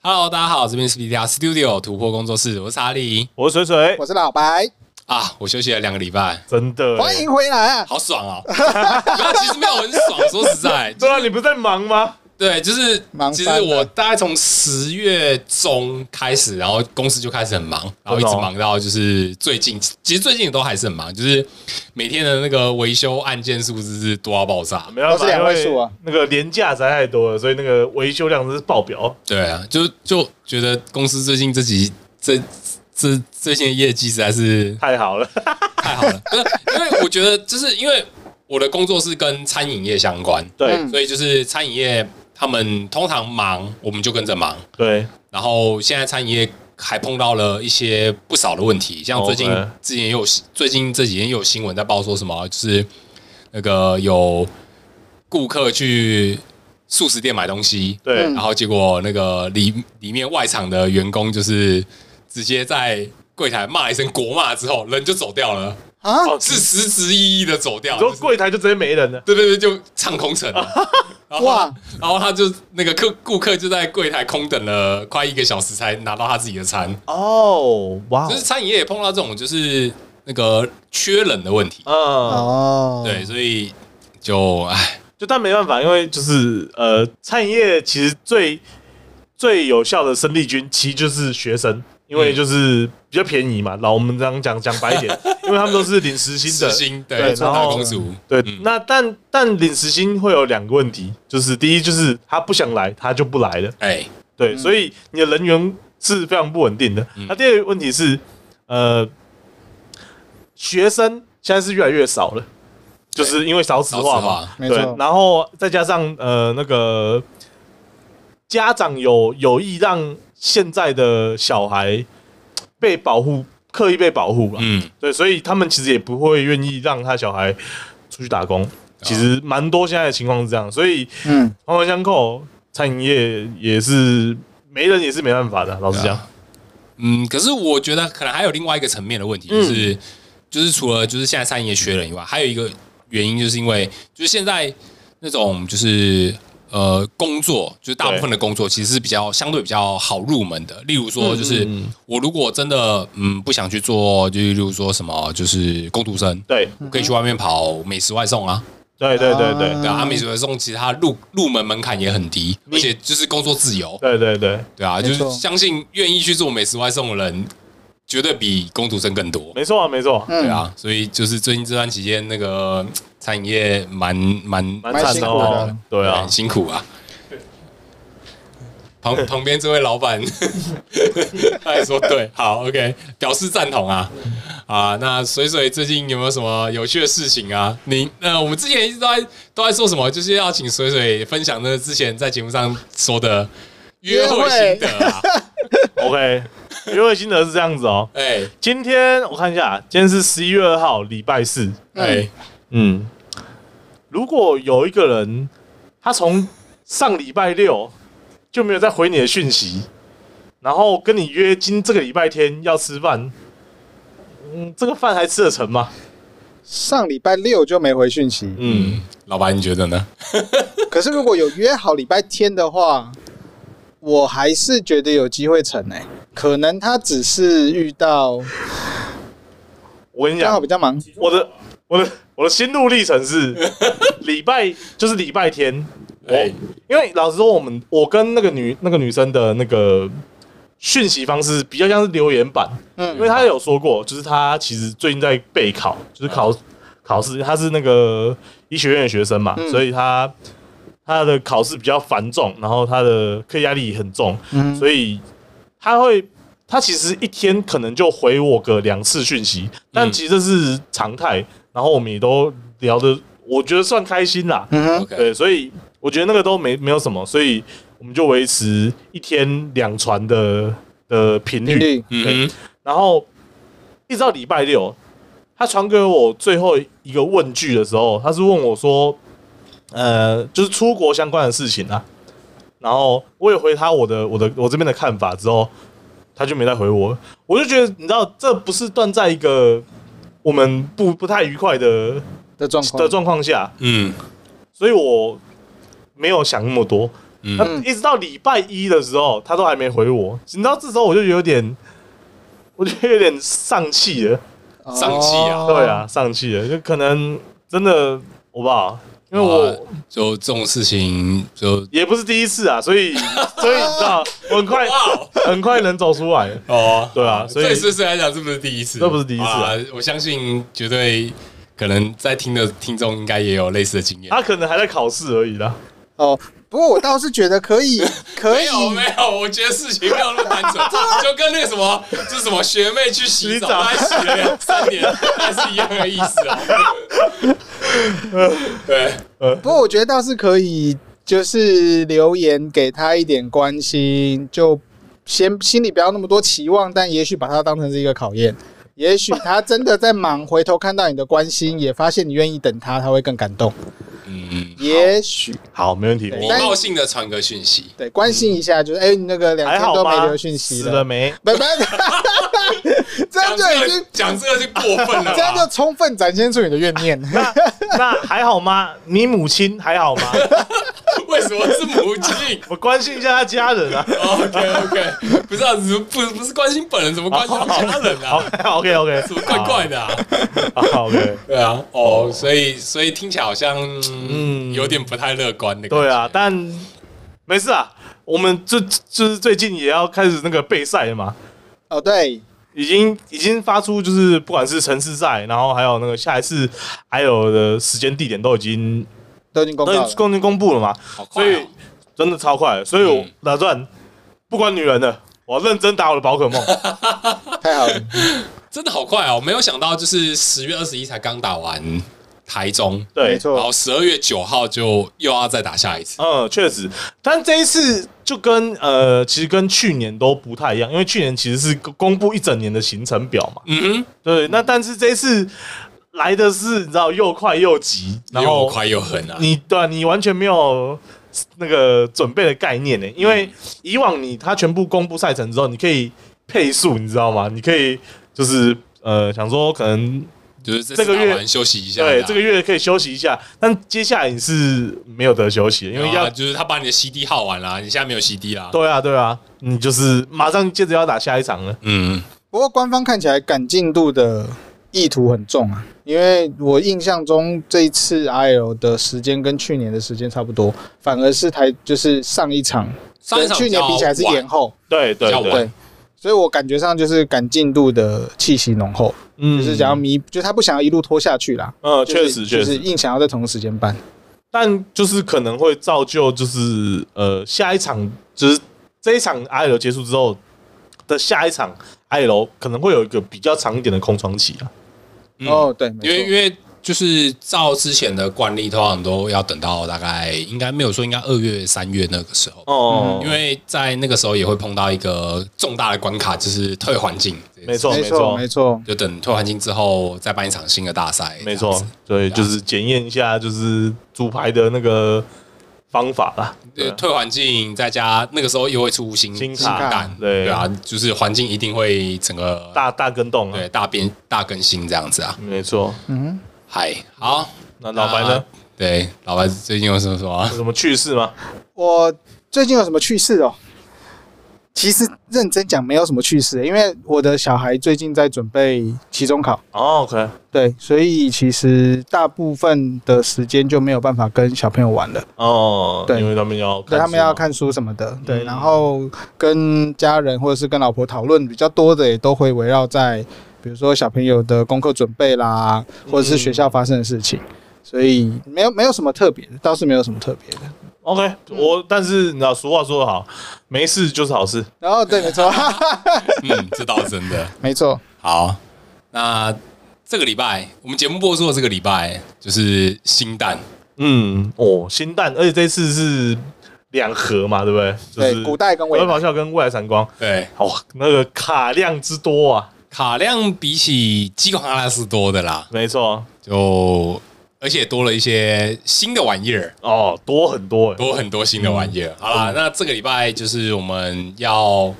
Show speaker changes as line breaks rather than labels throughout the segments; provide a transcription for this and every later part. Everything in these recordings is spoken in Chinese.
好，这边是 DTR Studio 突破工作室，我是查理
我是水水，
我是老白，
啊，我休息了两个礼拜，
真的欸
欢迎回来啊！
好爽 哦！没有，其实没有很爽，说实在，
对啊，你不是在忙吗？
对，就是
忙
其
翻
实
了
我大概从十月中开始，然后公司就开始很忙，然后一直
真的哦
忙到就是最近，其实最近都还是很忙，就是每天的那个维修案件数字是多到爆炸。
没办
都
法，
是两位数啊
因为那个廉价实在太多了，所以那个维修量真是爆表。
对啊，就就觉得公司最近这几这这最近的业绩实在是
太好了，
嗯
太好了， 不是因为我觉得就是因为我的工作是跟餐饮业相关，
对
嗯
所以就是餐饮业他们通常忙，我们就跟着忙。
对，
然后现在餐饮业还碰到了一些不少的问题，像最近
OK
之前也有最近这几天也有新闻在报说什么，就是那个有顾客去素食店买东西，
对
然后结果那个里里面外场的员工就是直接在柜台骂一声国骂之后，人就走掉了，
啊，
哦
是实质意义的走掉，
你说
就是
柜台就直接没人了，
对对对，就唱空城 了。然后
哇
然后他就那个客顾客就在柜台空等了快一个小时才拿到他自己的餐。
哦，哇
就是餐饮业也碰到这种就是那个缺人的问题，
嗯，
哦，
对，，所以就哎唉，
就但没办法，因为就是呃，餐饮业其实最最有效的生力军，其实就是学生。因为就是比较便宜嘛，老我们这样讲讲白一点，因为他们都是领时薪
时
的，
薪对
对
做
然
打
后
工族，
对，
嗯
那但但领时薪会有两个问题，就是第一就是他不想来，他就不来了，
哎，
对，所以你的人员是非常不稳定的。
嗯
那第二个问题是，呃，学生现在是越来越少了，就是因为少子
少子
化嘛，
化，
没
对
错，
然后再加上呃那个家长有有意让现在的小孩被保护，刻意被保护吧，
嗯，
对，所以他们其实也不会愿意让他小孩出去打工。其实蛮多现在的情况是这样，所以
嗯，
环环相扣，餐饮业也是没人也是没办法的。老实
对
讲
啊，嗯，可是我觉得可能还有另外一个层面的问题，就是、
嗯
就是除了就是现在餐饮业缺人以外，还有一个原因就是因为就是现在那种就是呃工作，就是大部分的工作其实是比较相对比较好入门的，例如说就是、
嗯嗯
我如果真的嗯不想去做，就是例如说什么就是工读生，
对
我可以去外面跑美食外送啊，
对对对对
啊
对啊，啊美食外送其实它入入门门槛也很低，而且就是工作自由，
对对对，
对啊，就
没错
是相信愿意去做美食外送的人，绝对比工读生更多。
没错啊，没错啊，
嗯
对，啊，所以就是最近这段期间，那个嗯餐饮业蛮蛮
蛮
蛮
惨
辛
的
苦
哦
的。
对啊
很，辛苦啊。旁 旁边这位老板， 他也说对，好，OK，表示赞同啊啊！那水水最近有没有什么有趣的事情啊？你呃，我们之前一直都在都在说什么，就是要请水水分享那之前在节目上说的约会心得啊。
OK，约会心得是这样子哦。
哎
今天我看一下，今天是十一月二号，礼拜四。
哎，
嗯，如果有一个人，他从上礼拜六就没有再回你的讯息，然后跟你约今这个礼拜天要吃饭，嗯，这个饭还吃得成吗？
上礼拜六就没回 讯息，
嗯，
老板你觉得呢？
可是如果有约好礼拜天的话，我还是觉得有机会成诶、可能他只是遇到
我跟你
刚好
讲
比，较
嗯
忙，
我的我的我的心路历程是礼拜就是礼拜天，我、
哎
因为老实说，我们我跟那个女那个女生的那个讯息方式比较像是留言板，因
嗯，
为他有说过，就是他其实最近在备考，就是考考试，他是那个医学院的学生嘛，
嗯
所以他他的考试比较繁重，然后他的课业压力也很重，
嗯
所以他会他其实一天可能就回我个两次讯息，但其实这是常态，然后我们也都聊的，我觉得算开心啦，
嗯哼，
，OK，
对，所以我觉得那个都没没有什么，所以我们就维持一天两传的的频
频率
嗯哼，
然后一直到礼拜六，他传给我最后一个问句的时候，他是问我说，呃，就是出国相关的事情啊。然后我也回他我的我的我这边的看法之后，他就没再回我了。我就觉得你知道，这不是断在一个我们不不太愉快的
的状
的
况，
状况下，
嗯，
所以我没有想那么多。
嗯
那一直到礼拜一的时候，他都还没回我。你知道，这时候我就有点，我就有点丧气了。
哦
上气啊
对啊，，丧气了，就可能真的我吧，因为我
哇啊就这种事情就
也不是第一次啊，所以所以你知 道，我很快
哇
很快能走出来。
哦，
哦对啊所以
对是是来讲，这不是第一次，
这不是第一次啊
啊！我相信绝对可能在听的听众应该也有类似的经验。
他可能还在考试而已啦。
哦，不过我倒是觉得 可以，可
没
以，
有没有，我觉得事情没有那么 单纯，就跟那个什么，就是什么学妹去洗
啊洗澡
澡，她洗了两三 年，还是一样的意思啊。
嗯
对，
不过我觉得倒是可以，就是留言给他一点关心，就先心里不要那么多期望，但也许把它当成是一个考验。也许他真的在忙，回头看到你的关心，也发现你愿意等他，他会更感动。
嗯，
也许
好，没问题。
对
礼
我
貌性的传个讯息，
对关心一下，就是哎、你那个两
还
天
好
都没
吗？
留讯息
死了，没？
拜拜，这
讲
样就
这
已经
个讲这个就过分了吧，啊
这样就充分展现出你的怨念。
那还好吗？你母亲 还好吗？
为什么是母亲？
我关心一下他家人啊。
OK OK，不是啊，只是不不是关心本人，怎么关心家人
好
啊？
，OK OK，
怎么怪怪的啊？
？OK，
对啊，哦，所以所以听起来好像嗯
嗯
有点不太乐观的感觉。
对啊，但没事啊。我们就就是最近也要开始那个备赛了嘛，
哦，对，
已经已经发出，就是不管是城市赛，然后还有那个下一次，还有的时间地点都已经
都已经公
都
告
已
了
经。公公布了嘛，
好快
所
哦
以真的超快的，所以
嗯
我打算不管女人的，我认真打我的宝 可梦。
太好了，
真的好快哦！没有想到，就是十月二十一才刚打完台中，
对，
没
然后
错，
十二月九号就又要再打下一次。
嗯，确实，但这一次就跟呃，其实跟去年都不太一样，因为去年其实是公布一整年的行程表嘛。
嗯
对，那但是这一次来的是你知道又快又急，
哼，
然
又
后
快又狠啊！
你对啊、你完全没有那个准备的概念呢、因
嗯
为以往你它全部公布赛程之后，你可以配速，你知道吗？你可以就是呃，想说可能
就是这次
这个月
打完休息一下，
对这个月可以休息一下，但接下来你是没有得休息的，因
因为
为要
要啊就是他把你的 CD 耗完啦，你现在没有 CD 啦。
对啊，对啊，你就是马上接着要打下一场了。
嗯，
不过官方看起来赶进度的意图很重啊，因为我印象中这一次 I L 的时间跟去年的时间差不多，反而是台就是上一场
上一
跟
场
去年比起来是
比较晚
延后，
对对
比较晚
对，
对，所以我感觉上就是赶进度的气息浓厚，
嗯
就是想要弥，就他不想要一路拖下去啦。
呃，
就是
确实确
就是
实，
硬想要在同个时间办，
但就是可能会造就就是呃下一场就是这一场 I 楼结束之后的下一场 I 楼可能会有一个比较长一点的空窗期啊。
嗯
哦，对，
因为
没
因
错，
为就是照之前的惯例，通常都要等到大概应该没有说应该二月三月那个时候，
哦
因为在那个时候也会碰到一个重大的关卡，就是退环境。
没，错
没
没
错，
错
没错，
就等退环境之后再办一场新的大赛。
没
这
错
样子，
对，
啊
就是检验一下就是组牌的那个方法啦。
对
对，
退环境再加那个时候又会出新
新卡
蛋，
对
对啊，就是环境一定会整个
大大跟动啊
对，大变大更新这样子啊。
没错。
嗯
嗨，好，
那老白呢？
那？对，老白最近有什么什么
有？什么趣事吗？
哼，我最近有什么趣事哦？其实认真讲没有什么趣事，因为我的小孩最近在准备期中考，
哦，OK，
对，所以其实大部分的时间就没有办法跟小朋友玩了，
哦，
对
因为他们要看
对他
书
们要
嘛，
看书什么的，
嗯
对，然后跟家人或者是跟老婆讨论比较多的，也都会围绕在比如说小朋友的功课准备啦，
嗯
或者是学校发生的事情，所以没有没有什么特别的，倒是没有什么特别的。
OK，我
嗯
但是你知道，俗话说得好，没事就是好事。
然后对，没错，哈哈
嗯，这倒是真的。
没错，
好，那这个礼拜我们节目播出的这个礼拜就是新蛋，
嗯，哦，新蛋，而且这次是两盒嘛，对不对？就是
对，古代跟
鬼
未来，
咆哮跟未来闪光，
对，
哇、那个卡量之多啊，
卡量比起基隆阿拉斯多的啦，
没错，
就而且多了一些新的玩意儿，
哦，多很多欸，
多很多新的玩意儿。好啦，那这个礼拜就是我们要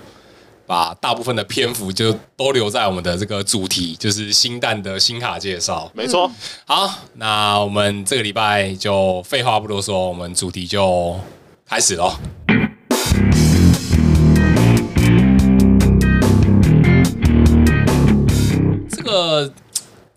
把大部分的篇幅就都留在我们的这个主题，就是新蛋的新卡介绍。
没错，
好，那我们这个礼拜就废话不多说，我们主题就开始喽。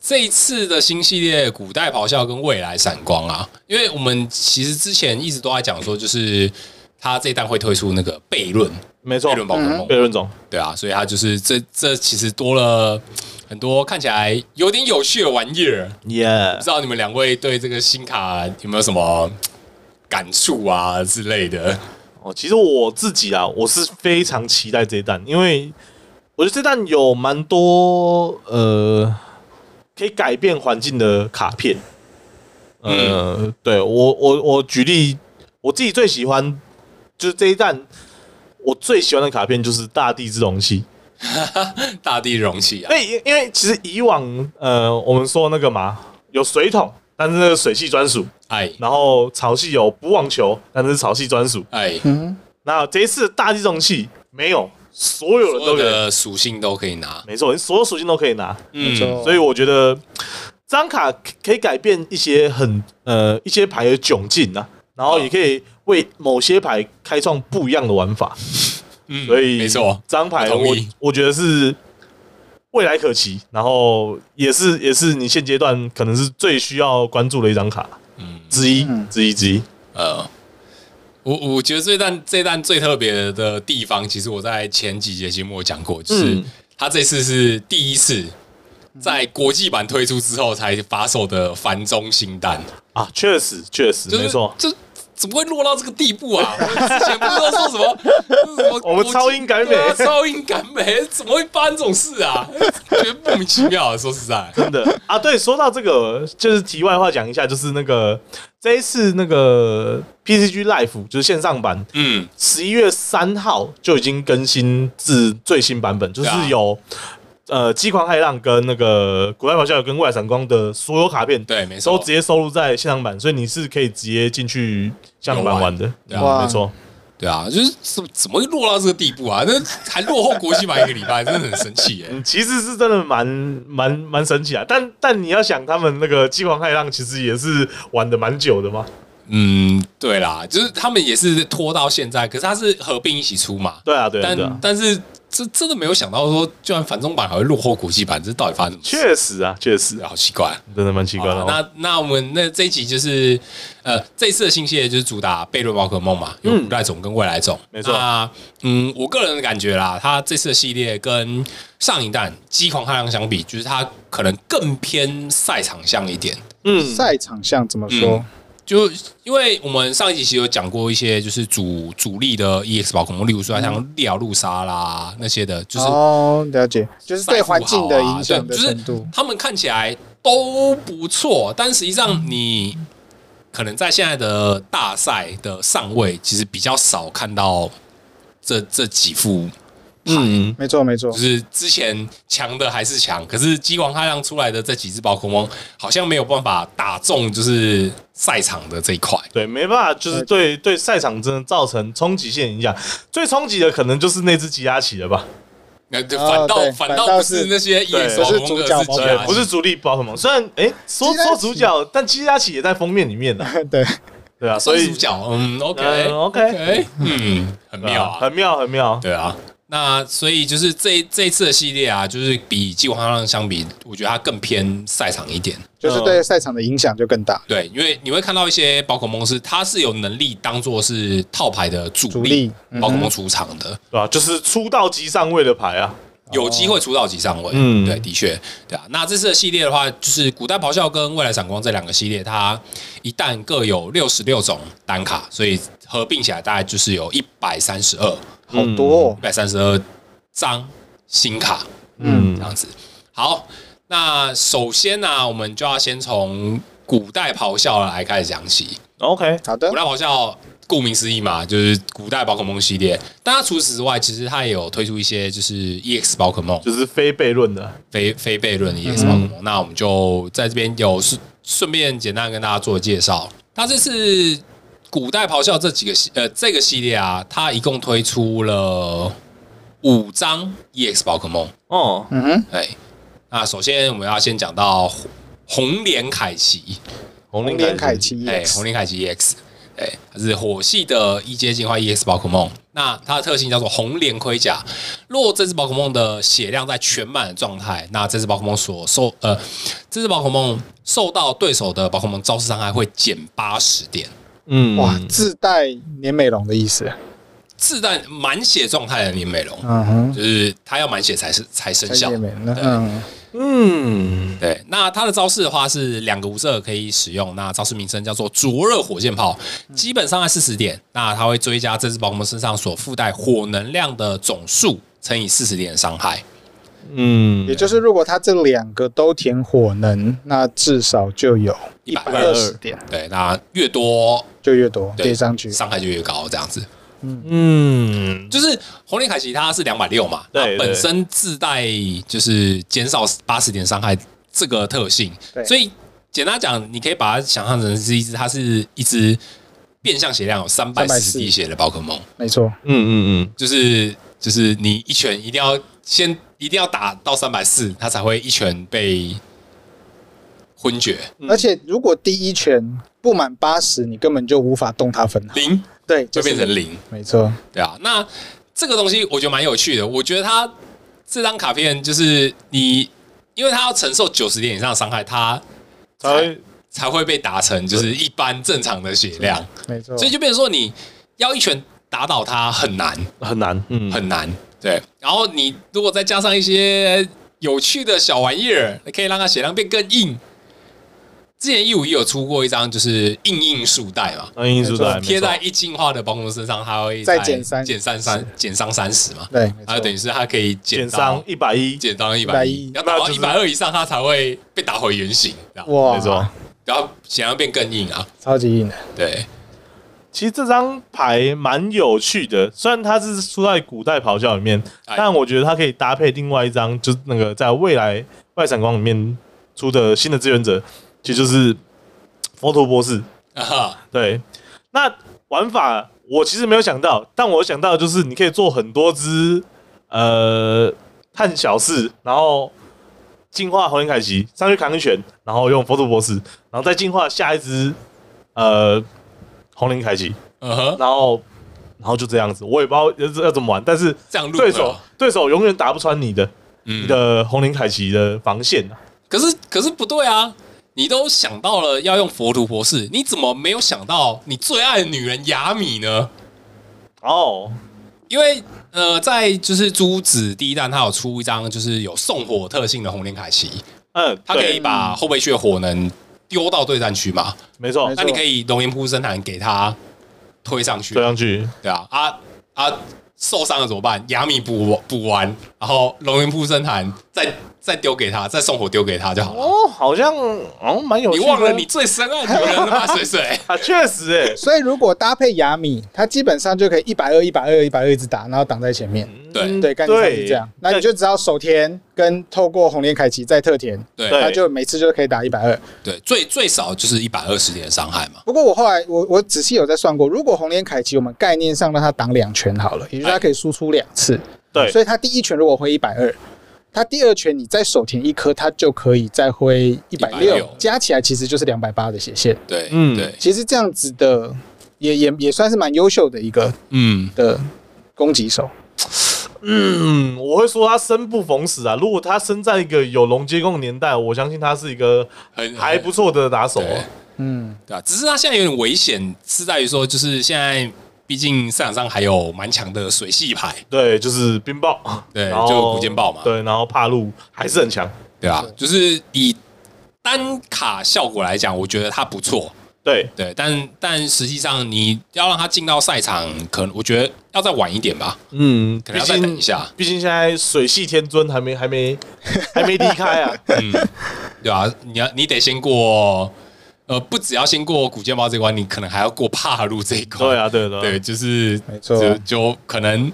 这一次的新系列《古代咆哮》跟《未来闪光》啊，因为我们其实之前一直都在讲说，就是它这一代会推出那个悖论，
没错
悖，论宝可梦
被，润总，
对啊，所以它就是这这其实多了很多看起来有点有趣的玩意儿。
耶、
不知道你们两位对这个新卡有没有什么感触啊之类的？
哦，其实我自己啊，我是非常期待这一弹，因为我觉得这弹有蛮多呃可以改变环境的卡片。呃，对我我我举例，我自己最喜欢就是这一弹，我最喜欢的卡片就是大地之容器。
大地容器啊，
因为因为其实以往呃我们说那个嘛有水桶，但是那个水系专属，
哎
然后潮系有捕网球，但是潮系专属。
哎，
嗯，
那这一次大地容器没有，所有
所
人
有
都可以，
的属性都可以拿。
没错，你所有属性都可以拿。
嗯，
所以我觉得这张卡可以改变一些很呃一些牌的窘境啊，然
哦
后也可以为某些牌开创不一样的玩法。
嗯
所以
没错，
这张牌
我同
我
意
我觉得是未来可期，然后也是也是你现阶段可能是最需要关注的一张卡
嗯
之一
嗯
之一之一。
呃，我我觉得这一弹这一弹最特别的地方，其实我在前几节节目有讲过，就是
嗯
他这次是第一次在国际版推出之后才发售的繁中新蛋。
啊，确实确实、
就是
没错，
就怎么会落到这个地步啊？我 们之前不知道说什么，什么
我们超英赶美
对啊超英赶美，怎么会发生这种事啊？觉得莫名其妙。啊说实在，
真的啊，对，说到这个，就是题外话讲一下，就是那个这一次那个 PCG Life 就是线上版，
嗯，
十一月三号就已经更新至最新版本，就是
对啊
有、呃《激狂骇浪》跟那个《古代咆哮》跟《未来闪光》的所有卡片，，
对，没
都
错
直，接收录在线上版，所以你是可以直接进去线上版玩的，
游玩对啊
嗯
哇
没错，
对啊，就是怎么怎么会落到这个地步啊？那还落后国际版一个礼拜，真的很生气耶、
嗯，其实是真的蛮蛮蛮神奇啊，但但你要想，他们那个《激狂骇浪》其实也是玩的蛮久的嘛，
嗯，对啦，就是他们也是拖到现在，可是它是合并一起出嘛，
对啊，对啊，
但
对啊。
但是这真的没有想到说，居然繁中版还会落后国际版，这到底发生什么事？
确实啊，确实啊，
好奇怪啊、
真的蛮奇怪的、
好
哦。
那那我们那这一集就是，呃，这一次的新系列就是主打悖论宝可梦嘛，有
嗯
古代种跟未来种。
没错
那嗯，我个人的感觉啦，它这次的系列跟上一弹《激狂汉量相比，就是它可能更偏赛场向一点。
嗯，
赛场上怎么说？
就因为我们上一集其实有讲过一些就是主主力的 EX 宝可梦，例如说
哦
像利奥路莎啦那些的，就是
哦，了解，就是对环境的影响的
啊对
程
就是
度。
他们看起来都不错，但实际上你可能在现在的大赛的上位，其实比较少看到这这几副，
嗯，
没错，没错
就，是之前强的还是强，可是激光太阳出来的这几只宝可梦，好像没有办法打中就是赛场的这一块。
对，没办法，就是对对赛场真的造成冲击性影响。最冲击的可能就是那只吉拉奇了吧？
那就
哦
反倒、
对
反
反
倒
倒
不
是
是那些
对
EX 宝可梦
不是主
而
角宝可
哦吉
对
拉，
不是主力宝可梦。虽然诶，说
吉拉奇
说主角，但吉拉奇也在封面里面的，
对，
对啊，所
所以主
以
角，嗯，OK
嗯 OK，
OK，嗯，很
对
妙啊，
啊很妙很妙。
对啊，那所以就是这这一次的系列啊，就是比《激光浪浪》相比，我觉得它更偏赛场一点。
就是对赛场的影响就更大。
对，因为你会看到一些宝可梦是它是有能力当做是套牌的主
主
力
力嗯哼
宝可梦出场的，
对啊，就是出道即上位的牌啊，
有机会出到级上位。
嗯
对，的确，对啊。那这次的系列的话，就是古代咆哮跟未来闪光这两个系列，它一旦各有六十六种单卡，所以合并起来大概就是有一百三十二、
好多、哦
一，百三十二张新卡。
嗯
这，样子。好，那首先呢、我们就要先从古代咆哮来开始讲起。
，OK，
好的
古，代咆哮顾名思义嘛，就是古代宝可梦系列。但它除此之外，其实它也有推出一些就是 EX 宝可梦、
就是非悖论的，
非非悖论的 EX 宝可梦。那我们就在这边有顺顺便简单跟大家做介绍。它这次古代咆哮这几个系呃这个系列啊，它一共推出了五张 EX 宝可梦。
哦，
嗯哼，
哎，那首先我们要先讲到红红莲凯奇，
红
红莲凯
奇，
奇
哎，
EX，
红莲凯奇 EX，对，它是火系的一阶进化 EX 宝可梦。那它的特性叫做红莲盔甲。若这只宝可梦的血量在全满的状态，那这只宝可梦所受呃，这只宝可梦受到对手的宝可梦招式伤害会减八十点。
嗯，
哇，自带年美容的意思。
自带满血状态的林美容，
嗯哼，
就是它要满血才是才生效
年。美容，嗯，
嗯，
对，那它的招式的话是两个无色可以使用，那招式名称叫做灼热火箭炮，基本伤害四十点，那它会追加这只宝可梦身上所附带火能量的总数乘以四十点的伤害。
嗯，
也就是如果它这两个都填火能，那至少就有
120
十点，
对，那越多
就越多
对
叠上去。
伤害就越高，这样子。
嗯，
就是红莲凯奇它是两百六嘛，
对
那
对
本身自带就是减少八十点伤害这个特性，
对
所以简单讲，你可以把它想象成是一只它是一只变相血量有三百四
340
滴血的宝可梦，
没错，
嗯嗯嗯，
就是就是你一拳一定要先一定要打到三百四，它才会一拳被昏厥
而且如果第一拳不满八十，你根本就无法动它分毫，
零，
对，
哦就是变成零。
没错，
对啊，那这个东西我觉得蛮有趣的。我觉得它这张卡片就是你，因为它要承受九十点以上的伤害，它
才会
才会被打成就是一般正常的血量，
没错。
所以就变成说你要一拳打倒它很难
很难，嗯，
很难。对，然后你如果再加上一些有趣的小玩意儿，可以让它血量变更硬。之前一五一有出过一张就是硬硬束带嘛，
那因素在
贴在一进化的宝可梦身上，它会
再
在
减三
减三三减伤三十嘛，
对，没
还有啊等
错
于是它可以减
减伤一百一，
减伤一百一
110，
要打
那
到
就
一
是
百二以上，它才会被打回原形，这样
没错
哇，。
然后血量变更硬啊，
超级硬的，
对，
其实这张牌蛮有趣的，虽然它是出在古代咆哮里面，
哎
但我觉得它可以搭配另外一张，就是那个在未来外闪光里面出的新的志愿者，其实就是佛陀博士。
啊哈，
对，那玩法我其实没有想到，但我想到的就是你可以做很多只呃探小事，然后进化红眼凯奇上去扛一拳，然后用佛陀博士，然后再进化下一只呃红莲凯奇。
嗯哼，
然后然后就这样子，我也不知道要要怎么玩，但是
这样录
对手
了，
对手永远打不穿你的、你
嗯，
的红绫凯奇的防线啊。
可是可是不对啊，你都想到了要用佛图博士，你怎么没有想到你最爱的女人雅米呢？
哦，
因为呃，在就是朱子第一弹，它有出一张就是有送火特性的红莲凯奇，
嗯，
它可以
对
把后备区的火能丢到对战区嘛，
没错
没错
那你可以龙岩扑生坛给它推上去
追，上去，
对啊，啊啊，受伤了怎么办？亚米补补完，然后龙岩扑生坛再再丢给他，再送火丢给他就好了。
哦，好像哦蛮有趣
你
的
忘了你最深爱的人了吗？水水，
啊，确实哎、
所以如果搭配雅米，它基本上就可以一百二、一百二、一百二一直打，然后挡在前面。
对
嗯
对，概念上是这样。那你就只要手填跟透过红莲凯奇再特填，
对
对
它就每次就可以打一百二。
对，最最少就是一百二十点的伤害嘛。
不过我后来我我仔细有在算过，如果红莲凯奇我们概念上让它挡两拳好了，也就是它可以输出两次，
对
所以它第一拳如果挥一百二，它第二拳你再手填一颗，它就可以再挥一百六
160，
加起来其实就是两百八的血线。
对，嗯，
嗯
对，
其实这样子的也也也算是蛮优秀的一个
嗯，
的攻击手。
嗯，我会说他生不逢时啊。如果他生在一个有龙接供的年代，我相信他是一个
很
还不错的打手啊、
对
嗯，
对啊，只是它现在有点危险，是在于说，就是现在毕竟市场上还有蛮强的水系牌，
对，就是冰雹，
对
然后
就古剑豹嘛
对，然后帕路还是很强，
对啊，就是以单卡效果来讲，我觉得它不错。
对，
对，但但实际上你要让他进到赛场，可能我觉得要再晚一点吧。
嗯，
可
毕
能要
竟
再等一下
毕竟现在水系天尊还没还 没还没离开啊。
对啊，你要你得先过，呃，不只要先过古剑包这一关，你可能还要过帕路这一关。
对，啊，对的，
对，就是
没错
就就可能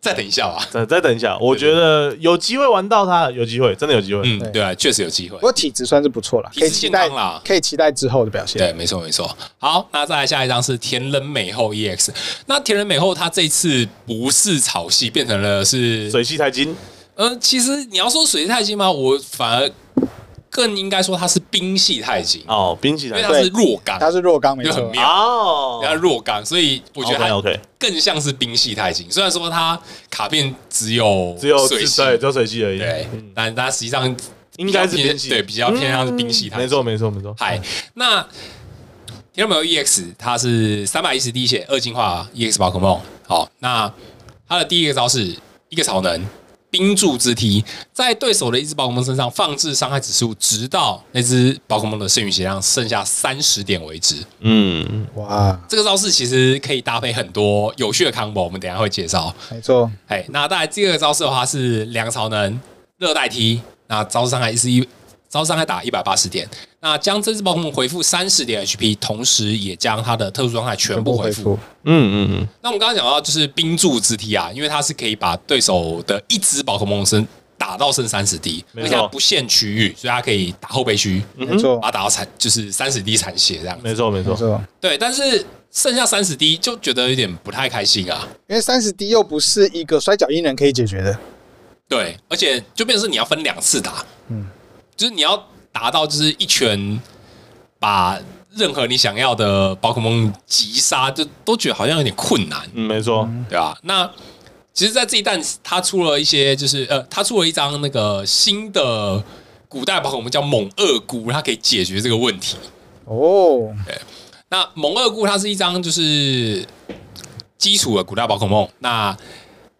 再等一下吧。
再再等一下，我觉得有机会玩到他，有机会，真的有机会。
嗯，
对
对啊，确实有机会
不。过体质算是不错了，
体质
可以期待
健康啦
可以期待之后的表现。
对，没错没错。好，那再来下一张是田人美后 EX。那田人美后她这次不是草系，变成了是
水系太金，
呃，其实你要说水太金吗？我反而更应该说它是冰系太极，
哦，冰淇
因为
淋
它是弱杠，
他是弱刚没
就很
错，啊
妙，
哦
它弱杠，所以我觉得它
OK，
更像是冰系太极。虽然说它卡片只有
只有
水
自
系，
对，只有水系而已，嗯
对，但它实际上
应该
比较
是冰
偏
淇
对
淋，嗯
比较偏向是冰系太极
没。错嗯没错没错，
嗨，那 t e r m o EX 它是三百一十滴血二进化 EX 宝可梦。好，那它的第一个招式一个草能冰柱之踢，在对手的一只宝可梦身上放置伤害指数，直到那只宝可梦的剩余血量剩下三十点为止。
嗯，
哇，
这个招式其实可以搭配很多有趣的 combo，我们等一下会介绍。
没错，
哎，那当然第二个招式的话是梁朝能热带踢，那招式伤害是一招式伤害打一百八十点，那将这只宝可梦回复三十点 HP，同时也将它的特殊状态全部恢复。。
嗯嗯
那我们刚刚讲到就是冰柱之踢啊，因为它是可以把对手的一只宝可梦身打到剩三十滴，
没
而
错
且它不限区域，所以它可以打后备区，
没错
把，它打到残就是三十滴残血这样
嗯，。没错没
没
错，
错，
对，但是剩下三十滴就觉得有点不太开心啊。
因为三十 D 又不是一个摔跤音人可以解决的，
对，而且就变成是你要分两次打，
嗯
就是你要达到就是一拳把任何你想要的宝可梦击杀，就都觉得好像有点困难，
嗯没错，
对吧、那其实，在这一弹它出了一些，就是呃，它出了一张那个新的古代宝可梦叫猛鳄菇，它可以解决这个问题。
哦，
那蒙二菇它是一张就是基础的古代宝可梦，那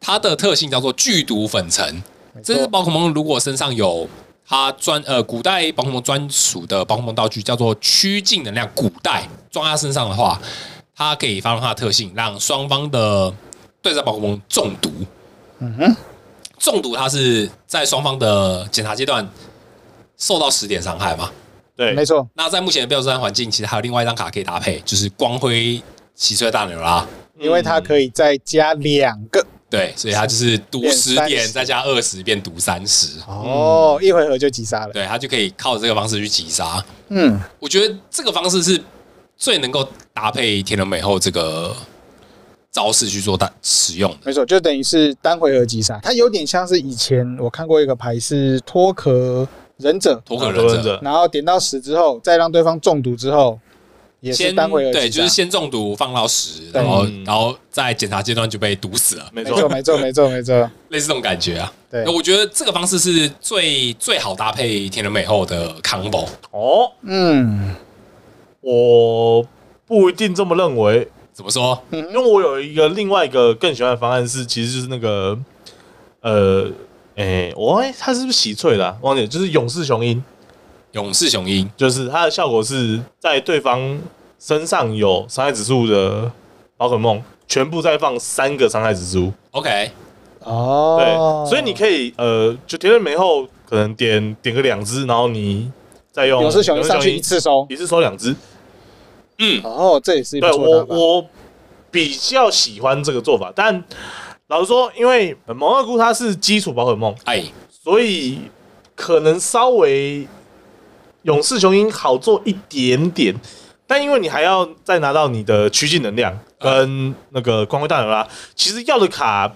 它的特性叫做剧毒粉尘。
没错
这只宝可梦如果身上有它专呃古代宝可梦专属的宝可梦道具，叫做趋近能量古代，装在它身上的话，它可以发动它的特性，让双方的对战宝可梦中毒。
嗯哼，
中毒它是在双方的检查阶段受到十点伤害嘛？
对，
没错，
那在目前的标准环境，其实还有另外一张卡可以搭配，就是光辉奇翠大牛啦。
因为它可以再加两个，
对，所以它就是读十
变
点，
30
再加二十变读三十，
哦，一回合就击杀了，
嗯对，它就可以靠这个方式去击杀。
嗯，
我觉得这个方式是最能够搭配天龙美后这个招式去做搭使用的。
没错，就等于是单回合击杀，它有点像是以前我看过一个牌是脱壳忍者，
脱壳
嗯
忍
多
者
忍者，
然后点到十之后，再让对方中毒之后，也是
先
单回合击杀，
对，就是先中毒放到十，
对
然后
嗯
然后在检查阶段就被毒死了，
没
没错，
错，
没错，没错，没错，
类似这种感觉啊。
对
那，我觉得这个方式是最最好搭配天龙美后的 combo。
哦，
嗯，
我不一定这么认为，
怎么说？
因为我有一个另外一个更喜欢的方案是，其实就是那个，呃，哎，我忘记它是不是喜翠啦，忘记了就是勇士雄鹰，
勇士雄鹰，
就是它的效果是在对方身上有伤害指数的宝可梦，全部再放三个伤害指数。
OK，
嗯对，
哦，
所以你可以呃，就铁人梅后可能点点个两只，然后你再用
勇士雄鹰上去一次收，
一次收两只。
嗯，
哦，这也是一不
对
错的
我
打法
我比较喜欢这个做法，但老实说，因为呃蒙二姑它是基础宝可梦，
哎，
所以可能稍微勇士雄鹰好做一点点，但因为你还要再拿到你的趋近能量跟那个光辉大牛啦，其实要的卡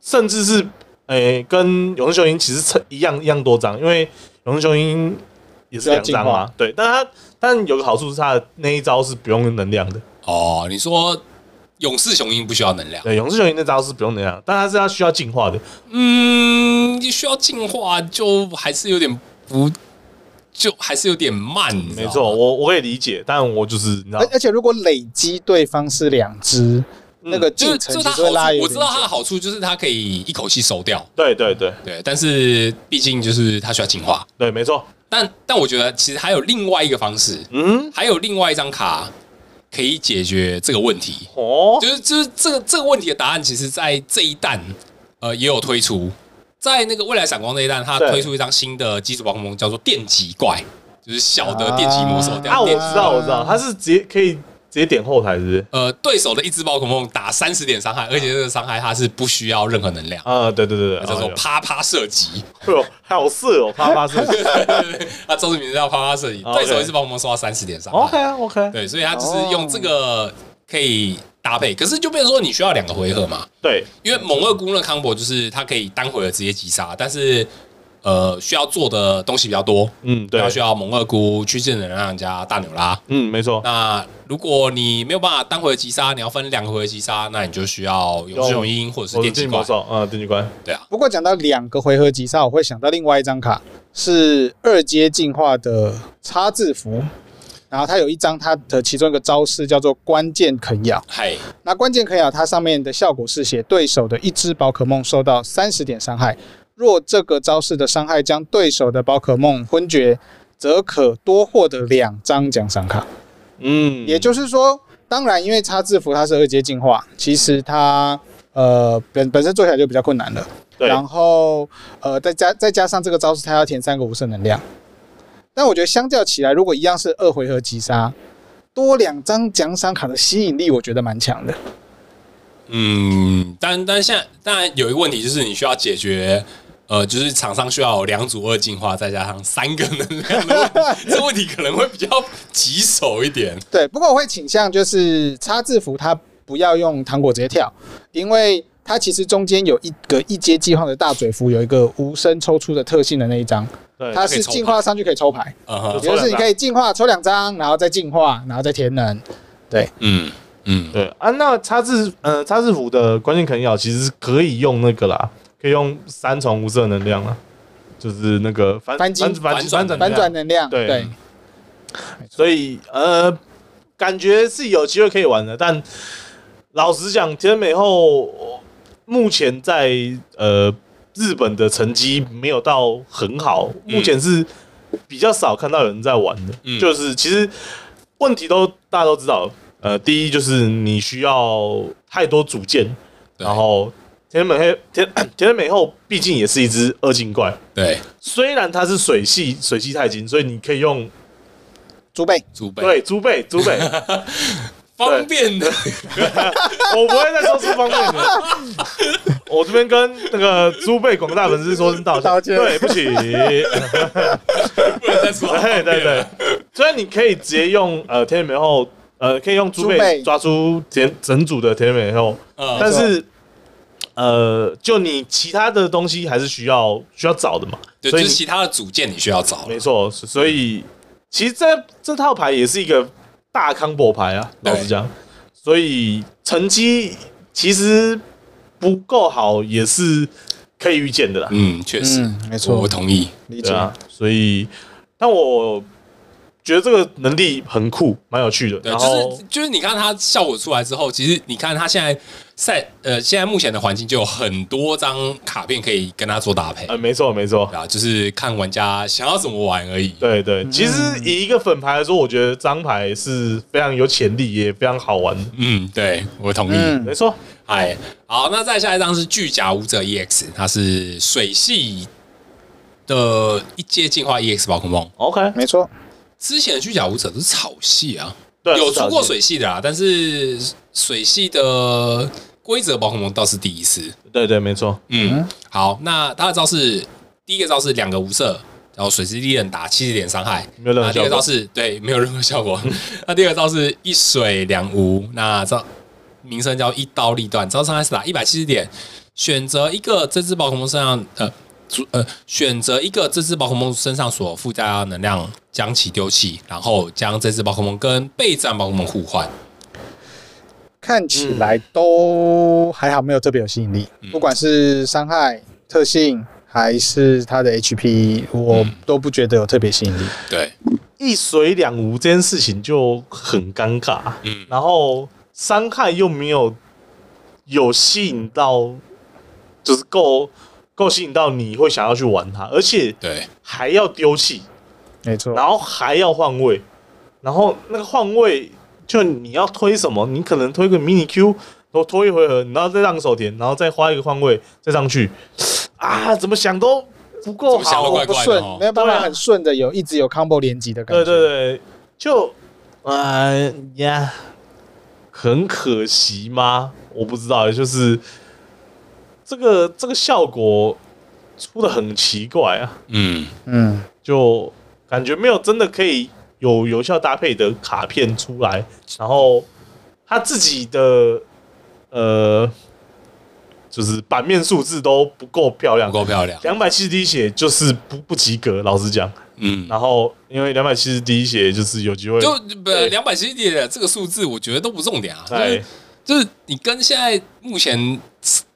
甚至是诶、跟勇士雄鹰其实差一样一样多张，因为勇士雄鹰也是两张
要
嘛，对，但它但有个好处是它的那一招是不用能量的，
哦，你说勇士雄鹰不需要能量？
对，勇士雄鹰那招是不用能量，但它是它需要进化的，
嗯，你需要进化，就还是有点不，就还是有啊点慢。你知道
没
吗
错，，我我可以理解，但我就是你知道
而，而且如果累积对方是两只，
嗯
那个
就是
进
就是
程其
它
实会拉
好处，
远。
我知道它的好处就是它可以一口气收掉，
对对对
对，但是毕竟就是它需要进化。
对，没错，
但但我觉得其实还有另外一个方式，
嗯，
还有另外一张卡可以解决这个问题，
哦，
就是就是这个这个问题的答案，其实在这一弹呃也有推出，在那个未来闪光这一弹，它
对
推出一张新的基础宝可梦，叫做电击怪，就是小的电击魔兽。这样
啊，我
电
知道，我知道，他是直接可以直接点后台，是不是？
呃，对手的一只宝可梦打三十点伤害，而且这个伤害它是不需要任何能量，
啊，对对对对，
叫做
哦
啪啪射击。
有哎呦， 好色哦，啪啪射。
它招式名字叫啪啪射击，
哦
对手
OK 哦
一只宝可梦受到三十点伤
OK 啊
害。
OK，
对，所以它就是用这个可以搭配，可是就变成说你需要两个回合嘛。
对
因为猛二姑那个康博就是它可以单回合直接击杀，但是呃需要做的东西比较多，
嗯，对
要，需要蒙二姑、屈建能让加大牛拉。
嗯，没错，
那如果你没有办法单回击杀，你要分两回击杀，那你就需要有
用
这种音或者是
我是
电击
进魔
怪。
兽，嗯，电击怪，
对啊，
不过讲到两个回合击杀，我会想到另外一张卡是二阶进化的插字符，然后它有一张它的其中一个招式叫做关键啃咬。
嗨，
那关键啃咬它上面的效果是写对手的一只宝可梦受到三十点伤害，若这个招式的伤害将对手的宝可梦昏厥，则可多获得两张奖赏卡。
嗯，
也就是说，当然因为插字符它是二阶进化，其实它呃本本身做起来就比较困难了。
对，
然后呃，再加再加上这个招式，它要填三个无色能量。但我觉得相较起来，如果一样是二回合击杀，多两张奖赏卡的吸引力，我觉得蛮强的。
嗯，但但现在当然有一个问题就是你需要解决。呃，就是厂商需要有两组二进化，再加上三个能量的问题，这 问题可能会比较棘手一点。
对，不过我会倾向就是插字符，它不要用糖果直接跳，因为它其实中间有一个一阶计划的大嘴符，有一个无声抽出的特性的那一张，
对，
它是进化上去可以抽牌，
嗯哼
就
也就是你可以进化抽两张，然后再进化，然后再填能。
嗯嗯，
对啊，那叉字呃叉字符的关键啃咬其实是可以用那个啦，可以用三重无色能量啦，就是那个反
翻金
反
反转
转
反转
的，
能量，
对
对，
所以呃感觉是有机会可以玩的，但老实讲，天美后目前在呃日本的成绩没有到很好，目前是比较少看到有人在玩的，
嗯
就是其实问题都大家都知道了。呃，第一就是你需要太多组件，
对
然后田美黑 田田美后毕竟也是一只二进怪，
对，
虽然它是水系水系钛金，所以你可以用
猪背。
祖辈
对猪背猪背，
方便的，
我不会再说出方面的。我这边跟那个猪背广大粉丝说声道歉，
道歉
对不起。
不能再说方
对
便
对对
了。，
虽然你可以直接用呃田美后呃可以用猪
猪
背
背
抓出田整组的田美后，
嗯
但是呃，就你其他的东西还是需要需要找的嘛，
对，
所
就
以
是
你
其他的组件你需要找了
没。错，所所以其实这这套牌也是一个大 combo 牌啊，
对
老实讲，所以成绩其实不够好也是可以预见的啦，
嗯，确实，
嗯没错
我我同意。
理
对
解。
啊，所以但我觉得这个能力很酷，蛮有趣的，
对，
然
就
后
是就是，你看它效果出来之后，其实你看它现在赛呃，现在目前的环境就有很多张卡片可以跟它做搭配，
呃，没错没错
对。啊，就是看玩家想要怎么玩而已。
对对，其实以一个粉牌来说，我觉得张牌是非常有潜力，也非常好玩。
嗯，对，我同意。
嗯
没错，
哎，好，那再下一张是巨甲武者 EX，它是水系的一阶进化 EX 宝可梦。
OK，
没错，
之前的巨甲武者都是草系啊，
对，
有出过
是
水系的啦，啊但是水系的规则宝可梦倒是第一次。
的，对对，没错，
嗯，好，那它的招式第一个招式两个无色，然后水之利刃打七十点伤害，
没有任何
那第二个
效果嗯
招式对没有任何效果。 那第二个招式一水两无，那招名称叫一刀立断，招伤害是打一百七十点，选择一个这只宝可梦身上呃。主呃，选择一个这只宝可梦身上所附加的能量，将其丢弃，然后将这只宝可梦跟备战宝可梦互换。
看起来都还好，没有特别有吸引力。不管是伤害特性还是它的 HP，我都不觉得有特别吸引力。
对，
一水两无这件事情就很尴尬，
嗯
然后伤害又没有有吸引到，就是够够吸引到你会想要去玩它，而且
对，
还要丢弃，
没错，
然后还要换位，然后那个换位就你要推什么，你可能推个 mini Q，然后推一回合，然后再让手填，然后再花一个换位再上去，啊，怎么想都不够
怎么想
好
都，怪
不
怪的
顺
哦，
没有办法
对啊
很顺的有一直有 combo 连击的感
对
觉。
对对，就呃呀，很可惜吗？我不知道，就是这个这个效果出的很奇怪啊，
嗯，
嗯，
就感觉没有真的可以有有效搭配的卡片出来，然后他自己的呃就是版面数字都不够漂亮
不，够漂亮。
两百七十滴血就是不不及格，老实讲。
嗯，
然后因为两百七十滴血就是有机会，
就不两百七十点的这个数字，我觉得都不重点啊。就是
哎，
就是你跟现在目前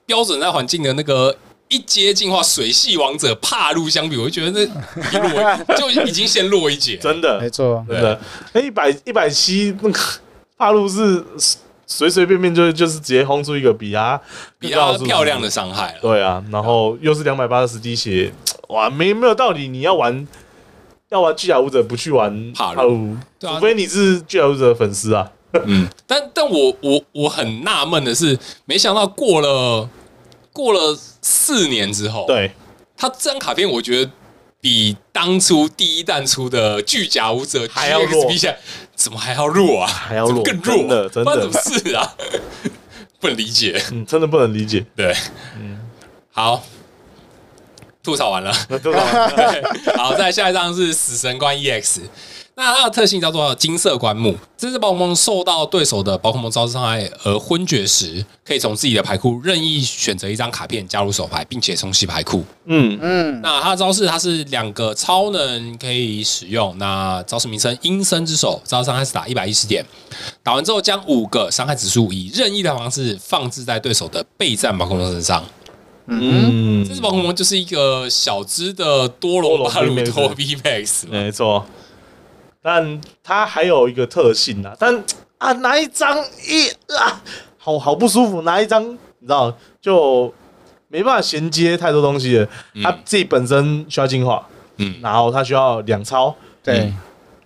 标准在环境的那个一阶进化水系王者帕路相比，我就觉得那 弱就已经先弱一截。
真的
没错，
真
啊
的，那一百一百七那个帕路是随随便便就就是直接轰出一个比啊他
比较
更高的数字
漂亮的伤害了。
对啊，然后又是两百八十滴血，哇，没没有道理，你要玩要玩巨甲舞者不去玩
帕鲁
鲁，
对啊
除非你是巨甲舞者的粉丝啊，
嗯，但但我我我很纳闷的是，没想到过了过了四年之后，，
对，
他这张卡片我觉得比当初第一弹出的巨甲舞者
还要弱
GX 比起来，怎么还要弱啊？
还要弱，
更弱
真的真
不然怎么
的，
是啊？不能理解，
嗯，真的不能理 解，
对，好，吐槽 完了。
那都是玩
好，再来下一张是死神官 EX，那它的特性叫做金色棺木。这只宝可梦受到对手的宝可梦招式伤害而昏厥时，可以从自己的牌库任意选择一张卡片加入手牌，并且冲洗牌库。
嗯，
嗯，
那它的招式它是两个超能可以使用，那招式名称阴森之手，招式伤害是打一百一十点，打完之后将五个伤害指数以任意的方式放置在对手的备战宝可梦身上。
嗯
这只宝可梦就是一个小只的多隆巴鲁
嗯
托 V Max 嘛，
没错，但它还有一个特性啊，但啊拿一张一啊，好好不舒服，拿一张你知道就没办法衔接太多东西了。它自己本身需要进化，
嗯，
然后它需要两超，
对，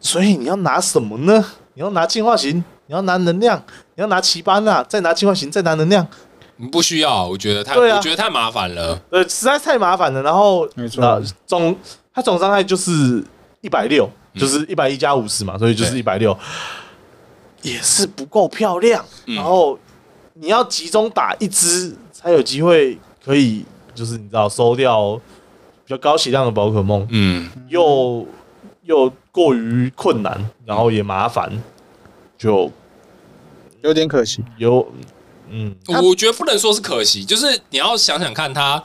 所以你要拿什么呢？你要拿进化型，你要拿能量，你要拿奇班啊，再拿进化型，再拿能量，
你嗯不需要，我觉得太，
对啊
我觉得太麻烦了。
呃，实在太麻烦了。然后，
没错
啊总它总伤害就是一百六，
嗯
就是一百一加五十嘛，所以就是一百六，也是不够漂亮。
嗯
然后你要集中打一只，才有机会可以，就是你知道收掉比较高血量的宝可梦，
嗯，
又又过于困难，然后也麻烦，就
有点可惜。
有嗯，
我觉得不能说是可惜，就是你要想想看它。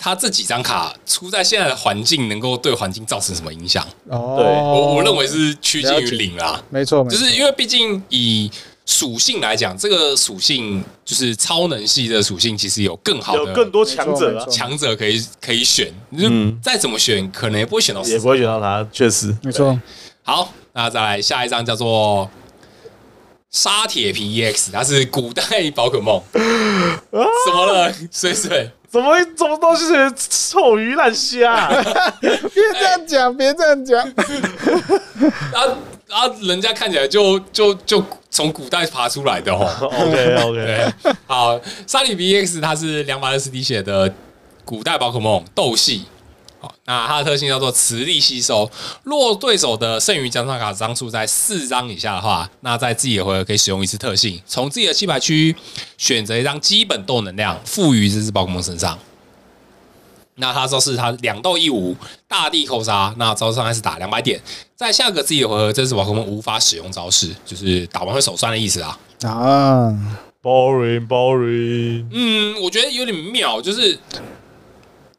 它这几张卡出在现在的环境，能够对环境造成什么影响？
哦，
对
我我认为是趋近于零啦，
没错，没
就
错
是因为毕竟以属性来讲，这个属性就是超能系的属性，其实有更好
有
的
更多强者
没
啊
错没，错
强者可以可以选，你就
嗯
再怎么选，可能也不会选到
也
四
不会选到它，确实。
没错，
好，那再来下一张叫做沙铁皮 EX，它是古代宝可梦。
啊
怎么了，水水？
怎么怎么东西是臭鱼烂虾、啊
哎
别这样讲，别这 样讲，
啊啊，人家看起来就就就从古代爬出来的哦。
OK OK，
对， 好，沙里 BX 它是两百二十滴血的古代宝可梦斗系。好，那它的特性叫做磁力吸收。若对手的剩余加上卡张数在四张以下的话，那在自己的回合可以使用一次特性，从自己的弃牌区选择一张基本斗能量赋予这只宝可梦身上。那它招式它两斗一五大地扣杀，那招式伤害是打两百点，在下个自己的回合，这只宝可梦无法使用招式，就是打完会手酸的意思啊。
啊，
boring boring，
嗯，我觉得有点妙，就是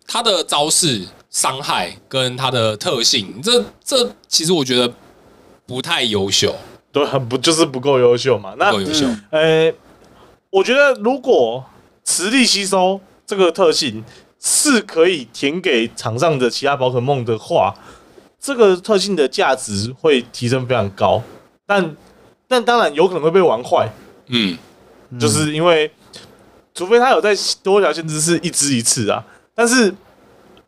他的招式伤害跟他的特性，这这其实我觉得不太优秀，
对，很不就是不够优秀嘛。那
不够优秀。
嗯
呃，我觉得如果磁力吸收这个特性是可以填给场上的其他宝可梦的话，这个特性的价值会提升非常高。但但当然有可能会被玩坏，
嗯，
就是因为除非他有在多条限制是一只一次啊，但是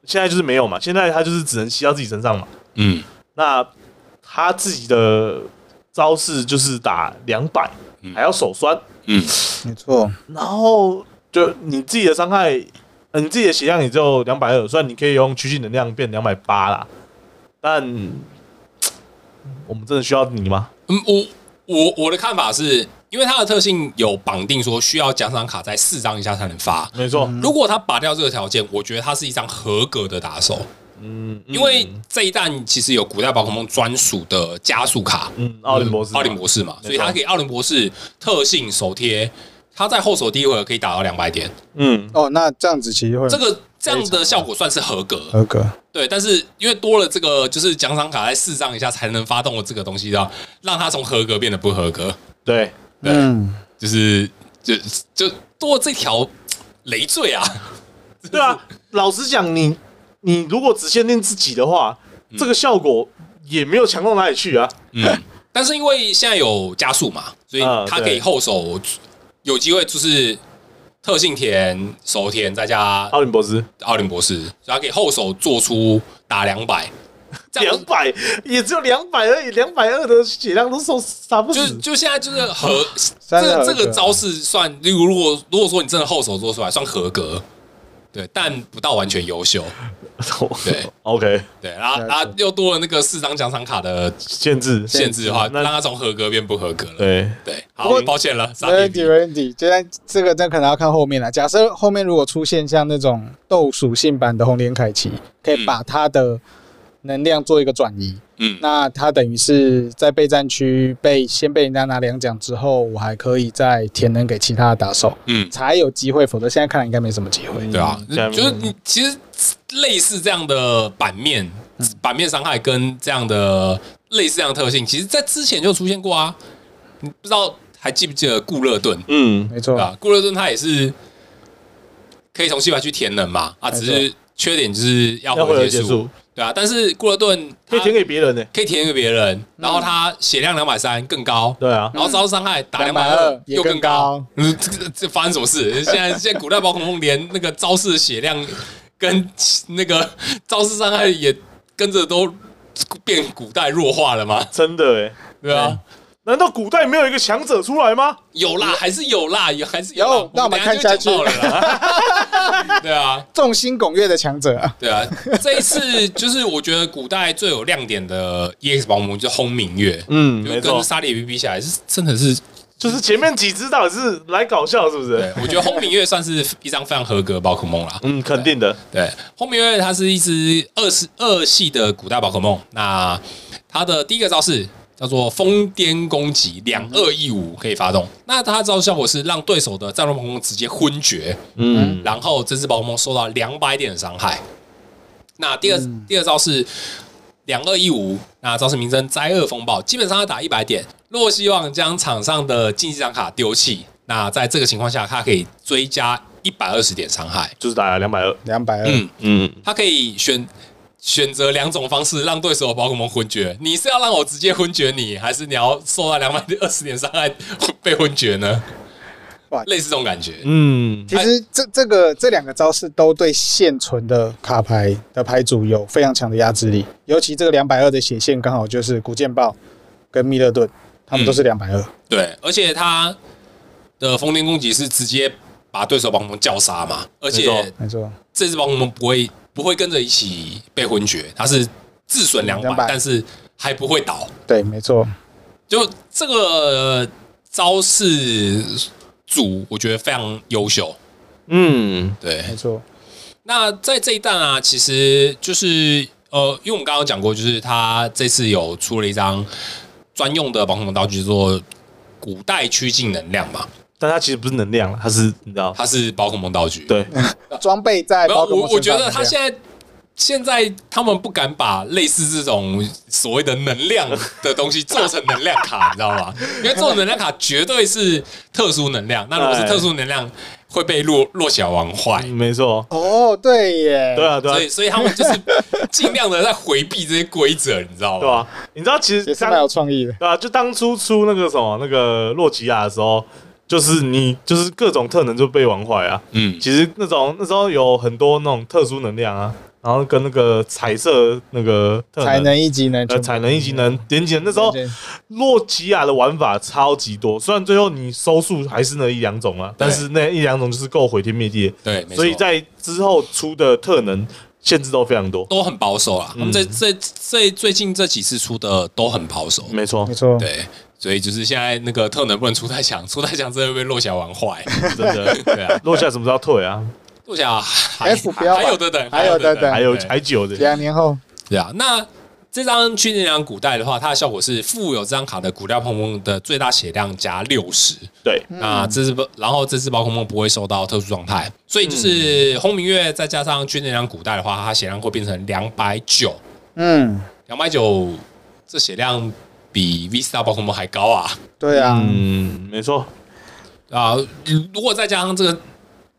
现在就是没有嘛，现在他就是只能吸到自己身上嘛。
嗯
那他自己的招式就是打两百，还要手酸，
嗯，
没错，
然后就你自己的伤害，呃你自己的血量也就两百二，虽然你可以用趋近能量变两百八啦，但我们真的需要你吗？
嗯，我我我的看法是，因为它的特性有绑定说需要奖赏卡在四张以下才能发。
没错，
如果他拔掉这个条件，我觉得他是一张合格的打手，
嗯，
因为这一弹其实有古代宝可梦专属的加速卡，
嗯，奥林博士嘛，
奥林博士嘛，
没
所
错
以他给奥林博士特性手贴，他在后手第一回合可以打到两百点，
嗯，
哦，那这样子其实会
这个这样的效果算是合格。
合格，
对，但是因为多了这个就是奖赏卡在试上一下才能发动的这个东西，让让它从合格变得不合格，
对，
对
嗯，
就是就就多了这条累赘啊。
对啊。老实讲，你你如果只限定自己的话，这个效果也没有强到哪里去啊。
嗯，但是因为现在有加速嘛，所以
啊
他
对
可以后手有机会就是特性田、手田再加
奥林博斯
奥林博士，所以他可以后手做出打两百， 这样
两百也只有两百而已，两百二的血量都受杀不
就
死。
就现在就是合这
三合
个这
格
个招式算，例如如果如果说你真的后手做出来算合格，对，但不到完全优秀，对
OK，
对，然后
了解
然后又多了那个四张奖赏卡的
限制
限制的话，
那
让它从合格变不合格了，
对
对，
不
好
过，
抱歉了，傻
没问
逼
题，没问题。现在这个真可能要看后面了。假设后面如果出现像那种斗属性版的红莲凯奇，可以把它的能量做一个转移，
嗯
那它等于是在备战区被先被人家拿两奖之后，我还可以再填能给其他的打手，
嗯。
才有机会。否则现在看来应该没什么机会。
对啊，
嗯
就是你其实类似这样的版面，
嗯
版面伤害跟这样的类似这样的特性，其实在之前就出现过啊。你不知道还记不记得固勒顿？
嗯，
没
对啊
错，
吧？固勒顿他也是可以从西牌去填能嘛，啊，
没
只
错
是缺点就是要
要回
合
合
结
结
束
束，
对啊。但是固勒顿
可
他
以填给别嗯人欸呢。
可以填给别人，然后他血量两百三更高，
对啊，
然后招伤害打两百二
220
又
也
更
更
高
高，
嗯这这这发生什么 事？现在现在古代宝可梦连那个招式的血量跟那个招式伤害也跟着都变古代弱化了吗？
真的哎，
对啊，
难道古代没有一个强者出来吗？
有啦，还是有啦，有还是有啦。
有那我们
等一
看下
就会讲到了 啦。对啊，
众星拱月的强者啊，
对啊，这一次就是我觉得古代最有亮点的 EX 宝可梦就是轰明月，
嗯
就跟沙利比比起来是真的 是
就是前面几只到底是来搞笑是不
对
是？，
我觉得轰明月算是一张非常合格的宝可梦啦。
嗯，肯定的。
对，轰鸣月它是一只二十二系的古代宝可梦，那它的第一个招式叫做疯癫攻击，两二一五可以发动。那它的招式效果是让对手的战斗宝可梦直接昏厥，
嗯，
然后这只宝可梦受到两百点的伤害。那第二、第二招是两二一五，那招式名称灾厄风暴，基本上要打一百点。若希望将场上的竞技场卡丢弃，那在这个情况下，它可以追加一百二十点伤害。
就是打两百二。
两百二，
嗯，
嗯，
他可以选选择两种方式让对手的宝可梦昏厥。你是要让我直接昏厥你，还是你要受到两百二十点伤害被昏厥呢？
哇
类似这种感觉。
嗯，
其实这这个这两个招式都对现存的卡牌的牌组有非常强的压制力，尤其这个两百二的血线刚好就是古剑豹跟密勒顿，他们
嗯
都是两百二，
对，而且他的风天攻击是直接把对手宝可梦叫杀嘛，而
没错
且
没错，
这只宝可梦不会不会跟着一起被昏厥，它是自损两百
200，
但是还不会倒。
对，没错，
就这个招式组，我觉得非常优秀。
嗯，
对，
没错，
那在这一弹啊，其实就是呃，因为我们刚刚讲过，就是他这次有出了一张专用的宝可梦道具，叫做古代趋近能量嘛，
但它其实不是能量，它是你知 道，
它是宝可梦道具。，
对，
装备在
然后
宝可
我
梦
嗯我
身
觉
上
得他现在。现在他们不敢把类似这种所谓的能量的东西做成能量卡，你知道 吗？因为做成能量卡绝对是特殊能量，那如果
哎
是特殊能量会被弱弱小玩坏。
嗯没错，
哦，对耶，
对啊，对啊
所以，，所以他们就是尽量的在回避这些规则，你知道吗？
对啊。你知道其
也
实
是蛮
当
有创意的，
对啊，就当初出那个什么那个洛吉亚的时候，就是你就是各种特能就被玩坏啊。
嗯，
其实那种那时候有很多那种特殊能量啊，然后跟那个彩色那个特
才能一级能
呃
全部嗯
才能一级能连接，那时候
全部
洛吉亚的玩法超级多，虽然最后你收束还是那一两种啊，但是那一两种就是够毁天灭地的，
对，没错
所以在之后出的特能限制都非常多。
都很保守啊啦。他们
嗯
这这这最近这几次出的都很保守，
没错
没，错，
对，所以就是现在那个特能不能出太强，出太强真的会被落霞玩 坏。
真的。
对啊，
落下什么时候退啊？
落霞还
哎
F 标吧
还有的等，
还有的等
还有
对
还久的，
两年后
对啊。那这张去年两古代的话，它的效果是富有这张卡的古料碰碰的最大血量加六十。
对，
那这次不，然后这次宝可梦不会受到特殊状态，所以就是轰鸣月再加上军人量古代的话，它血量会变成两百九，
嗯，
两百九这血量比 V Star 宝可梦还高啊
对啊，
嗯，没错，
啊！如果再加上这个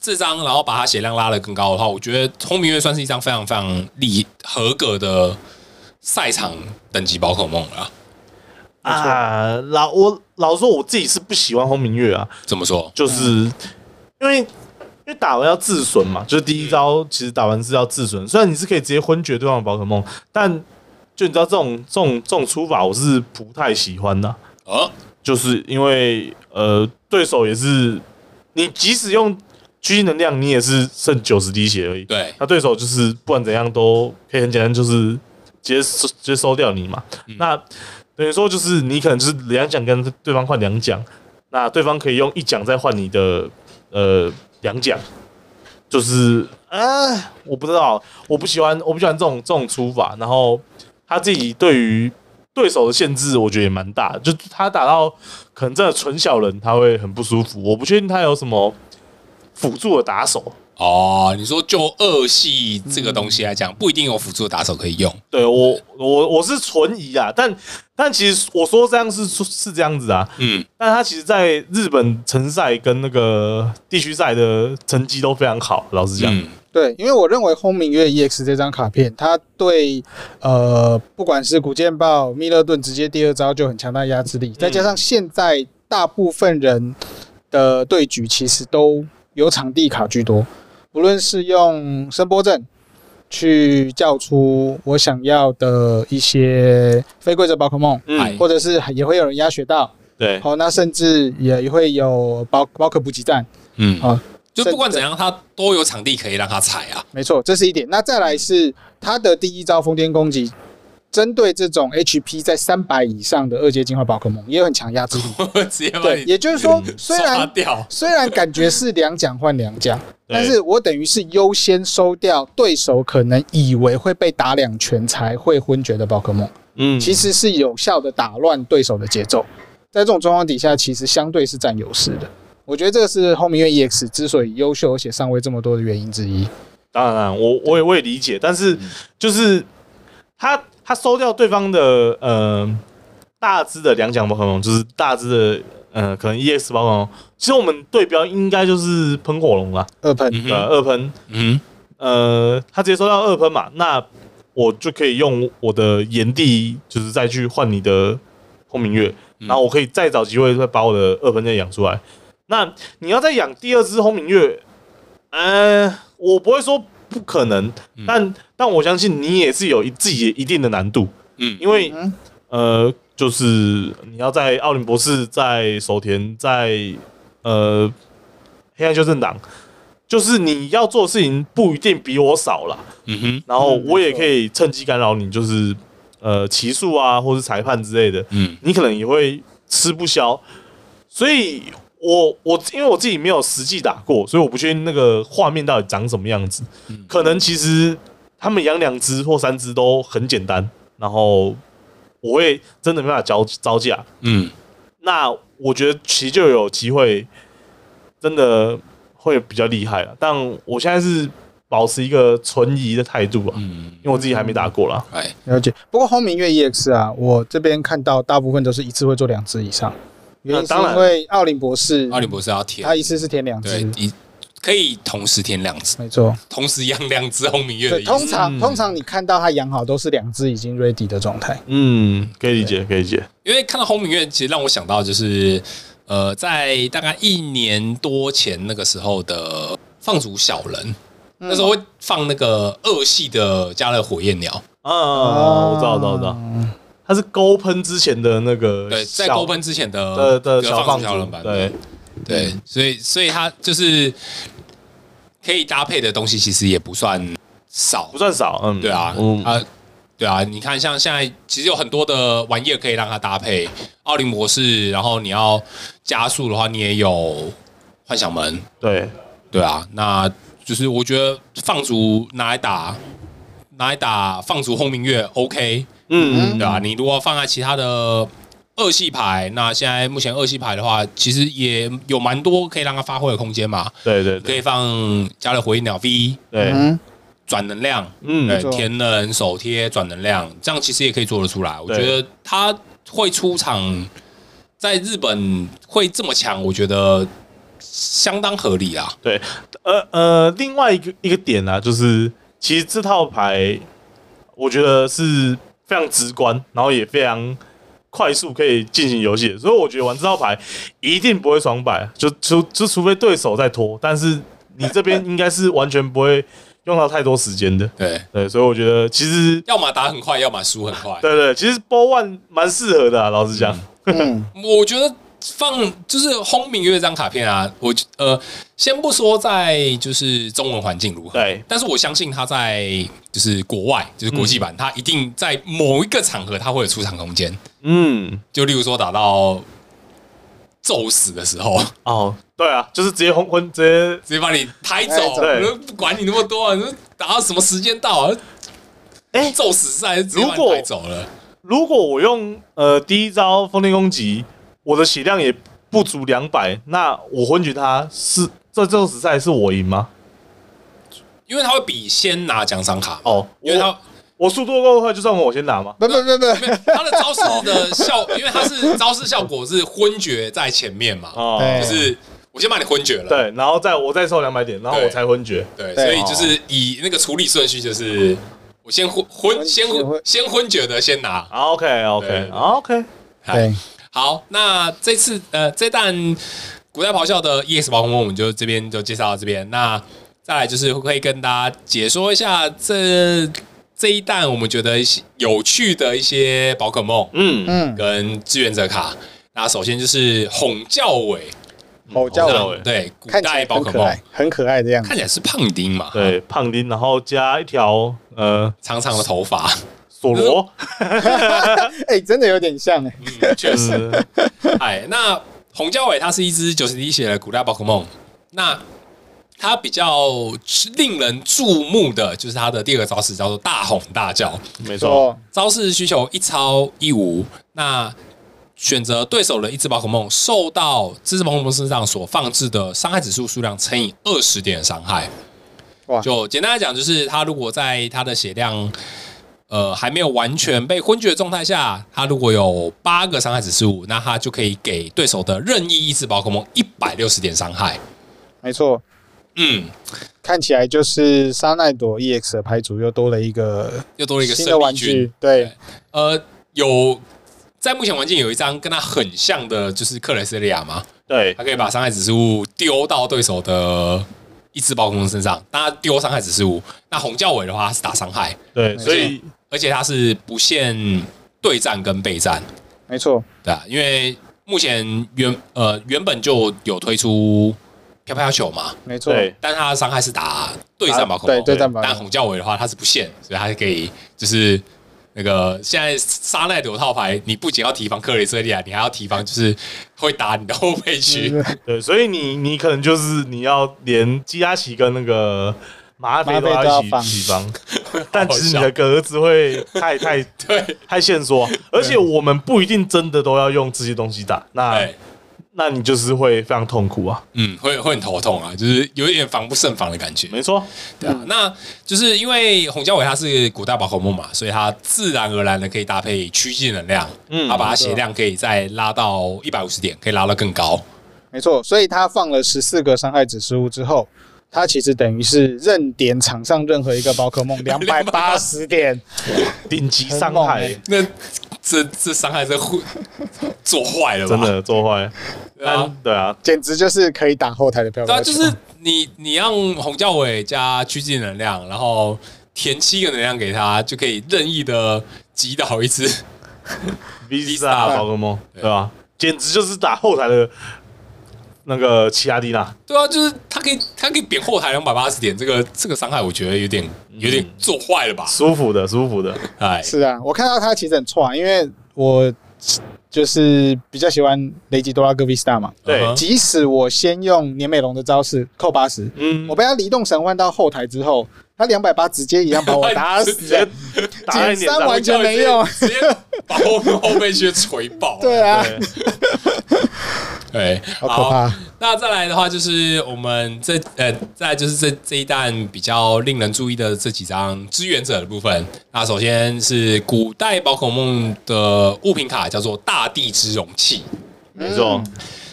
这张，然后把它血量拉得更高的话，我觉得轰鸣月算是一张非常非常厉合格的赛场等级宝可梦了啊。
啊，老我老实说我自己是不喜欢轰鸣月啊，
怎么说？
就是因为因为打完要自损嘛，就是第一招其实打完是要自损，虽然你是可以直接昏厥对方的宝可梦，但就你知道这种这种这种出法我是不太喜欢的啊、
呃，
就是因为呃对手也是你即使用狙击能量，你也是剩九十滴血而已，
对，
那对手就是不管怎样都可以很简单，就是直接收直接收掉你嘛。那等于说就是你可能就是两奖跟对方换两奖，那对方可以用一奖再换你的呃两奖，就是啊，我不知道，我不喜欢我不喜欢这种这种出法，然后他自己对于。对手的限制，我觉得也蛮大的，就他打到可能真的纯小人，他会很不舒服。我不确定他有什么辅助的打手，
哦，你说就二系这个东西来讲，不一定有辅助的打手可以用。
对我，我我是存疑啊，但但其实我说这样是是这样子啊，
嗯，
但他其实在日本城赛跟那个地区赛的成绩都非常好，老实讲，
嗯
对，因为我认为《轰鸣月 EX》这张卡片，它对呃，不管是古剑豹、密勒顿，直接第二招就很强大的压制力，
嗯
再加上现在大部分人的对局其实都有场地卡居多，无论是用声波阵去叫出我想要的一些非规则宝可梦，
嗯
或者是也会有人压雪道，
对，
哎 好、那甚至也会有宝宝可补给站，
嗯，
好
就不管怎样，他都有场地可以让他踩啊。
没错，这是一点。那再来是他的第一招疯癫攻击，针对这种 HP 在三百以上的二阶进化宝可梦，也有很强压 制力。
直接把
对，
你
也就是说，虽
哎嗯刷
然
掉，
虽然感觉是两奖换两 奖，
对
但是我等于是优先收掉对手可能以为会被打两拳才会昏厥的宝可梦，
嗯，
其实是有效的打乱对手的节奏。在这种状况底下，其实相对是占优势的。我觉得这个是后明月 EX 之所以优秀而且上位这么多的原因之一。
当然啦我我也我也理解，但是
嗯
就是他他收掉对方的呃大只的两奖宝可梦，就是大只的呃可能 EX 宝可梦，其实我们对标应该就是喷火龙啦，
二喷，
嗯
呃
哼，
二喷。
嗯
呃，他直接收到二喷嘛，那我就可以用我的炎帝，就是再去换你的轰鸣月，然后我可以再找机会再把我的二喷再养出来。那你要再养第二只轰鸣月，呃，我不会说不可能，但但我相信你也是有一自己一定的难度，
嗯
因为
嗯
呃，就是你要在奥林博士、在手田、在呃黑暗修正党，就是你要做的事情不一定比我少啦。
嗯哼，
然后
嗯
我也可以趁机干扰你，就是呃骑术啊，或是裁判之类的，
嗯
你可能也会吃不消。所以我我因为我自己没有实际打过，所以我不确定那个画面到底长什么样子。可能其实他们养两只或三只都很简单，然后我会真的没办法招招架。
嗯，
那我觉得其实就有机会，真的会比较厉害了。但我现在是保持一个存疑的态度啊，因为我自己还没打过啦。
嗯哎，
了解。不过轰鸣月 EX 啊，我这边看到大部分都是一次会做两只以上，原
那
因是
当然
因为奥林博士，
奥林博士要填
他，一次是填两
对
只，，
一可以同时填两只，
没错。
同时养两只红明月的
对，
意思。
通常
嗯
通常你看到他养好都是两只已经 ready 的状态。
嗯，可以理解，可以理解。
因为看到轰鸣乐，其实让我想到就是，呃，在大概一年多前那个时候的放逐小人，
嗯
那时候会放那个二系的加热火焰鸟，
啊，我知道，我知道，我知道，它是勾喷之前的那个
对，在
小
勾喷之前的
的的
那个
小
放
放
逐
逐
小人版，
对，嗯
对，所以所以它就是可以搭配的东西，其实也不算少
不，算少，嗯，
对啊，
嗯，
啊，对啊，你看像现在其实有很多的玩意儿可以让它搭配奥林博士，然后你要加速的话，你也有幻想门，
对，
对啊，那就是我觉得放逐拿来打。拿来打放逐轰鸣乐，OK，
嗯
对吧、你如果放在其他的二系牌，那现在目前二系牌的话，其实也有蛮多可以让它发挥的空间嘛，
对对
可
对
以放加了回音鸟 V
对，
嗯，
转能量，
嗯
对
没，错
填能手贴转能量，这样其实也可以做得出来。我
对
觉得他会出场在日本会这么强，我觉得相当合理啊啦。
对，呃呃，另外一个一个点呢、啊，就是其实这套牌，我觉得是非常直观，然后也非常快速可以进行游戏的，所以我觉得玩这套牌一定不会爽摆，就除就除非对手在拖，但是你这边应该是完全不会用到太多时间的，
对，
对，所以我觉得其实
要么打很快，要么输很快。
对对，其实 b o One 蛮适合的、啊，老实讲，
嗯，
我觉得放就是轰鸣乐这张卡片啊，我呃先不说在就是中文环境如何，
对
但是我相信他在就是国外就是国际版，他一定在某一个场合他会有出场空间，
嗯，
就例如说打到宙斯的时候。
哦，对啊，就是直接轰昏，直接，
直接把你抬
抬
走，
走
哎对
不管你那么多、啊，你说打到什么时间到啊？
哎
宙死赛直接把
如
你
果
抬走了，
如果我用呃第一招风天攻击，我的血量也不足两百，那我昏厥他是这这种比赛是我赢吗？
因为他会比先拿奖赏卡，
哦，
因为他
我速度够快，就算我先拿嘛。
不 不不不，
没有他的招式的效，因为他是招式效果是昏厥在前面嘛，
哦，
对
就是我先把你昏厥了，
对，然后再我再收两百点，然后
对
我才昏厥。
对，
对
所以就是以那个处理顺序就是我先昏昏先昏先昏厥的先拿，
啊 OK
对
OK 啊 OK，
哎
对，
好，那这次呃，这弹古代咆哮的 E EX 宝可梦，我们就这边就介绍到这边。那再来就是会跟大家解说一下这这一弹我们觉得一些有趣的一些宝可梦
嗯，
嗯，
跟志愿者卡。那首先就是哄叫尾，
吼叫
叫
我
尾，
对，古
看起来
代宝
很
可
可
梦
爱，很可爱的样子。
看起来是胖丁嘛，，
对，胖丁，然后加一条呃
长长的头 发，
索罗，
哎，真的有点像哎，
嗯确实，
是
哎，那红椒尾它是一只九十滴血的古代宝可梦，那它比较令人注目的就是它的第二个招式叫做大吼大叫，
嗯 没错，
说
招式需求一超一无，那选择对手的一只宝可梦受到这只宝可梦身上所放置的伤害指数数量乘以二十点的伤害。
哇
就简单来讲，就是它如果在它的血量呃还没有完全被昏厥的状态下，它如果有八个伤害指数，那它就可以给对手的任意一只宝可梦一百六十点伤害。
没错，
嗯，
看起来就是沙奈朵 EX 的牌组又多了一个
又多了一个
新的
生
玩
力军
具。，对，
呃，有在目前环境有一张跟它很像的，就是克雷斯利亚吗？
对
他可以把伤害指示物丢到对手的一只暴攻身上，那他丢伤害指示物。那红教尾的话它是打伤害，
对，所以
而且它是不限对战跟备战，
没错，
对啊，因为目前原呃原本就有推出飘飘球嘛，
没错，
对
但它的伤害是打对战暴攻，
啊对对战宝可
但
梦，
红教尾的话它是不限，所以它可以就是。那个现在沙奈朵套牌，你不仅要提防克雷瑟利亚，你还要提防就是会打你的后背区。
对，所以你你可能就是你要连基亚奇跟那个马菲都要一
马
起起
菲
方，但其实你的格子会太太
对，
太线索，而且我们不一定真的都要用这些东西打，那
哎，
那你就是会非常痛苦啊，
嗯，会会很头痛啊，就是有一点防不胜防的感觉。
没嗯错，
对啊，那就是因为红椒尾它是古代宝可梦嘛，所以它自然而然的可以搭配趋近能量，嗯，
嗯
它把它血量可以再拉到一百五十点，可以拉到更高。
没错，所以他放了十四个伤害指示物之后，他其实等于是认点场上任何一个宝 可梦两百八十点，
顶级伤
很猛
害
欸，
那这这伤害真会做坏了吧？
真的做坏，
对啊，
但对啊，
简直就是可以打后台的票。
对啊，就是你你让红椒尾加趋近能量，然后填七个能量给它，就可以任意的击倒一只。
Visa 宝可梦，对吧？简直就是打后台的那个奇亚蒂娜，
对啊，就是他可以，他可以贬后台两百八十点，这个这个伤害，我觉得有点有点做坏了吧？
舒服的，舒服的，
嗯
哎，
是啊，我看到他其实很错啊，因为我就是比较喜欢雷吉多拉戈维斯塔嘛。
对
嗯哼
即使我先用年美龙的招式扣八十，
嗯
我被他移动神换到后台之后，他两百八直接一样把我打
直
死
接，
打在脸
减三
上
完全没用。
直接把后后背去锤爆。
对啊，
对
对，
好可怕。
那再来的话，就是我们这呃，再来就是这这一弹比较令人注意的这几张支援者的部分。那首先是古代宝可梦的物品卡，叫做大地之容器。
没错，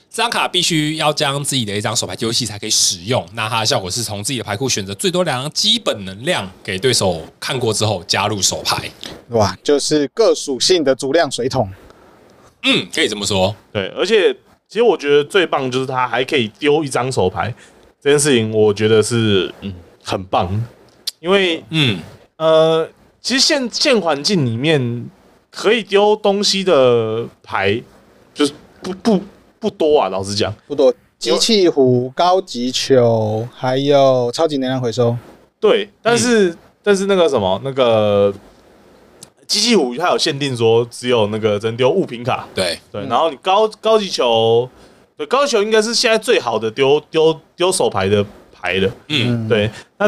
这张卡必须要将自己的一张手牌丢弃才可以使用。那它的效果是从自己的牌库选择最多两张基本能量给对手看过之后加入手牌。
哇，就是各属性的足量水桶，
嗯，可以这么说。
对，而且其实我觉得最棒就是他还可以丢一张手牌，这件事情我觉得是嗯很棒，因为
嗯，
呃，其实现现环境里面可以丢东西的牌就是不不不多啊，老实讲，
不多。机器虎、高级球，还有超级能量回收，
对，但是、但是那个什么那个。机器五它有限定说只有那个只能丢物品卡，
对，
对，
嗯
然后你高高级球，对高级球应该是现在最好的丢丢丢手牌的牌了。
嗯，
对，那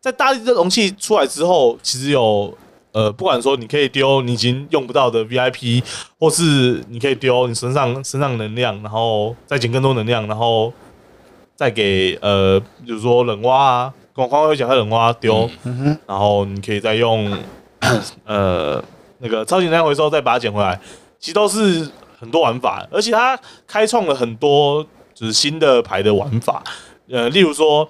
在大力这容器出来之后，其实有呃，不管说你可以丢你已经用不到的 VIP，或是你可以丢你身上身上能量，然后再减更多能量，然后再给呃，比如说冷蛙啊，跟我刚刚有讲到冷蛙丢，
嗯哼，
然后你可以再用呃那个超级能量回收再把它捡回来，其实都是很多玩法，而且它开创了很多就是新的牌的玩法，呃，例如说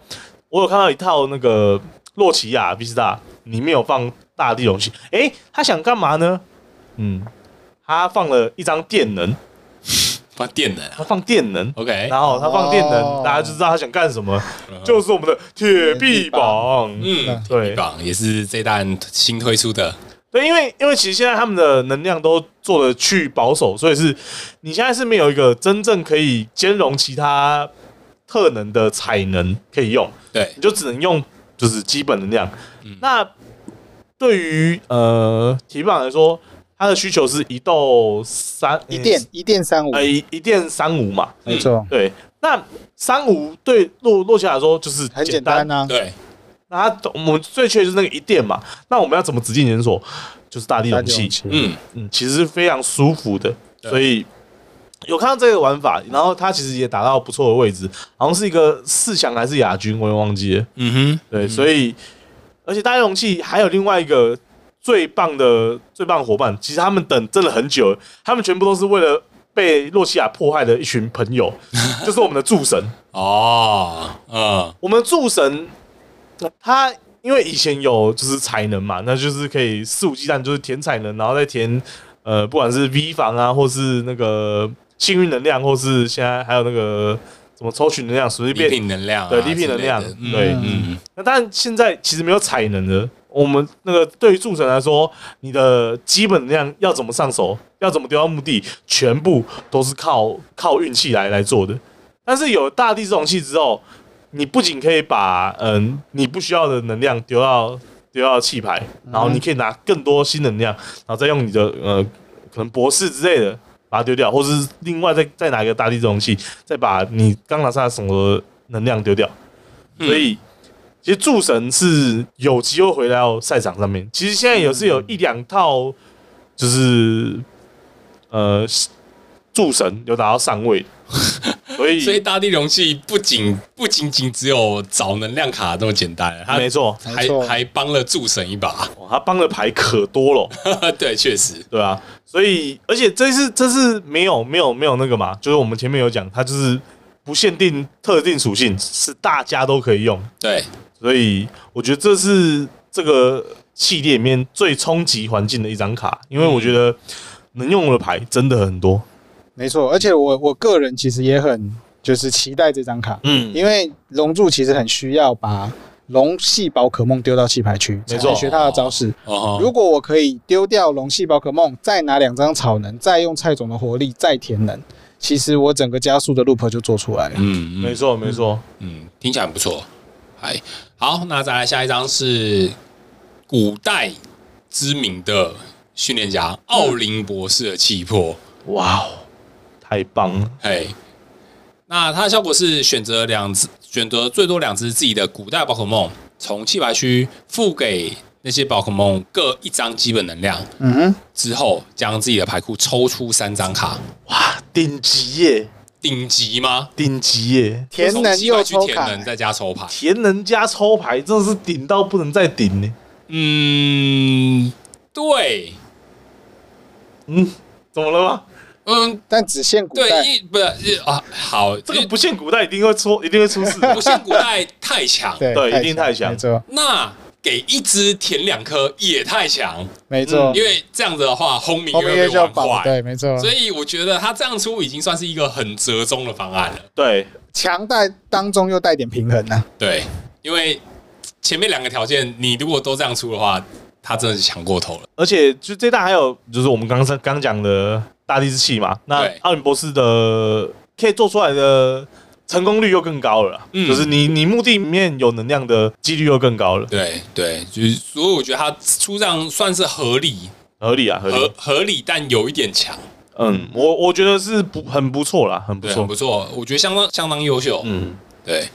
我有看到一套那个洛奇亚比斯塔里面有放大地容器，诶，他想干嘛呢？嗯，他放了一张电能，
放电能啊。
他放电能。
OK，
然后他放电
哦
能，大家就知道他想干什么，就是我们的铁臂膀。
嗯，
对，
棒，也是这一弹新推出的。
对，因为因为其实现在他们的能量都做的去保守，所以是你现在是没有一个真正可以兼容其他特能的产能可以用，
对，
你就只能用就是基本能量。那对于呃体育榜来说，它的需求是一斗三
一电一电三五，
呃一一电三五嘛，
没错，
对。那三五对洛洛奇亚来说就是
很简单啊。
对，
那它我们最缺的就是那个一电嘛。那我们要怎么直径检索？就是大地
大
容
家就
器
用。起
嗯，
嗯，其实是非常舒服的，
对
所以有看到这个玩法，然后他其实也打到不错的位置，好像是一个四强还是亚军，我也忘记了。
嗯
对，所以而且大家容器还有另外一个最棒的最棒的伙伴，其实他们等真的很久了，他们全部都是为了。被洛西亚迫害的一群朋友，就是我们的柱神。
哼，哦，嗯，
我们的柱神，他因为以前有就是才能嘛，那就是可以肆无忌惮，就是填才能，然后再填呃，不管是 V 房啊，或是那个幸运能量，或是现在还有那个什么抽取能量，随
礼
便。
品能量啊之
对
类的，
礼品能量
嗯
对
嗯，
那但现在其实没有才能了。我们那个对于柱神来说，你的基本能量要怎么上手，要怎么丢到墓地，全部都是靠靠运气来来做的。但是有大地这种气之后，你不仅可以把嗯你不需要的能量丢到丢到气牌，然后你可以拿更多新能量，然后再用你的呃可能博士之类的把它丢掉，或是另外再再拿一个大地这种气，再把你刚拿上来什么能量丢掉。所以其实柱神是有机会回到赛场上面。其实现在也是有一两套就是呃柱神有打到上位的，所 以
所以大地容器不仅不仅仅只有找能量卡那么简单，它
没错，
还
没错
还帮了助神一把。
哇哦他帮的牌可多了，
对，确实，
对啊，所以而且这是这是没有没有没有那个嘛，就是我们前面有讲，它就是不限定特定属性，是大家都可以用，
对，
所以我觉得这是这个系列里面最冲击环境的一张卡，因为我觉得能用的牌真的很多，
没错，而且我我个人其实也很就是期待这张卡，
嗯，
因为龙柱其实很需要把龙系宝可梦丢到弃牌区，才
没错
能学它的招式。
哦，
如果我可以丢掉龙系宝可梦，再拿两张草能，再用蔡总的活力再填能，其实我整个加速的 loop 就做出来了。
嗯，
没
嗯
错没错，
嗯，听起来很不错。哎，好，那再来下一张是古代知名的训练家奥
嗯
林博士的气魄。
哇哦，太棒了！
哎，那它的效果是选择两只，选择最多两只自己的古代宝可梦，从弃牌区付给那些宝可梦各一张基本能量，
嗯哼，
之后将自己的牌库抽出三张卡，
哇，顶级耶，
顶级吗？
顶级耶！
田
从
能
弃牌
又
区
抽
填
卡，
能再加抽牌，
田人家抽牌真的是顶到不能再顶呢。
嗯，对，
嗯，怎么了吗？
嗯，
但只限古
对，
代。
一不是啊，好，
这
因
个
为
不限古代一定会出，一定会出事的
不。限古代太强，
对
对，
一定太强
没错，
那给一只填两颗也太强，
没错
嗯，
因为这样子的话，轰鸣
后面
又
就
被
要
玩
绑，
坏。
对，没错。
所以我觉得他这样出已经算是一个很折中的方案了。
对，
强带当中又带点平衡啊呢，
对，因为前面两个条件，你如果都这样出的话，他真的是强过头了。
而且就这代还有就是我们刚刚刚讲的大地之气嘛，那
对
奥林博士的可以做出来的成功率又更高了啦，
嗯
就是你你墓地里面有能量的几率又更高了，
对对，就是所以我觉得他出这样算是合理，
合理啊，合
合
理。
合理，但有一点强，
嗯，我我觉得是不很不错啦，很不
对，
错
很。不错，我觉得相当相当优秀。
嗯，
对，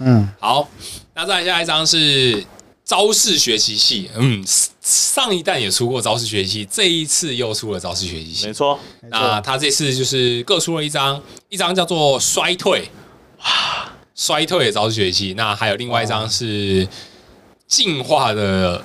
嗯，
好，那再来下一张是招式学习系，嗯，上一代也出过招式学习系，这一次又出了招式学习
没
系。
错，
没
那
错，
他这次就是各出了一张，一张叫做衰退，哇，衰退的招式学习系，那还有另外一张是进化的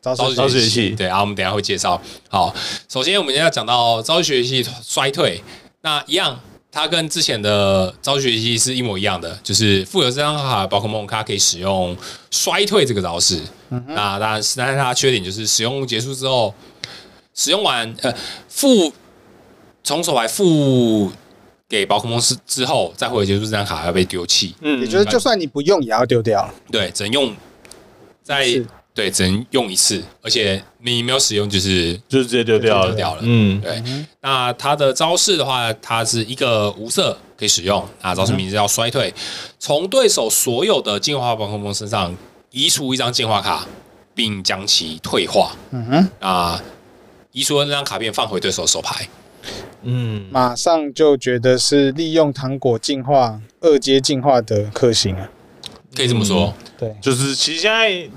招
招
式
式学
招式学
习
习
对啊，我们等一下会介绍。好，首先我们要讲到招式学习衰退，那一样，它跟之前的招式学习是一模一样的，就是富有这张卡的宝可梦它可以使用衰退这个招式。那当然是，但是它的缺点就是使用结束之后，使用完呃负从手牌负给宝可梦之之后，再回结束这张卡要被丢弃。
嗯，
也就是就算你不用也要丢掉了，
对，只能用在
一次
对只能用一次，而且你没有使用就是
就是直接丢掉
就
了，
丢掉了
嗯，
对。那它的招式的话，它是一个无色可以使用，那招式名字叫衰退，从对手所有的进化宝可梦身上移除一张进化卡，并将其退化。
嗯哼，
啊，移除的那张卡片放回对手手牌。
嗯，
马上就觉得是利用糖果进化二阶进化的克星啊，
可以这么说，
对，
就是其实现在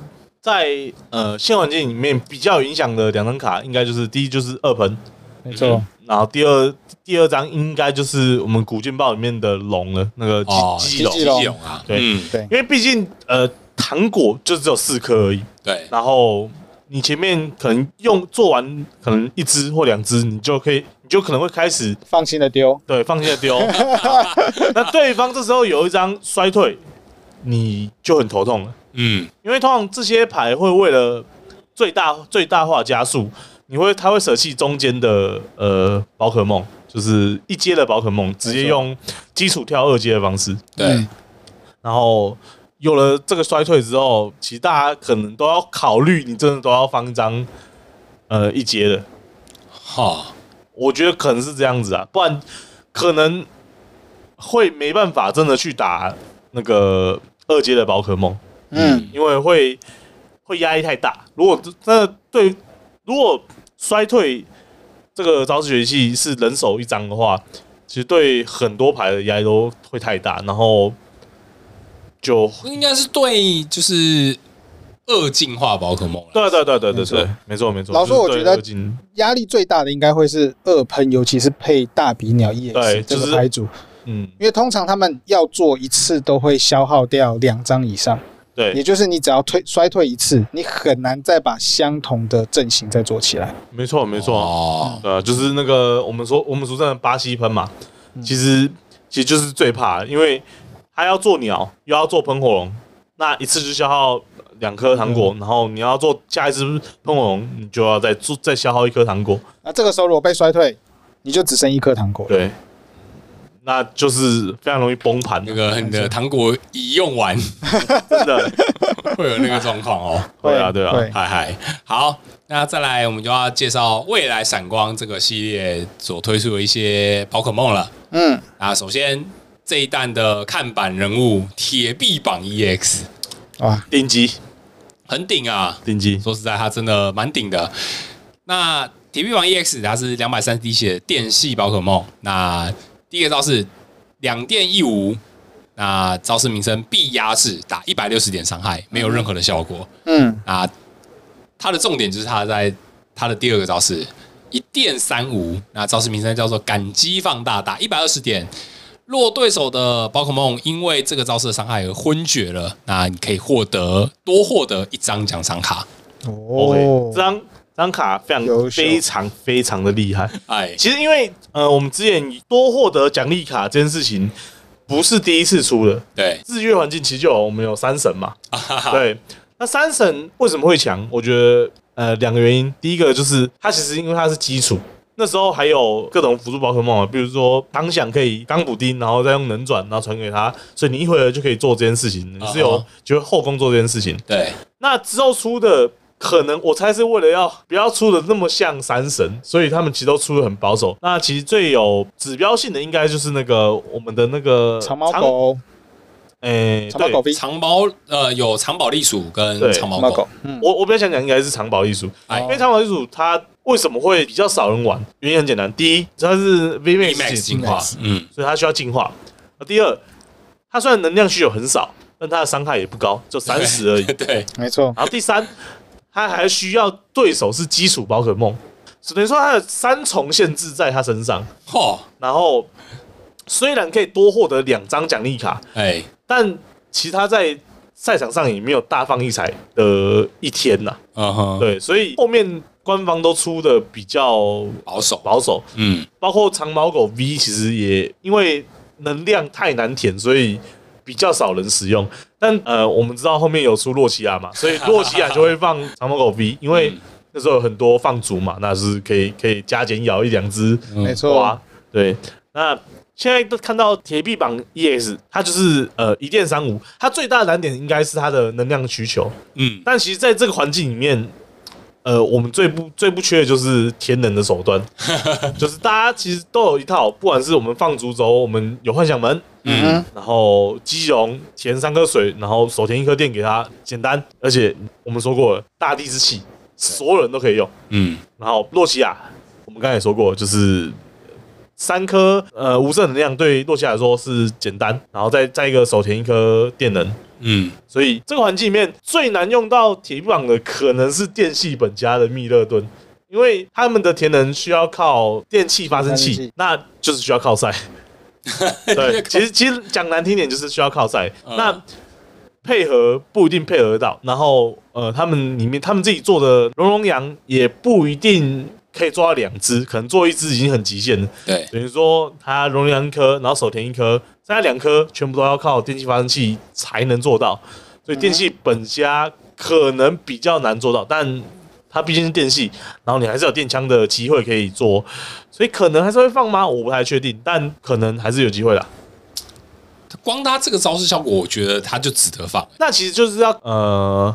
在呃现环境里面比较有影响的两张卡，应该就是第一就是二盆，
没错，
然后第二第二张应该就是我们古剑豹里面的龙了，那个
哦，
鸡
基
鸡龙，
基隆
基隆啊，
对
嗯，
对
因为毕竟呃糖果就只有四颗而已，
对，
然后你前面可能用做完可能一只或两只，你就可以你就可能会开始
放心的丢，
对放心的丢，那对方这时候有一张衰退，你就很头痛了。
嗯，
因为通常这些牌会为了最大最大化加速，你会他会舍弃中间的呃宝可梦，就是一阶的宝可梦，直接用基础跳二阶的方式。
对
嗯，
然后有了这个衰退之后，其实大家可能都要考虑，你真的都要放一张呃一阶的。
哈，
我觉得可能是这样子啊，不然可能会没办法真的去打那个二阶的宝可梦。
嗯，
因为会会压力太大。如果那对如果衰退这个招式学习是人手一张的话，其实对很多牌的压力都会太大，然后就
应该是对，就是恶进化宝可梦了。
对对对对对
没错
对，没错没错。
老实说
就是对
我觉得
二进
压力最大的应该会是二喷，尤其是配大比鸟 EX
对
这
就是
个牌组，
嗯
因为通常他们要做一次都会消耗掉两张以上，也
对，
就是你只要退衰退一次，你很难再把相同的阵型再做起来。
没错没错，
哦，
呃，就是那个我们说我们俗称的巴西喷嘛，其实其实就是最怕的，因为他要做鸟，又要做喷火龙，那一次就消耗两颗糖果，然后你要做下一只喷火龙，你就要再做再消耗一颗糖果，
那这个时候如果被衰退，你就只剩一颗糖果了。
对，那就是非常容易崩盘
那，个你的糖果一用完
真的，
会有那个状况哦。
对啊对啊，
嗨嗨，好，那再来我们就要介绍未来闪光这个系列所推出的一些宝可梦了。
嗯，
啊，首先这一弹的看板人物铁臂榜 EX
哇，
顶级
很顶啊，
顶级，
说实在，他真的蛮顶的。那体育王 EX E 它是两百三十滴血的电系宝可梦，那第一个招式两电一无，那招式名称必压制，打一百六十点伤害，没有任何的效果。
嗯，
啊，它的重点就是它在它的第二个招式一电三无，那招式名称叫做感激放大，打一百二十点。若对手的宝可梦因为这个招式的伤害而昏厥了，那你可以获得多获得一张奖赏卡。
OK，这张这张卡非
哦优
常
秀
非常非常的厉害。
哎，
其实因为呃，我们之前多获得奖励卡这件事情不是第一次出的，
对，
制约环境其实就有我们有三神嘛，
啊哈哈，
对。那三神为什么会强？我觉得呃两个原因，第一个就是它其实因为它是基础。那时候还有各种辅助宝可梦啊，比如说当响可以钢补丁，然后再用能转，然后传给他，所以你一回合就可以做这件事情，你
啊
是有
哈
就是后宫做这件事情。
对，
那之后出的，可能我猜是为了要不要出的那么像三神，所以他们其实都出的很保守。那其实最有指标性的，应该就是那个我们的那个
长毛，狗，
哎、
长毛狗
对，
V，
长毛呃有长保利鼠跟
对
长毛
长毛
狗
狗，，嗯，
我我比较想讲应该是长保艺术，
哎
因为长保艺术它为什么会比较少人玩？原因很简单，第一，它是 V
e
Max
max 进化，嗯，
所以它需要进化；第二，它虽然能量需求很少，但它的伤害也不高，就三十而已。
对，
没错，
然后第三，他还需要对手是基础宝可梦，所以等于说他的三重限制在他身上。
嚯，
然后虽然可以多获得两张奖励卡，
哎，
但其实他在赛场上也没有大放异彩的一天呐、
嗯哼，
对，所以后面官方都出的比较
保守，
保守，
嗯，
包括长毛狗 V，其实也因为能量太难舔，所以比较少人使用。但呃，我们知道后面有出洛奇亚嘛，所以洛奇亚就会放长毛狗 V，因为那时候有很多放逐嘛，那是可以可以加减咬一两只
嗯
没错
瓜，。对，那现在都看到铁臂榜 EX，它就是呃一电三五，它最大的难点应该是它的能量需求。
嗯，
但其实在这个环境里面，呃，我们最不最不缺的就是天能的手段，就是大家其实都有一套，不管是我们放逐轴，我们有幻想门，
嗯，
然后基隆填三颗水，然后手填一颗电给他，简单，而且我们说过了，大地之气，所有人都可以用。
嗯，
然后洛奇亚，我们刚才也说过，就是三颗呃无色能量对洛奇亚来说是简单，然后再再一个手填一颗电能，
嗯，
所以这个环境里面最难用到铁臂膀的，可能是电系本家的密勒顿，因为他们的田能需要靠电气发生
发生
器
器，
那就是需要靠赛。对，其实其实讲难听点就是需要靠赛。
嗯
那配合不一定配合得到，然后呃，他们里面他们自己做的龙龙羊也不一定可以做到两只，可能做一只已经很极限了。
对，
等于说它容量一颗，然后手填一颗，剩下两颗全部都要靠电气发生器才能做到，所以电器本家可能比较难做到，但它毕竟是电系，然后你还是有电枪的机会可以做，所以可能还是会放吗？我不太确定，但可能还是有机会啦。
光它这个招式效果，我觉得它就值得放。
那其实就是要呃，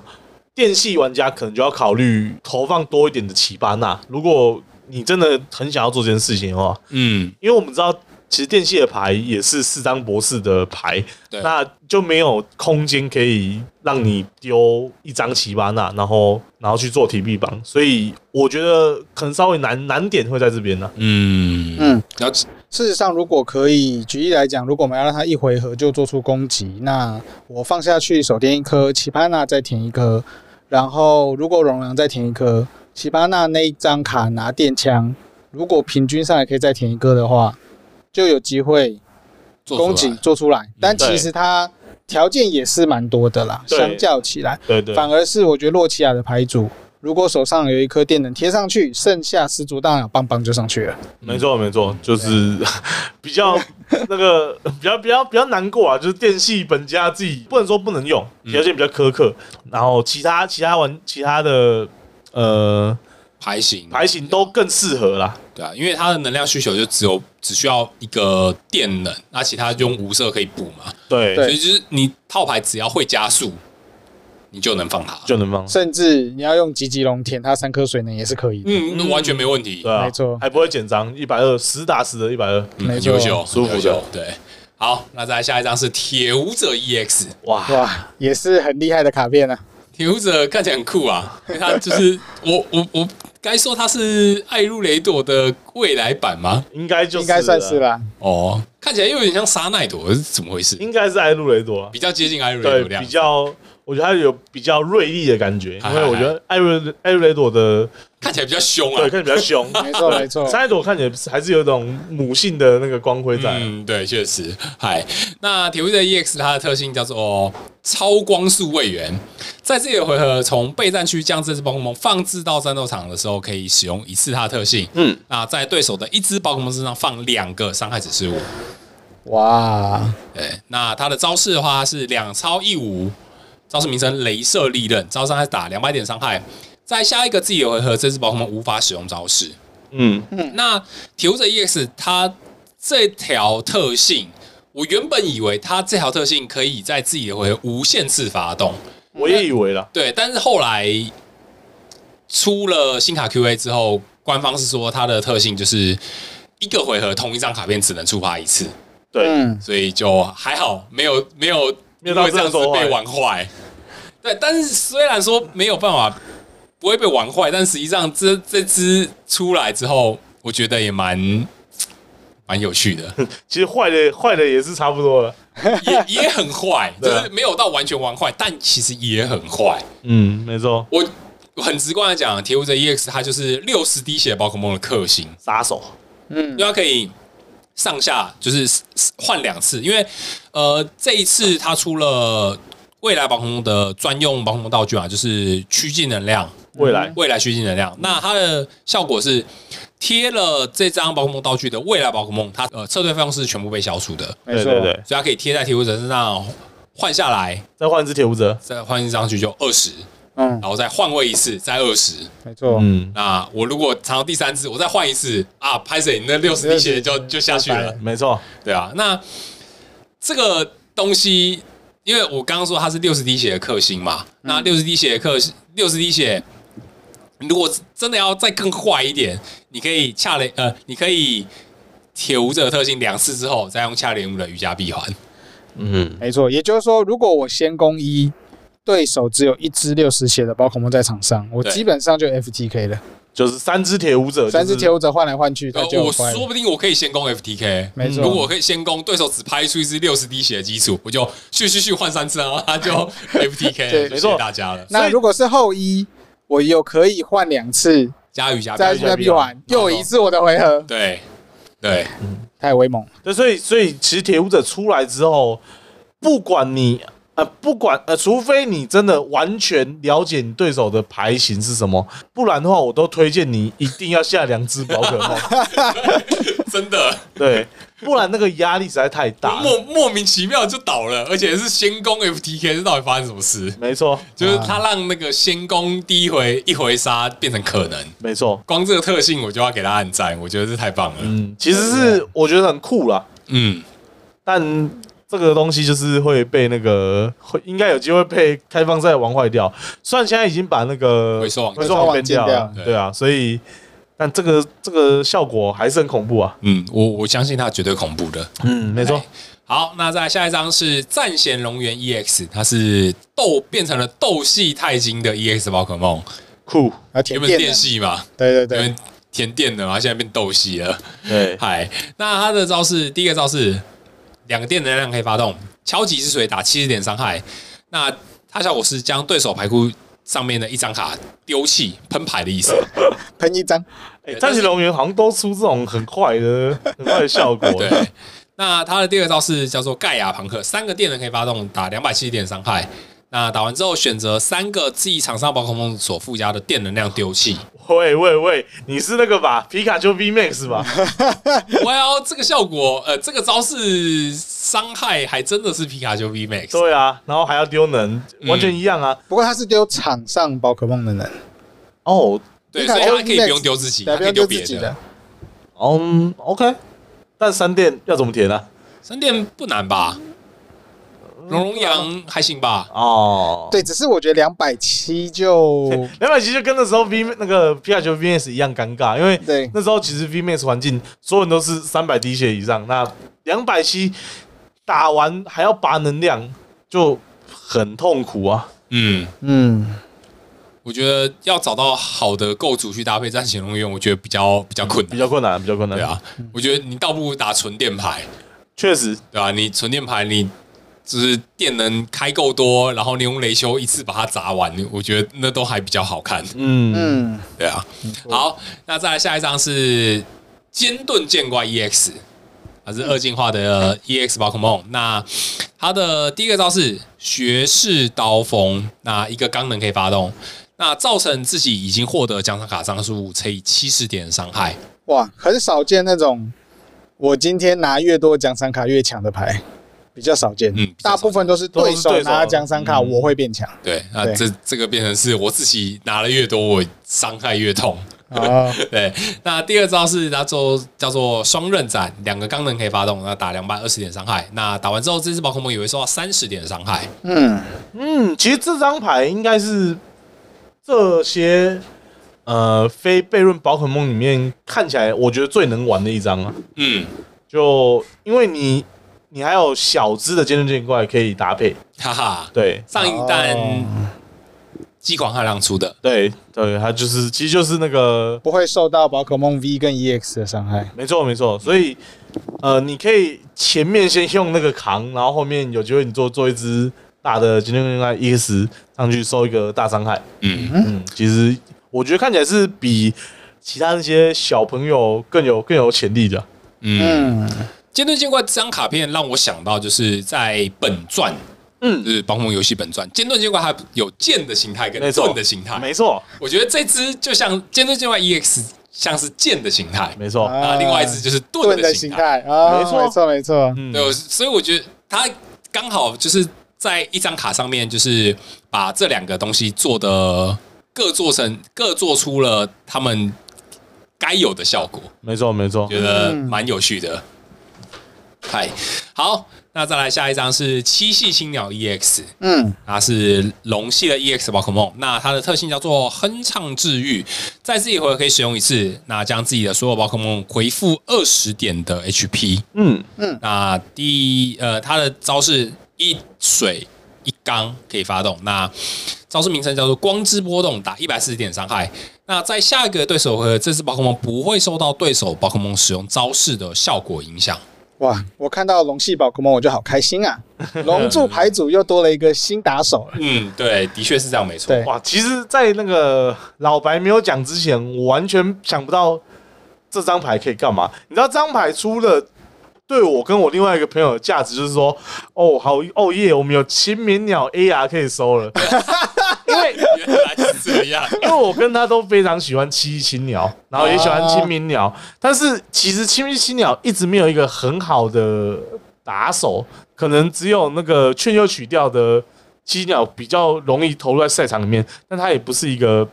电系玩家可能就要考虑投放多一点的奇巴纳，如果你真的很想要做这件事情的话，
嗯，
因为我们知道，其实电系的牌也是四张博士的牌，
对
那就没有空间可以让你丢一张奇巴纳，然后然后去做提币榜，所以我觉得可能稍微难难点会在这边呢、啊
嗯
嗯，
了解，
事实上，如果可以，举例来讲，如果我们要让它一回合就做出攻击，那我放下去手填一颗，奇帕纳再填一颗，然后如果容量再填一颗，奇帕纳那一张卡拿电枪，如果平均上来可以再填一颗的话，就有机会
做出来
攻击做出来。但其实它条件也是蛮多的啦，
对
相较起来，
对对，
反而是我觉得洛奇亚的牌组。如果手上有一颗电能贴上去，剩下十足大脑棒棒就上去了。
没错没错，就是比较那个比较比较比较难过啊，就是电系本家自己不能说不能用，条件比较苛刻，然后其他其他玩其他的呃
牌型，
牌型都更适合啦。
对啊，因为它的能量需求就只有只需要一个电能，那其他用无色可以补嘛，
对，
对
所以就是你套牌只要会加速，你就能放它。
就能放。
甚至你要用吉吉龙舔它三颗水呢，也是可以的。
嗯，那完全没问题，
对啊，
没错
还不会紧张，一百二十打十的一百二，
嗯
没
很
错
优秀，
舒服的
很优秀对，好，那再来下一张是铁舞者 E EX，
哇，
哇，也是很厉害的卡片啊！
铁胡者看起来很酷啊，因为他就是 我我我该说他是艾露雷朵的未来版吗？
应该就是
应该算是
了，
啦。
哦，看起来又有点像沙奈朵，是怎么回事？
应该是艾露雷朵啊，
比较接近艾露雷
对
朵这，样
比。较。我觉得他有比较锐利的感 觉，
嗨
因为我觉得艾瑞艾瑞雷朵 的
看起来比较凶啊
对。看起来比较 凶，
没错 没错，
三雷朵看起来还是有一种母性的那个光辉在。啊
嗯，对，确实。嗨，那铁屋的 EX 它的特性叫做超光速位元，在这个回合从备战区将这只宝可梦放置到战斗场的时候，可以使用一次它的特性。
嗯，
那在对手的一只宝可梦身上放两个伤害指示物。
哇，
对，那它的招式的话是两超一五，招式名称镭射利刃，招伤害打两百点伤害。在下一个自己的回合，这只宝可梦无法使用招式。
嗯，
那铁护者 EX 它这条特性，我原本以为它这条特性可以在自己的回合无限次发动，
我也以为啦，
对，但是后来出了新卡 QA 之后，官方是说它的特性就是一个回合同一张卡片只能触发一次，
对，
嗯，
所以就还好，没有没有
没
因
有到
为这样子
这样说坏
被玩坏。对，但是虽然说没有办法不会被玩坏，但实际上这这只出来之后，我觉得也蛮蛮有趣 的，
其实坏的坏的也是差不多了。
也也很坏，就
对啊
是没有到完全玩坏，但其实也很坏。
嗯，没错，
我很直观的讲，铁舞者 EX 它就是六十滴血宝可梦的克星，
杀手。
因为它可以上下就是换两次，因为呃这一次它出了未来宝可梦的专用宝可梦道具啊，就是趋近能量，
未来
嗯
未来趋近能量。那它的效果是贴了这张宝可梦道具的未来宝可梦，它呃撤退费用是全部被消除的，
没错，
对对对，
所以它可以贴在铁舞者身上换下来，
再换一只铁胡子。
再换一张去就二十，
嗯，
然后再换位一次再二十。
没错，
嗯，
那我如果尝到第三次，我再换一次啊，拍谁？你那六十滴血就就下去了，
嗯没错，
对啊。那这个东西，因为我刚刚说它是六十滴血的克星嘛，
嗯
那六十滴血的克六十滴血，如果真的要再更坏一点，你可以恰雷呃，你可以铁舞者的特性两次之后，再用恰雷姆的瑜伽闭环，
嗯，
没错。也就是说，如果我先攻一，对手只有一只六十血的宝可梦在场上，我
对
基本上就 FTK 了。
就是三只铁胡者，
三只铁
胡
舞者换来换去，他
呃，
就有
我
坏了啊
说不定我可以先攻 FTK。
没错，
如果我可以先攻，对手只拍出一支六十滴血的基础，我就去去去换三次，然 后他就 FTK， 了就
没
对
谢谢
错
大家了。
那如果是后一，我又可以换两次，
加瑜加
再
加
瑜
去
伽
再闭环，又有一次我的回合，
对对
太威猛了。
对，所以所以其实铁胡者出来之后，不管你呃不管呃，除非你真的完全了解你对手的牌型是什么，不然的话，我都推荐你一定要下两只宝可梦。
真的
对，不然那个压力实在太大了。
莫莫名其妙就倒了，而且是先攻 FTK，这到底发生什么事？
没错，
就是他让那个先攻第一回一回杀变成可能，
没错。
光这个特性我就要给他按赞，我觉得这太棒了。
嗯，其实是我觉得很酷啦，
嗯，
但这个东西就是会被那个会应该有机会被开放赛玩坏掉。虽然现在已经把那个
回收网
回收网变掉
回收网
了
禁，
掉
对啊，所以但这个这个效果还是很恐怖啊。
嗯，我我相信他绝对恐怖的。
嗯，没错
哎，好，那再下一张是战贤龙源 EX，它是斗变成了斗系钛金的 EX 宝可梦，
酷，
啊，
原
甜
本是
点
电
的，
系嘛，
对对
原
对
本，甜电的嘛，现在变斗系了。
对，
嗨，那它的招式第一个招式，两个电能量可以发动，敲击之锤打七十点伤害。那它效果是将对手牌库上面的一张卡丢弃喷牌的意思。
哦喷一张，
哎战棋龙源好像都出这种很快的、 很快的效果。
对，那它的第二个招式叫做盖亚庞克，三个电能可以发动，打两百七十点伤害。那打完之后，选择三个自己场上宝可梦所附加的电能量丢弃。
喂喂喂，你是那个吧？皮卡丘 V Max 吧？
哇，这个效果，呃，这个招式伤害还真的是皮卡丘 V Max。
对啊，然后还要丢能，
嗯
完全一样啊。
不过他是丢场上宝可梦的人，
哦，
对，
皮卡
所以
丘
它可以
V-Max，
不用丢自己，它
来不
可以
要
丢
丢
别
自己
的
的。，
嗯，OK，但三电要怎么填啊呢？
三电不难吧？龙龙羊还行吧？
哦，
对，只是我觉得两百 七就
两百七就跟那时候 V 那个皮卡丘 VS 一样尴尬，因为
对
那时候其实 VMAX 环境所有人都是三百滴血以上，那两百七打完还要拔能量，就很痛苦啊。
嗯，
嗯，
我觉得要找到好的构筑去搭配战型龙源，我觉得比较嗯比较困
比
难。
较困难，比较困
对
难。
啊，我觉得你倒不如打纯电牌，
确实，
对吧、你纯电牌你。就是电能开够多，然后你用雷修一次把它砸完，我觉得那都还比较好看。
嗯，
嗯，
对啊，好，那再来下一张是尖盾剑怪 EX，它是二进化的 EX 宝可梦。那它的第一个招式学士刀锋，那一个钢能可以发动，那造成自己已经获得奖赏卡张数乘以七十点的伤害。
哇，很少见那种我今天拿越多奖赏卡越强的牌，比较少见。
嗯比较少见
大部分都是对手
啊
拿奖赏
都
卡，
是对手
我会 变强
对，那
对
这这个变成是我自己拿的越多，我伤害越痛。
哦
啊。
对，那第二招是它做叫做双刃斩，两个钢能可以发动，那打两百二十点伤害。那打完之后，这只宝可梦也会受到三十点的伤害。
嗯，
嗯，其实这张牌应该是这些呃非悖论宝可梦里面看起来我觉得最能玩的一张啊。
嗯，
就因为你你还有小只的尖盾剑怪可以搭配，
哈哈，
对
上一弹
哦
激狂汉良出的，
对对，它就是其实就是那个
不会受到宝可梦 V 跟 EX 的伤害。
没错没错，所以呃你可以前面先用那个扛，然后后面有机会你做做一只大的尖盾剑怪 EX 上去受一个大伤害。
嗯，
嗯，其实我觉得看起来是比其他那些小朋友更有更有潜力的。
嗯，
剑盾剑怪这张卡片让我想到，就是在本传，
嗯
就是宝可梦游戏本传，剑盾剑怪它有剑的形态跟
没错
盾的形态，
没错，
我觉得这只就像剑盾剑怪 EX 像是剑的形态，
没错，
啊，另外一只就是盾
盾
的
的
形
形
态，
态啊，
没错
没错，没错。
嗯，
对，我所以我觉得它刚好就是在一张卡上面，就是把这两个东西做的各做成各做出了他们该有的效果。
没错，没错，
觉得蛮有趣的。嗨，好，那再来下一张是七系青鸟 EX，
嗯，
它是龙系的 EX 宝可梦，那它的特性叫做哼唱治愈，在自己回合可以使用一次，那将自己的所有宝可梦回复二十点的 HP。
嗯，
那第呃，它的招式一水一钢可以发动。那招式名称叫做光之波动，打一百四十点伤害。那在下一个对手回呃合，这只宝可梦不会受到对手宝可梦使用招式的效果影响。
哇，我看到龙系宝可梦我就好开心啊！龙柱牌组又多了一个新打手了。
嗯，对，的确是这样，没错。
对
哇，其实，在那个老白没有讲之前，我完全想不到这张牌可以干嘛。你知道，这张牌除了对我跟我另外一个朋友的价值，就是说，哦，好，哦耶，我们有青鸣鸟 AR 可以收了，因为
原来是这 样。
因为我跟他都非常喜欢七一青鸟，然后也喜欢清明鸟，但是其实清明青鸟一直没有一个很好的打手，可能只有那个劝诱曲调的七一鸟比较容易投入在赛场里面，但它也不是一个，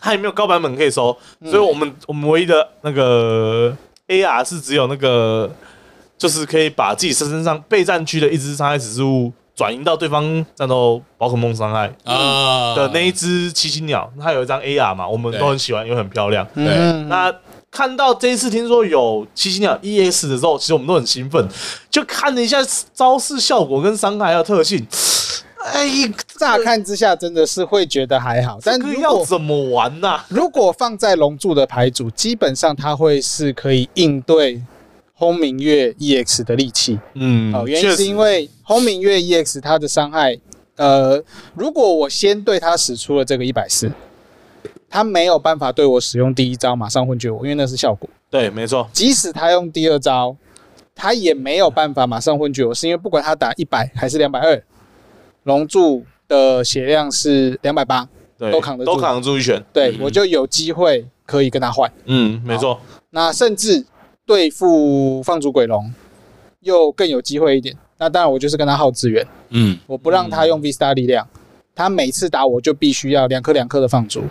它也没有高版本可以收，所以我们我们唯一的那个 AR 是只有那个，就是可以把自己身上备战区的一只伤害指示物转移到对方战斗宝可梦伤害。
啊
的那一只七星鸟，它有一张 AR 嘛，我们都很喜欢，因为很漂亮。
啊对
嗯，
那看到这一次听说有七星鸟 ES 的时候，其实我们都很兴奋，就看了一下招式效果跟伤害还有特性。哎，
乍看之下真的是会觉得还好，但
这个
如
要
果
怎么玩呐、
如果放在龙柱的牌组，基本上它会是可以应对轰鸣月 EX 的利器。
嗯
哦，原因是因为轰鸣月 EX 它的伤害，呃，如果我先对它使出了这个一百四，它没有办法对我使用第一招马上昏厥我，因为那是效果。
对，没错，
即使他用第二招，他也没有办法马上昏厥我，是因为不管他打一百还是两百二，龙柱的血量是两百八，
对，
都扛得住
都扛得住一拳。
对、
嗯
我就有机会可以跟他换。
嗯，没错，
那甚至对付放逐鬼龙，又更有机会一点。那当然，我就是跟他耗资源，
嗯，
我不让他用 V Star 力量，他每次打我就必须要两颗两颗的放逐。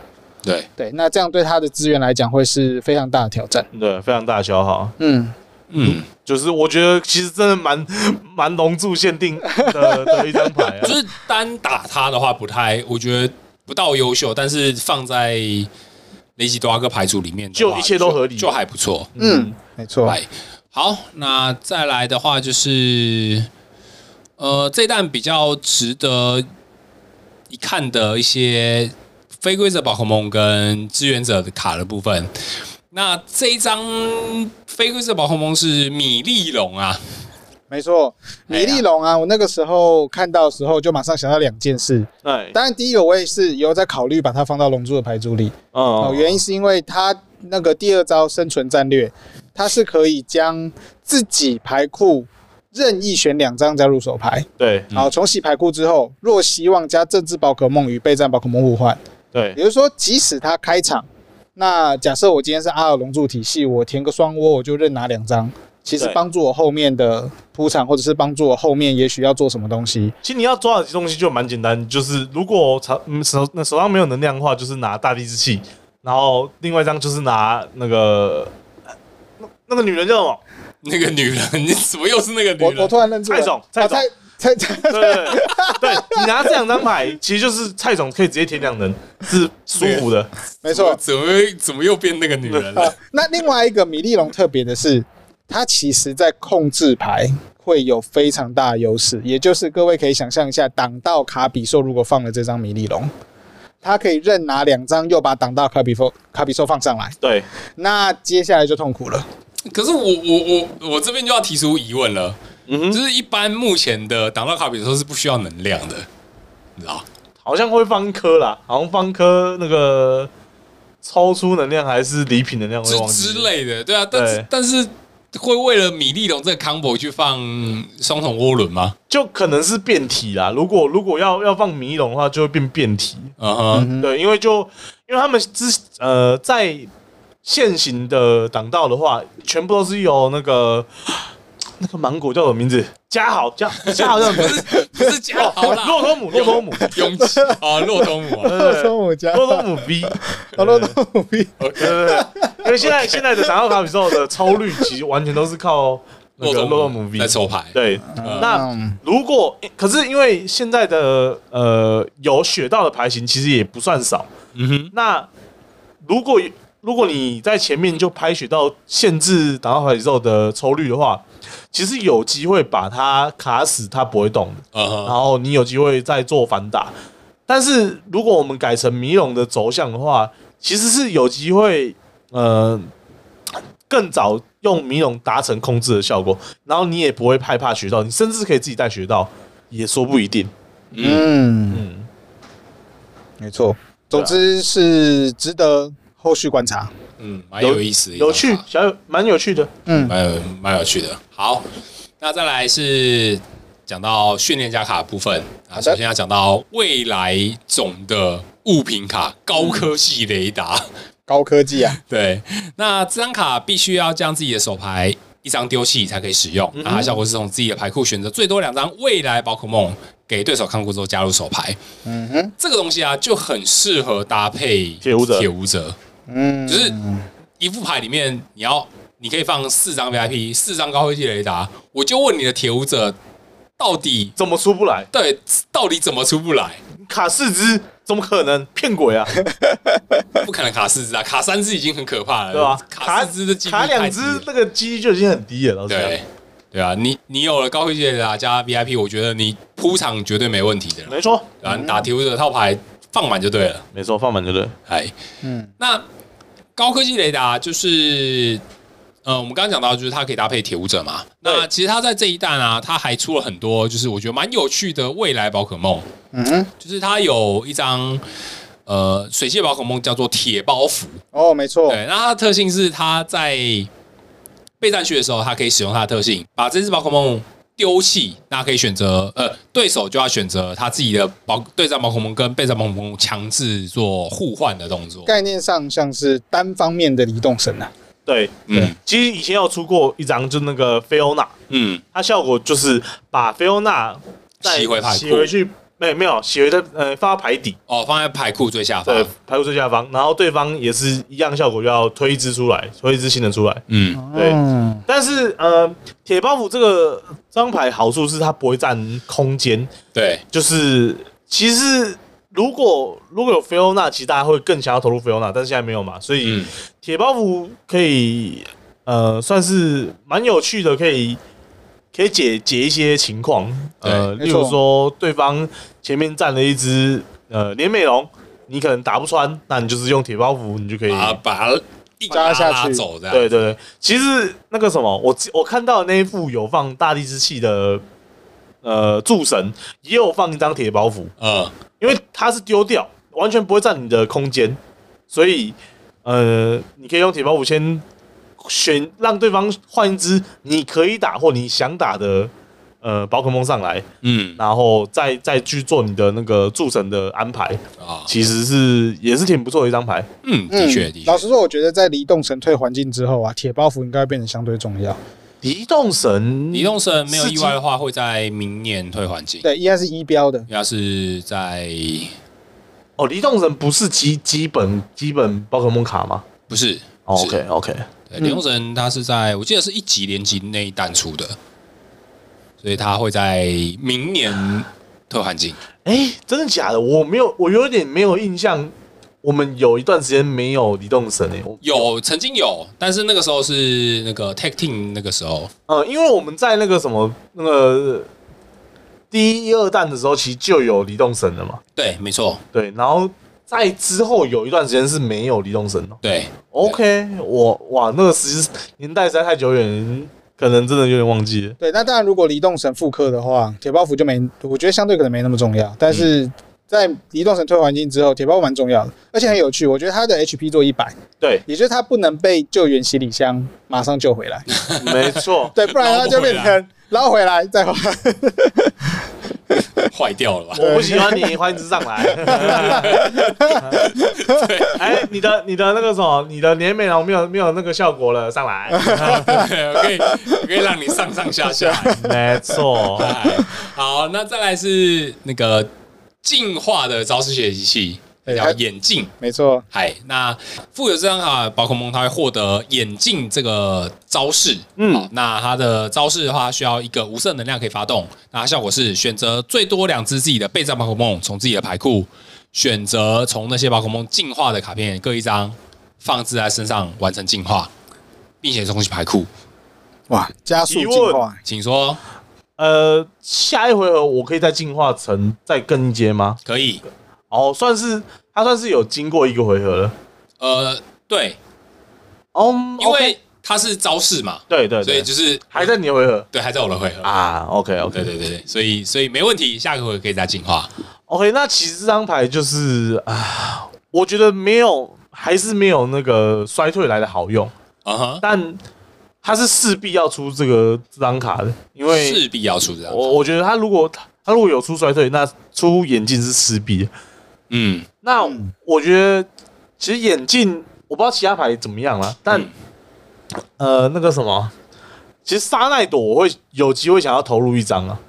对，
对，那这样对他的资源来讲会是非常大的挑战。
对，非常大的消耗。
嗯，
嗯，
就是我觉得其实真的蛮蛮龙柱限定 的的一张牌、啊
就。是单打它的话不太，我觉得不到优秀，但是放在雷吉多拉克牌组里面的话，
就一切都合理
就就还不错。
嗯，没错。
来，好，那再来的话就是，呃，这一弹比较值得一看的一些非规则宝可梦跟志愿者的卡的部分。那这一张非规则宝可梦是米利龙啊，
没错，米利龙啊，我那个时候看到的时候就马上想到两件事。
哎，
当然，第一个我也是有在考虑把它放到龙珠的牌组里，哦，
哦
原因是因为它那个第二招生存战略，它是可以将自己牌库任意选两张加入手牌，
对
嗯
好，重洗牌库之后，若希望加政治宝可梦与备战宝可梦互换，
对
也就是说，即使它开场，那假设我今天是阿尔龙柱体系，我填个双窝，我就任拿两张，其实
对
帮助我后面的铺场，或者是帮助我后面也许要做什么东西。
其实你要抓的东西就蛮简单，就是如果手嗯手那手上没有能量的话，就是拿大地之气，然后另外一张就是拿那个那那个女人叫什么？
那个女人，你怎么又是那个
我
女
我
人？
突然认出来
蔡总
啊
蔡总
蔡蔡蔡
对 对对对，你拿这两张牌，其实就是蔡总可以直接填两人，是舒服的。
没错，
怎么又怎么又变那个女人
啊，
了？
那另外一个米利龙特别的是，它其实在控制牌会有非常大的优势，也就是各位可以想象一下，挡道卡比兽如果放了这张米利龙，它可以任拿两张，又把挡道卡比兽卡比兽放上来，
对，
那接下来就痛苦了。
可是我我我我这边就要提出疑问了，
嗯
就
哼，
是一般目前的挡到卡比的时候是不需要能量的，你知道？
好像会放一颗啦，好像放一颗那个超出能量还是礼品能量，我也忘
之
记
之
了。
类的，对啊，但是
对
但是会为了米利龙这个 combo 去放双筒涡轮吗？
就可能是变体啦。如果如果要要放迷龙的话，就会变变体。
嗯哼，
嗯
对，因为就因为他们之呃在现行的挡道的话，全部都是由那个那个芒果叫什么名字？嘉豪嘉嘉豪叫什么哦
不？是不是加 好啦，
洛托姆洛 托姆，
勇气啊，洛东姆啊，
洛托姆加
洛托姆 V，
好洛托姆 V，
对对对，因为现在现在的挡道卡比兽的抽率其实完全都是靠 那
洛
个
东
洛托姆 V
在抽牌，
对，那
嗯
如果可是因为现在的呃有雪道的牌型其实也不算少，
嗯哼，
那如果如果你在前面就拍雪道限制打到牌之后的抽率的话，其实有机会把它卡死，它不会动的。
嗯
然
哼，
后你有机会再做反打。但是如果我们改成迷龙的轴向的话，其实是有机会，呃，更早用迷龙达成控制的效果，然后你也不会害怕学到，你甚至可以自己带学到，也说不一定。
嗯，
嗯，
嗯，
没错，总之是值得后续观察。
嗯，蛮有意思的一张
有
卡，
趣，小有蛮有趣的。
嗯，
蛮有蛮有趣的。好，那再来是讲到训练家卡的部分啊，
的
首先要讲到未来种的物品卡，高科技雷达。
高科技啊，
对，那这张卡必须要将自己的手牌一张丢弃才可以使用。
嗯
那它效果是从自己的牌库选择最多两张未来宝可梦给对手看过之后加入手牌。
嗯哼，
这个东西啊，就很适合搭配
铁舞者
铁舞者
嗯，
就是一副牌里面，你要你可以放四张 VIP，四张高科技雷达。我就问你的铁舞者到底
怎么出不来？
对到底怎么出不来？
卡四只怎么可能骗鬼 啊？
不可能卡四只啊，卡三只已经很可怕了，
对吧？
卡四只的几率
卡
太
两
低
只
了
那个几率就已经很低了，老实讲。
对对啊，你你有了高科技雷达加 VIP，我觉得你铺场绝对没问题的啦。
没错，
嗯
然后打铁舞者套牌放满就对了。
没错，放满就对。
哎，
嗯，
那高科技雷达就是，呃，我们刚刚讲到，就是它可以搭配铁舞者嘛。
对
那其实它在这一弹啊，它还出了很多，就是我觉得蛮有趣的未来宝可梦。
嗯哼，
就是它有一张呃水系宝可梦叫做铁包服，
哦，没错，
对，那它的特性是它在备战区的时候，它可以使用它的特性，把这只宝可梦丢弃，那可以选择呃对手就要选择他自己的宝对战宝可梦跟备战宝可梦强制做互换的动作。
概念上像是单方面的移动神啊。
对，
嗯
其实以前有出过一张，就那个菲欧娜，
嗯，
它效果就是把菲欧娜再
吸回牌库
洗回去，没没有洗回在呃放到牌底，
哦，放在牌库最下方
对。，牌库最下方，然后对方也是一样效果，就要推一只出来，推一只新的出来。
嗯
对
嗯
但是呃，铁包袱这个张牌好处是它不会占空间，
对，
就是其实如果如果有菲欧娜，其实大家会更想要投入菲欧娜，但是现在没有嘛，所以
嗯
铁包袱可以呃算是蛮有趣的，可以可以解解一些情况，呃，
对
例如说对方前面站了一只呃连美龙，你可能打不穿，那你就是用铁包袱，你就可以。
把把它硬
扎下
拉
去
走这样。
嗯对对对，其实那个什么，我我看到的那一副有放大地之气的呃柱神，也有放一张铁包袱，
嗯，
因为它是丢掉，完全不会占你的空间，所以呃，你可以用铁包袱先选让对方换一只你可以打或你想打的呃宝可梦上来，
嗯
然后再再去做你的那个柱神的安排，
啊，
其实是也是挺不错的一张牌。
嗯，
嗯
的确的确
老，实说，我觉得在离动神退环境之后啊，铁包袱应该变得相对重要。
移动神，
移动神没有
是
意外的话，会在明年退环境，
对，依然是一标的。
应该是在
哦，移动神不是基基本基本宝可梦卡吗、
不是
哦、
是
OK OK，
对，联
嗯
动神它是在我记得是一级联级那一弹出的，所以它会在明年特环境。
哎、真的假的？我没有，我有点没有印象。我们有一段时间没有移动神诶、我
有曾经有，但是那个时候是那个 Tech Team 那个时候，
呃，因为我们在那个什么那个第一二弹的时候，其实就有移动神了嘛。
对，没错，
对，然后在之后有一段时间是没有移动神的。
对，
OK，我哇，那个时年代实在太久远，可能真的有点忘记了。
对，那当然，如果离动神复刻的话，铁包袱就没，我觉得相对可能没那么重要。但是在离动神退环境之后，铁包袱蛮重要的，而且很有趣。我觉得它的 HP 做一百，
对，
也就是它不能被救援行李箱马上救回 来，，
没错
对，不然它就变成捞回来再还。
坏掉了吧？
我不喜欢你，欢迎直上来。哎，你的你的那个什么，你的年美容没有没有那个效果了，上来。
对我可以，我可以让你上上下下。
没错，
哎好，那再来是那个进化的招式学习器，
哎
叫
还
眼镜。
没错，
嗨，那富有这张卡，宝可梦它会获得眼镜这个招式。
嗯，
那它的招式的话，需要一个无色能量可以发动。那它效果是选择最多两只自己的备战宝可梦从自己的牌库选择从那些宝可梦进化的卡片各一张，放置在身上完成进化，并且送去牌库。
哇，加速
提
进
问
化，
请说，
呃，下一回合我可以再进化成再更一阶吗？
可以？
哦，算是它算是有经过一个回合了。
呃，对，
哦，
因
OK
为它是招式嘛，
对对
所以
对，
就是
还在你的回合
对还在我的回合。
啊。OK
对
OK
对对对，所以所以没问题，下个回合可以再进化。
OK，那其实这张牌就是啊，我觉得没有，还是没有那个衰退来的好用。
啊哈，
但他是势必要出这个这张卡的，因为
势必要出这样。
我我觉得他如果他如果有出衰退，那出眼镜是势必的。
嗯，
那我觉得其实眼镜我不知道其他牌怎么样了，但、
嗯
呃那个什么，其实沙奈朵我会有机会想要投入一张啊，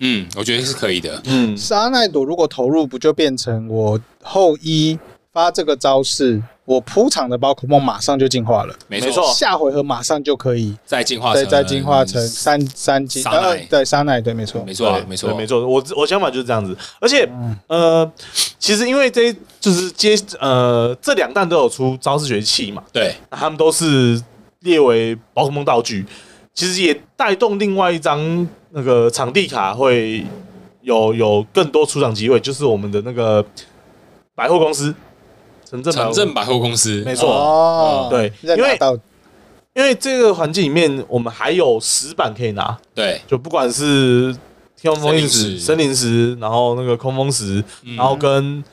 嗯，我觉得是可以的。
嗯，
沙奈朵如果投入，不就变成我后一发这个招式，我铺场的宝可梦马上就进化了，
没
没错
下回合马上就可以
再进化
再
成，
再进化成三三级，
沙奈
呃对沙奈，对，没错，
没错啊
对，
没
对
错，嗯
没。错。我我想法就是这样子，而且呃，其实因为这就是接呃这两弹都有出招式学器嘛，
对，
那他们都是列为宝可梦道具，其实也带动另外一张那个场地卡会有有更多出场机会，就是我们的那个百货公司，城镇百
城
货
镇百货公司，
没错
哦
嗯，
对
再拿
因为
到
因为这个环境里面我们还有石板可以拿，
对，
就不管是天空封印石、
森嗯
森林石，然后那个空风石，然后跟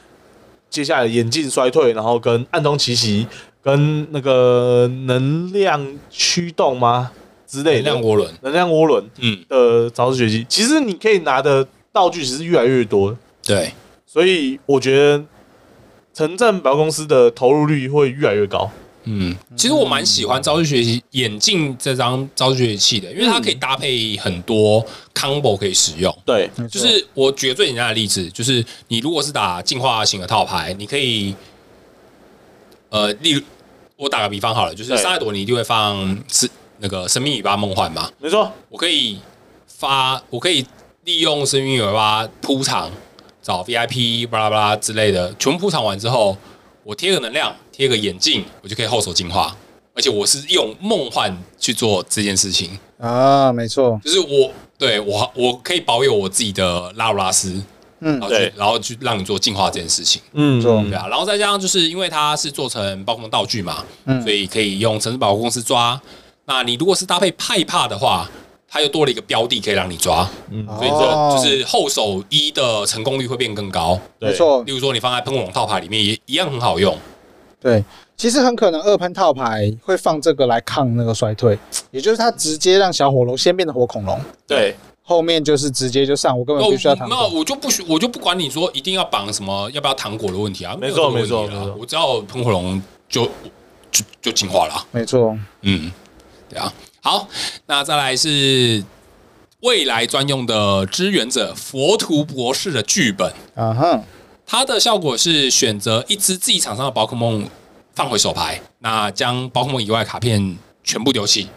接下来眼镜衰退，然后跟暗中奇袭，跟那个能量驱动吗之类
能
的
量涡轮，
能量涡轮
嗯，
的招式学习，其实你可以拿的道具其实越来越多了，
对，
所以我觉得城镇百货公司的投入率会越来越高。
嗯，其实我蛮喜欢招式学习眼镜这张招式学习器的，因为它可以
嗯
搭配很多 combo 可以使用。
对，
没错
就是我举个最简单的例子，就是你如果是打进化型的套牌，你可以，呃，例如我打个比方好了，就是
对
沙拉朵你一定会放是那个神秘尾巴梦幻嘛，
没错，
我可以发，我可以利用神秘尾巴铺场，找 VIP 巴拉巴拉之类的，全部铺场完之后，我贴个能量，贴个眼镜，我就可以后手进化，而且我是用梦幻去做这件事情，
啊，没错，
就是我对我我可以保有我自己的拉鲁拉斯。
嗯
然后去
对
然后去让你做进化这件事情，
嗯
做
对啊，然后再加上就是因为它是做成包工道具嘛，
嗯
所以可以用城市保护公司抓。那你如果是搭配派帕的话，它又多了一个标的可以让你抓，所以
哦
说就是后手一的成功率会变更高。
对
没错
例，如说你放在喷火龙套牌里面也一样很好用，
对，其实很可能二喷套牌会放这个来抗那个衰退，也就是它直接让小火龙先变成火恐龙，
对，
后面就是直接就上，我根本
那
不需要
哦
糖
那
果。
我就不许，我就不管你说一定要绑什么，要不要糖果的问题啊，
没错
没有这个问
没
题
错
啦
没错
我只要喷火龙就就就进化了啊，
没错，
嗯，对啊。好，那再来是未来专用的支援者佛图博士的剧本，
啊哈，
它的效果是选择一只自己场上的宝可梦放回手牌，那将宝可梦以外的卡片全部丢弃。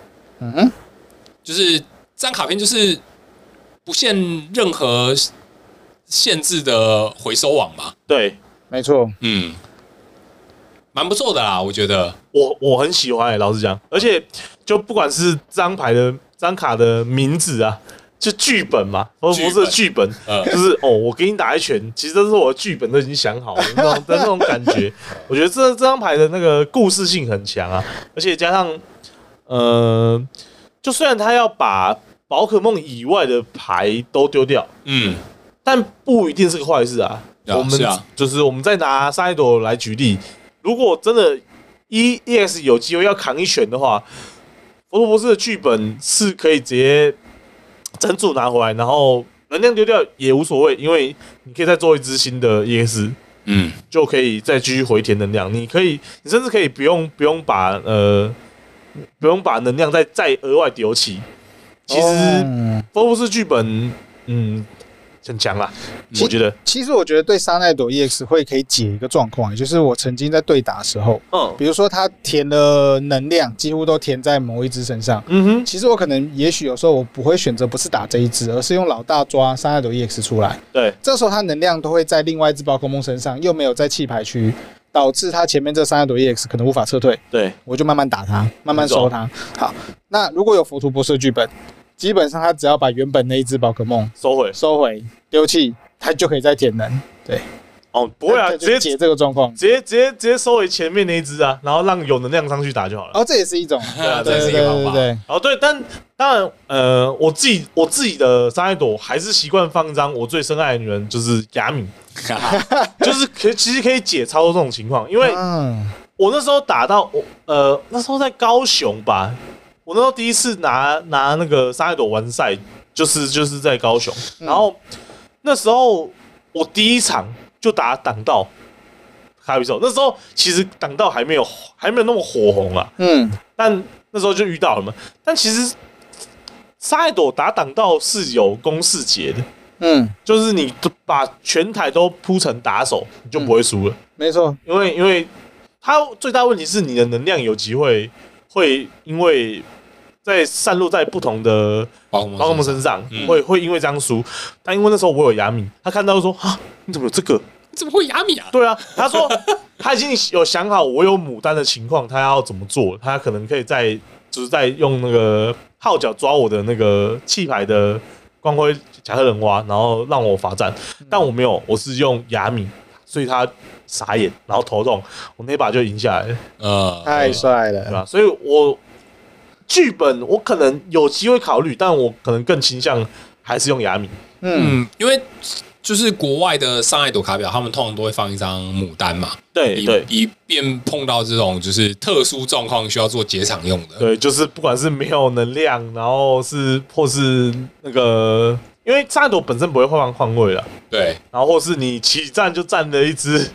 嗯哼，
就是这张卡片就是不限任何限制的回收网嘛，
对
没错，
嗯，蛮不错的啦，我觉得。
我我很喜欢、欸，老实讲，而且就不管是这张牌的这张卡的名字啊，就剧本嘛，我
剧本
不是剧本，
呃，
就是哦，我给你打一拳，其实这是我的剧本都已经想 好了那种的那种感觉。我觉得这这张牌的那个故事性很强啊，而且加上呃，就虽然他要把宝可梦以外的牌都丢掉，
嗯，
但不一定是个坏事啊。
对啊
我们
是啊
就是我们再拿沙一朵来举例，如果真的 E E X 有机会要扛一拳的话，佛陀博士的剧本是可以直接整组拿回来，然后能量丢掉也无所谓，因为你可以再做一支新的 E X，
嗯，
就可以再继续回填能量。你可以，你甚至可以不用不用把呃不用把能量再再额外丢弃。其实
哦
佛陀博士剧本，嗯，很强啦，我觉得，
其实我觉得对沙奈朵 EX 会可以解一个状况，也就是我曾经在对打的时候，
嗯
比如说它填了能量，几乎都填在某一只身上。
嗯哼，
其实我可能，也许有时候我不会选择不是打这一只，而是用老大抓沙奈朵 EX E 出来。
对。
这时候它能量都会在另外一只宝可梦身上，又没有在弃牌区，导致它前面这三十朵 EX 可能无法撤退，
对，
我就慢慢打它，慢慢收它。好，那如果有佛图博士的剧本，基本上它只要把原本那一只宝可梦
收回
收回丢弃，它就可以再填能。对，
哦，不会啊，
它
直
就
接直
解这个状况。
接直接直接收回前面那一只啊，然后让有能量上去打就好了。
哦，这也是一种，
啊
对
这
对
是一个
对对
方法
对，
哦，对，但当然，呃，我自己我自己的沙爱朵还是习惯放一张我最深爱的女人，就是雅米，
哈哈
就是可以其实可以解超多这种情况，因为
嗯，
我那时候打到我呃那时候在高雄吧，我那时候第一次拿拿那个沙爱朵完赛，就是就是在高雄，
嗯
然后那时候我第一场就打挡道卡比兽，那时候其实挡道还没有还没有那么火红啊，
嗯，
但那时候就遇到了嘛，但其实沙爱朵打挡道是有公式解的，
嗯，
就是你把全台都铺成打手，你就不会输了。
没错，
因为因为它最大问题是你的能量有机会会因为在散落在不同的
宝可梦，
宝可梦身上，
嗯
会会因为这样输。但因为那时候我有雅米，他看到就说啊，你怎么有这个？
你怎么会雅米啊？
对啊，他说 他已经有想好我有牡丹的情况，他要怎么做，他可能可以在就是在用那个号角抓我的那个气牌的光辉甲贺人蛙，然后让我罚站，但我没有，我是用雅米，所以他傻眼，然后头痛，我那把就赢下来了，
呃，
太帅
对
了，
吧？所以我剧本我可能有机会考虑，但我可能更倾向还是用雅米，
嗯，
嗯，因为就是国外的上海朵卡表，他们通常都会放一张牡丹嘛，
对
以
对。
以便碰到这种就是特殊状况需要做结场用的。
对，就是不管是没有能量，然后是或是那个，因为战斗本身不会换换位了，
对，
然后或是你起战就站了一只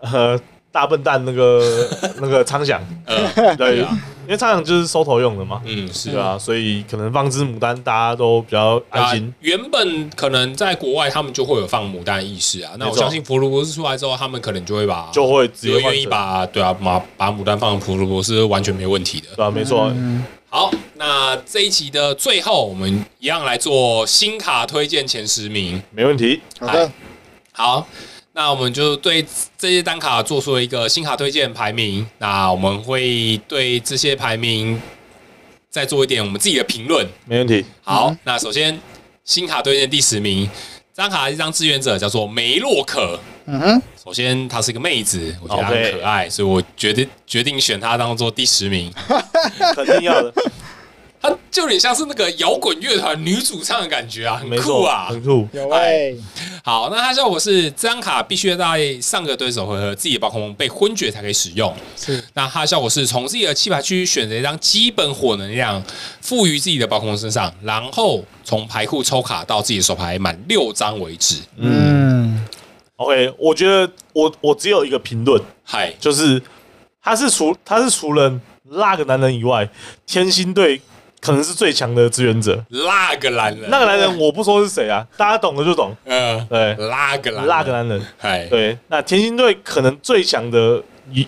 呃大笨蛋那 个那个苍响，
呃，
对，
啊
因为苍响就是收头用的嘛，
嗯，是
对。啊，所以可能放只牡丹大家都比较
啊
嗯安心，，
原本可能在国外他们就会有放牡丹的意识啊，那
没
我
错
相信佛罗博士出来之后，他们可能就会把
就会直
就
接
会
换
愿意
成
把对啊，把把牡丹放佛罗博士完全没问题的。
对啊，没错，
嗯
好，那这一集的最后，我们一样来做新卡推荐前十名。
没问题，
好的，
好，那我们就对这些单卡做出了一个新卡推荐排名。那我们会对这些排名再做一点我们自己的评论。
没问题，
好，那首先新卡推荐第十名，这张卡一张志愿者叫做梅洛可。
嗯哼，
首先，她是一个妹子，我觉得她很
OK
可爱所以我决定决定选她当做第十名。
肯定要的，
她就有点像是那个摇滚乐团女主唱的感觉啊，很
没
酷
错，
啊。
很酷。
有哎，
好，那它效果是这张卡必须在上个对手回合自己的宝可梦被昏厥才可以使用。
是
那它的效果是从自己的弃牌区选择一张基本火能量赋予自己的宝可梦身上，然后从牌库抽卡到自己的手牌满六张为止。
嗯，
OK，我觉得我我只有一个评论，
嗨，
就是他是除他是除了那个男人以外，天星队可能是最强的志愿者。
那个男人，
那个男人我不说是谁啊，大家懂的就懂。
呃，
对，啊
那个男，
那个，男人，
嗨，
对，那天星队可能最强的一，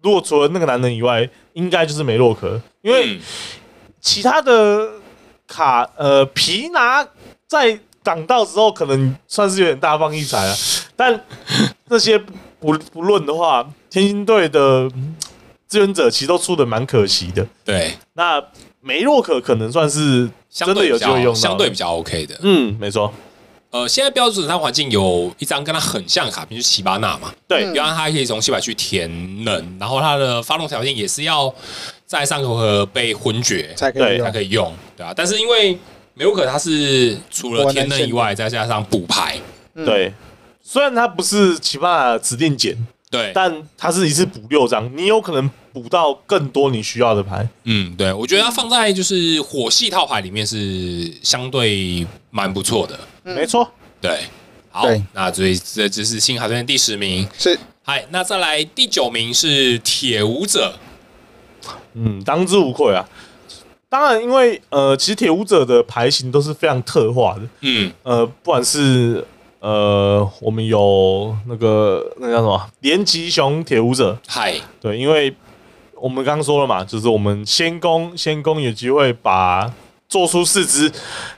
如果除了那个男人以外，应该就是梅洛克，因为
嗯，
其他的卡呃皮拿在挡到之后，可能算是有点大放异彩啊。但这些不不论的话，天星队的嗯志愿者其实都出的蛮可惜的。
对，
那梅洛克可能算是
相
真的
对
有
比
机会用
较
到，
相对比较 OK 的。
嗯，没错，
呃，现在标准上环境有一张跟它很像的卡片，就是奇巴纳嘛。
对，
嗯
原来它可以从西百去填能，然后它的发动条件也是要在上口河被昏厥
才可
对
以
才
用，
可以用，对啊。但是因为梅鲁可它是除了填能以外，再加上补牌，
嗯
对。虽然它不是起码指定减，
对，
但它是一次补六张，你有可能补到更多你需要的牌。
嗯，对，我觉得它放在就是火系套牌里面是相对蛮不错的，
嗯
没错，
对。好
对，
那所以这这是新卡片的第十名。
是
嗨，那再来第九名是铁舞者，
嗯，当之无愧啊。当然，因为呃，其实铁舞者的牌型都是非常特化的，
嗯，
呃，不管是呃，我们有那个那个叫什么连吉熊铁舞者，
嗨，
对，因为我们刚刚说了嘛，就是我们先攻先攻有机会把做出四只，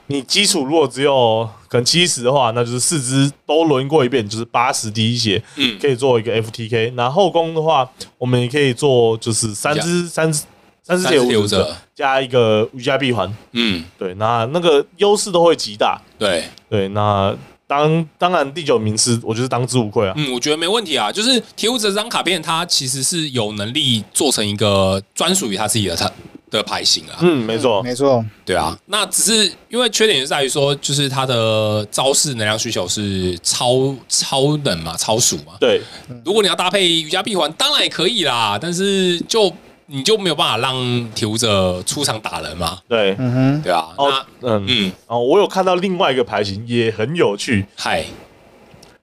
你基础如果只有可能七十的话，那就是四只都轮过一遍，就是八十滴一血，
嗯
可以做一个 FTK。那后宫的话，我们也可以做就是三只三只三只
三
铁
十
舞
铁舞
者
者，
加一个瑜伽闭环，
嗯，
对，那那个优势都会极大。
对，
对，那当当然第九名是我觉得当之无愧啊。
嗯，我觉得没问题啊。就是铁舞者这张卡片，它其实是有能力做成一个专属于他自己的它的牌型啊。
嗯，没错，
没错，
对啊，那只是因为缺点是在于说，就是它的招式能量需求是超超能嘛，超数嘛。
对，
如果你要搭配瑜伽闭环，当然也可以啦，但是就你就没有办法让铁舞者出场打人嘛。
对，
嗯哼，
对啊，
哦
那，
嗯。
嗯，
哦，我有看到另外一个牌型也很有趣，
嗨，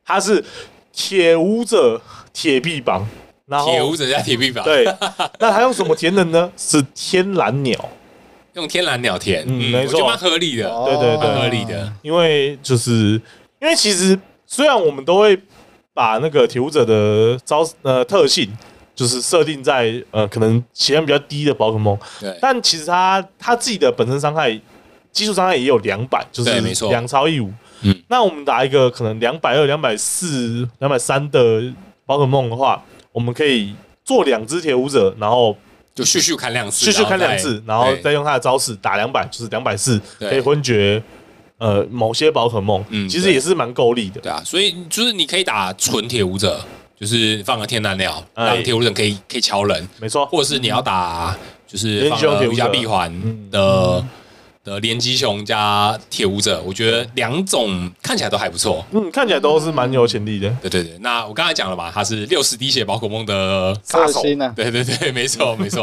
它是铁舞者铁臂膀，然后
铁舞者加铁臂法，，
对，那它用什么填能呢？是天蓝鸟，
用天蓝鸟填，
嗯
我
没
觉得
错哦
蛮合理的，
对对对
哦
蛮合理的，
因为就是因为其实虽然我们都会把那个铁舞者的招呃特性。就是设定在呃可能血量比较低的宝可梦，
对，
但其实它它自己的本身伤害基础伤害也有两百，就是
对没错
两超一五。
嗯，
那我们打一个可能两百二、两百四、两百三的宝可梦的话，我们可以做两只铁舞者，然后
就续续看量次，
去去看两
次
次，，然后
对
再用它的招式打两百，就是两百四，
对
可以昏厥呃某些宝可梦，
嗯
其实
对
也是蛮够力的。
对啊，所以就是你可以打纯铁舞者，就是放个天蓝鸟，
哎
让铁舞者可以可以敲人，
没错，
或者是你要打就是
连
放
击熊
个
铁舞者
瑜伽闭环
嗯
的的连击熊加铁舞者，我觉得两种看起来都还不错。
嗯，看起来都是蛮有潜力的。
对对对，那我刚才讲了嘛，他是六十滴血宝可梦 的杀
色
手。
心啊，
对对对，没错没错，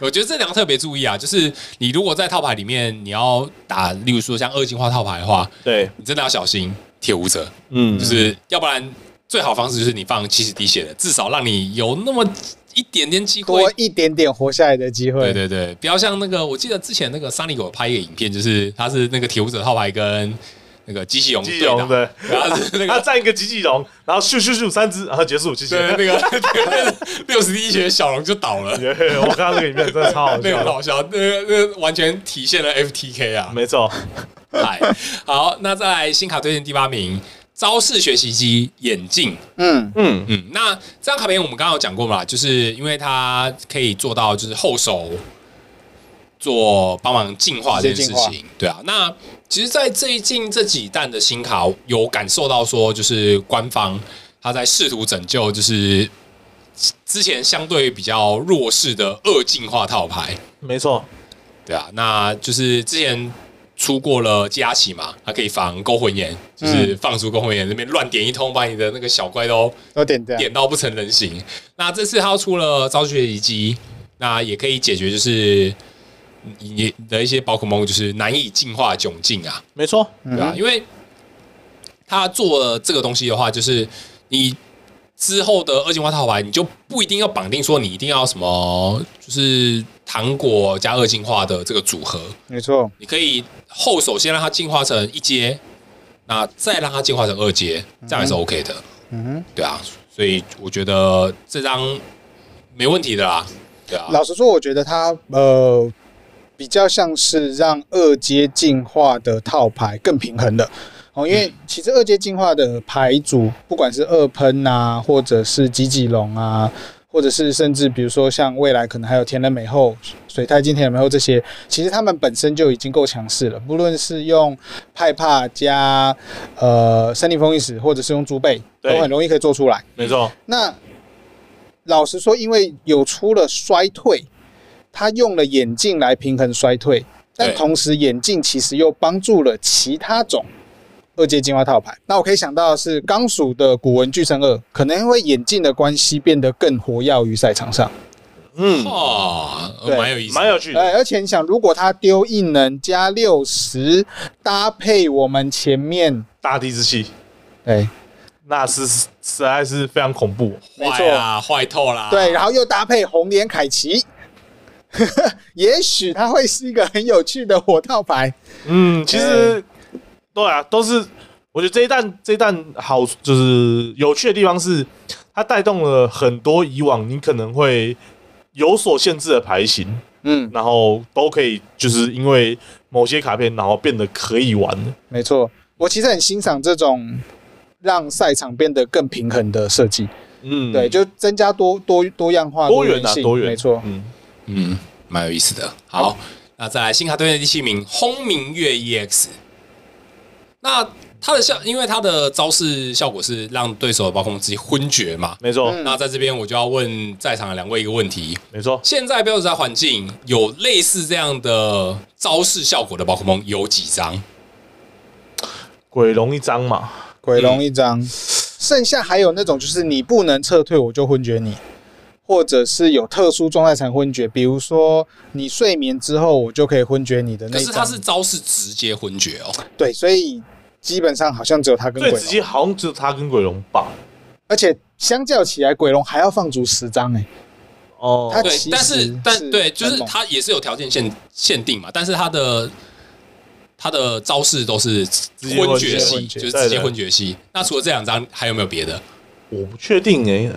我觉得这两个特别注意啊，就是你如果在套牌里面你要打，例如说像二进化套牌的话，
对，
你真的要小心铁舞者，
嗯，
就是要不然最好方式就是你放七十滴血的，至少让你有那么一点点机会
多。一点点活下来的机会，
对对对，不要像那个，我记得之前那个桑尼狗拍一个影片，就是他是那个铁舞者号牌跟那个机器龙
机
对
器龙
打，
对，
然后是那
它
个。
占一个机器龙，然后咻咻咻三只，然后结束，谢谢。
对，那个 六十滴血的小龙就倒了，
对， 我看到这个影片真的超好
那个很
笑。
好笑，那个那个完全体现了 FTK 啊！
没错，
嗨，好，那再来新卡推荐第八名，招式学习机眼镜。
嗯，
嗯，
嗯，那这张卡片我们刚刚有讲过嘛，就是因为它可以做到就是后手做帮忙净化这件事
直接
情，对啊。那其实，在最近这几弹的新卡，有感受到说，就是官方他在试图拯救，就是之前相对比较弱势的恶进化套牌，
没错，
对啊，那就是之前出过了基拉奇嘛，它可以防勾魂眼，就是放出勾魂眼那边乱点一通，把你的那个小怪都
有点这样。
点到不成人形。那这次他出了招学遗迹，那也可以解决就是你你的一些宝可梦就是难以进化的窘境啊，
没错，
嗯
对吧、因为他做了这个东西的话，就是你之后的二进化套牌，你就不一定要绑定说你一定要什么，就是糖果加二进化的这个组合，
没错，
你可以后手先让它进化成一阶，那再让它进化成二阶，这样也是 OK 的。
嗯哼。
对啊，所以我觉得这张没问题的啦。对啊，
老实说，我觉得它呃比较像是让二阶进化的套牌更平衡的哦，因为其实二阶进化的牌组，不管是二喷啊，或者是吉吉龙啊。或者是甚至比如说像未来可能还有田人美后、水太金、田人美后这些，其实他们本身就已经够强势了。不论是用派帕加呃森林风翼石，或者是用猪背，都
对
很容易可以做出来。
没错，
那老实说，因为有出了衰退，他用了眼镜来平衡衰退，但
对
同时眼镜其实又帮助了其他种二阶进化套牌。那我可以想到的是钢属的古文巨神二，可能因为眼镜的关系变得更活跃于赛场上。
嗯，
哦，
对
蛮有意思
蛮。有趣的，
哎，而且你想，如果他丢异能加六十，搭配我们前面，
大地之气，
哎，
那是实在是非常恐怖，
没
坏
错
啦，坏透啦。
对，然后又搭配红莲凯奇。 也许它会是一个很有趣的火套牌，
嗯，其实对啊，都是我觉得这一弹这一弹好，就是有趣的地方是，它带动了很多以往你可能会有所限制的牌型，
嗯，
然后都可以就是因为某些卡片，然后变得可以玩了。
没错，我其实很欣赏这种让赛场变得更平衡的设计，
嗯，
对，就增加多多多样化、
多元啊，
性
多元，
没错，
嗯，
嗯，蛮有意思的。好，那再来新卡队的第七名，轰鸣乐 EX。那它的效，因为它的招式效果是让对手的暴控机昏厥嘛。
没错，
嗯
那在这边我就要问在场的两位一个问题：
没错，
现在标准赛环境有类似这样的招式效果的宝可梦有几张？
鬼龙一张嘛，
鬼龙一
嗯
张，剩下还有那种就是你不能撤退，我就昏厥你。或者是有特殊状态才昏厥，比如说你睡眠之后，我就可以昏厥你的那
可
一
是它
张。
是招式直接昏厥哦。
对，所以基本上好像只有他跟
最
鬼龙
直接好像只有他跟鬼龙吧。
而且相较起来，鬼龙还要放逐十张哎、
哦，
他
对
其，
但
实
是但
是
对，就是
很猛
它也是有条件限限定嘛，但是它的它的招式都是
接
昏
昏
厥
厥
系，
昏厥
就是
对
直接
对
昏厥系。那除了这两张，还有没有别的？
我不确定哎、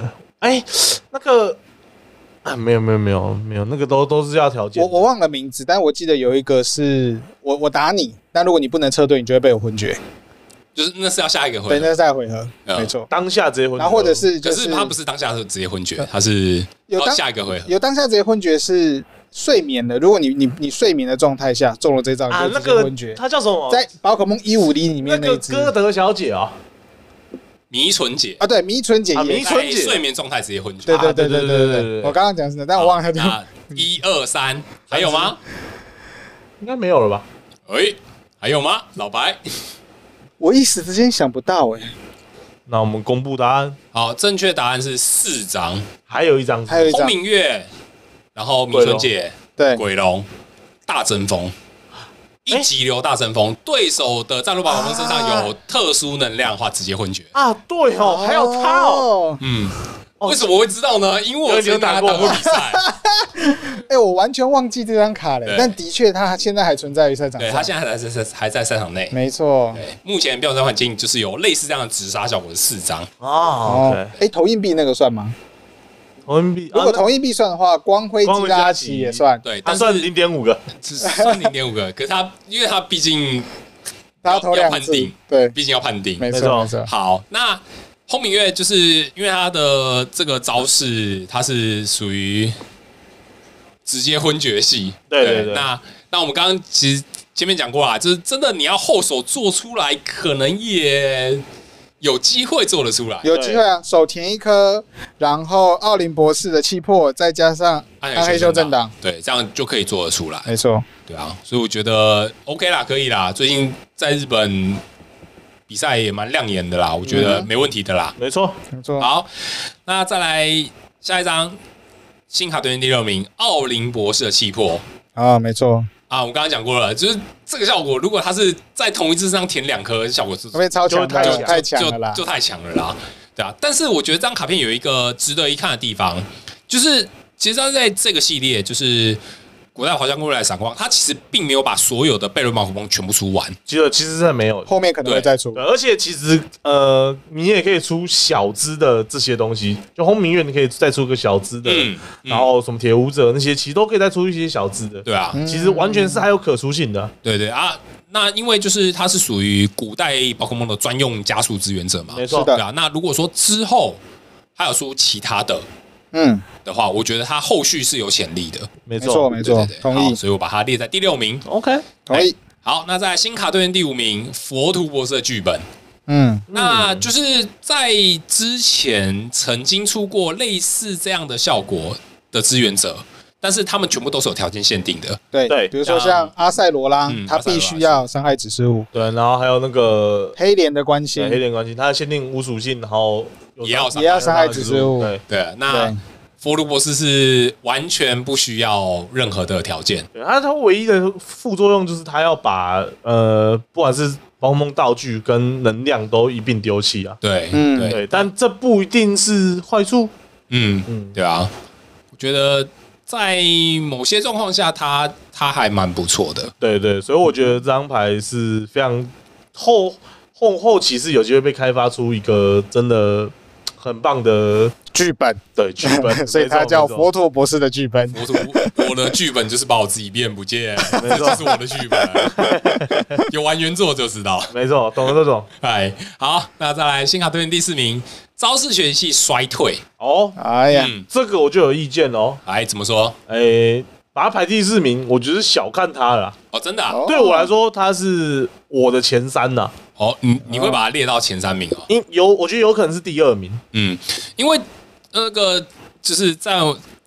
哎、那个啊，没有没有没有没有，那个都都是要条件
我
的。
我忘了名字，但我记得有一个是我我打你，但如果你不能撤退，你就会被我昏厥。
就是那是要下一个
对，
回合，
那再回合，
嗯
没错。
当下直啊接昏厥，
然后或者是就
可是它不是当下是直接昏厥，它是
有
到
当
下一个回合。
有当下直接昏厥是睡眠的，如果你你你睡眠的状态下中了这招，
啊
你就
那
直接
个
昏厥。
他叫什么？
在宝可梦一五零里
那
面哦那
个
一只
歌德小姐啊，
迷唇姐，
啊，对，迷春姐
啊迷
也
迷春姐
在睡眠状态直接昏
对
厥。
对
啊对
对对对
对对
对
对啊
对，我刚刚讲是哪，但我忘了它叫。
那一二三，还有吗？
嗯
应该没有了吧？
哎，还有吗？老白，
我一时之间想不到哎，
那我们公布答案，
好，正确答案是四张，
还有一张是，
还有一
轰
张
鸣乐，然后迷
鬼
唇
龙
姐。
对，
鬼龙大争锋，一级流大争锋，对手的战斗宝可梦身上有特殊能量的话，直接昏厥。
啊，对哦，还有他哦，
哦。
嗯，
哦
为什么会知道呢？因为我曾经跟他打过比赛，
哎、我完全忘记这张卡了
对，
但的确它现在还存在于赛场
对
上。
他现在还在赛还在赛场内。
没错。
对，目前标准战环境就是有类似这样的直杀效果的四张，
啊
哦，
，OK，
哎、投硬币那个算吗？
啊
投硬币，
如果
啊
投硬币算的话，光辉
光
基
辉
拉
加
奇
奇
也算，
对，
那
但
他算零
是
点五个，
只算零点五个，可是他因为他毕竟
他投
要
两
判
次
定，
对，
毕竟要判定，
没
没
错
错
没错，
好，那轰鸣乐就是因为它的这个招式，它是属于直接昏厥系。
对对对
那那我们刚刚其实前面讲过啦，就是真的你要后手做出来，可能也有机会做得出来。
有机会啊，手填一颗，然后奥林博士的气魄，再加上
哎
暗黑修正党，，
对，这样就可以做得出来。
没错，
对啊，所以我觉得 OK 啦，可以啦。最近在日本比赛也蛮亮眼的啦，我觉得
嗯
没问题的啦。
没错，
没错。
好，那再来下一张，新卡队员第六名奥林博士的气魄
啊，没错，
啊，我刚刚讲过了，就是这个效果，如果他是在同一只上填两颗，效果是
那边超
就会
强，
太
太
强
太强了啦
就，就太强了啦，对啊。但是我觉得这张卡片有一个值得一看的地方，就是其实它在这个系列，就是古代华将过来的闪光，它其实并没有把所有的贝伦马虎风全部出完，
其实其实真的没有。
后面可能会再出
对，。而且其实呃，你也可以出小只的这些东西，就轰鸣乐你可以再出个小只的，
嗯
然后什么铁舞者那些，其实都可以再出一些小只的。
对啊，
嗯
其实完全是还有可塑性的，
对对啊。那因为就是它是属于古代宝可梦的专用加速支援者嘛，
没错
是。的
对啊。那如果说之后还有出其他的
嗯，
的话，我觉得它后续是有潜力的，
没
没错，
错，
没
对对
错
对，，
同
好哎
意，
所以我把它列在第六名。
OK，
同意。
好，那在新卡队员第五名，佛图博士的剧本，
嗯，
那就是在之前曾经出过类似这样的效果的支援者，但是他们全部都是有条件限定的。
对
对
比如说
像
像阿塞罗拉
嗯，
他必须要伤害指示物，
对，然后还有那个哎
黑莲的关
对黑
心
点关系，它限定无属性，然后有
也要
也要伤害指示物，
对，
对，那
对
佛卢博士是完全不需要任何的条件。
对它它唯一的副作用就是它要把呃，不管是宝可梦道具跟能量都一并丢弃啊。
对，
嗯
对，
对，但这不一定是坏处。
嗯，
嗯，
对啊，我觉得在某些状况下，他他还蛮不错的。
对对，所以我觉得这张牌是非常后后后期是有机会被开发出一个真的很棒的
剧本，
对剧 本，
所以
没错
他叫
没错
佛陀博士的剧本。
我图我的剧本就是把我自己变不见，这
没错
就是我的剧本。 有玩原作就知道。
没错，懂了这种
哎，好，那再来新卡队员第四名，招式学习衰退。
哦。
哎呀，
嗯，
这个我就有意见哦，
哎，怎么说？
诶、哎把它排第四名，我觉得小看它了啊。
哦，真的啊、
哦
对我来说，它是我的前三呐、
哦，你你会把它列到前三名哦。
因有我觉得有可能是第二名。
嗯，因为那个就是在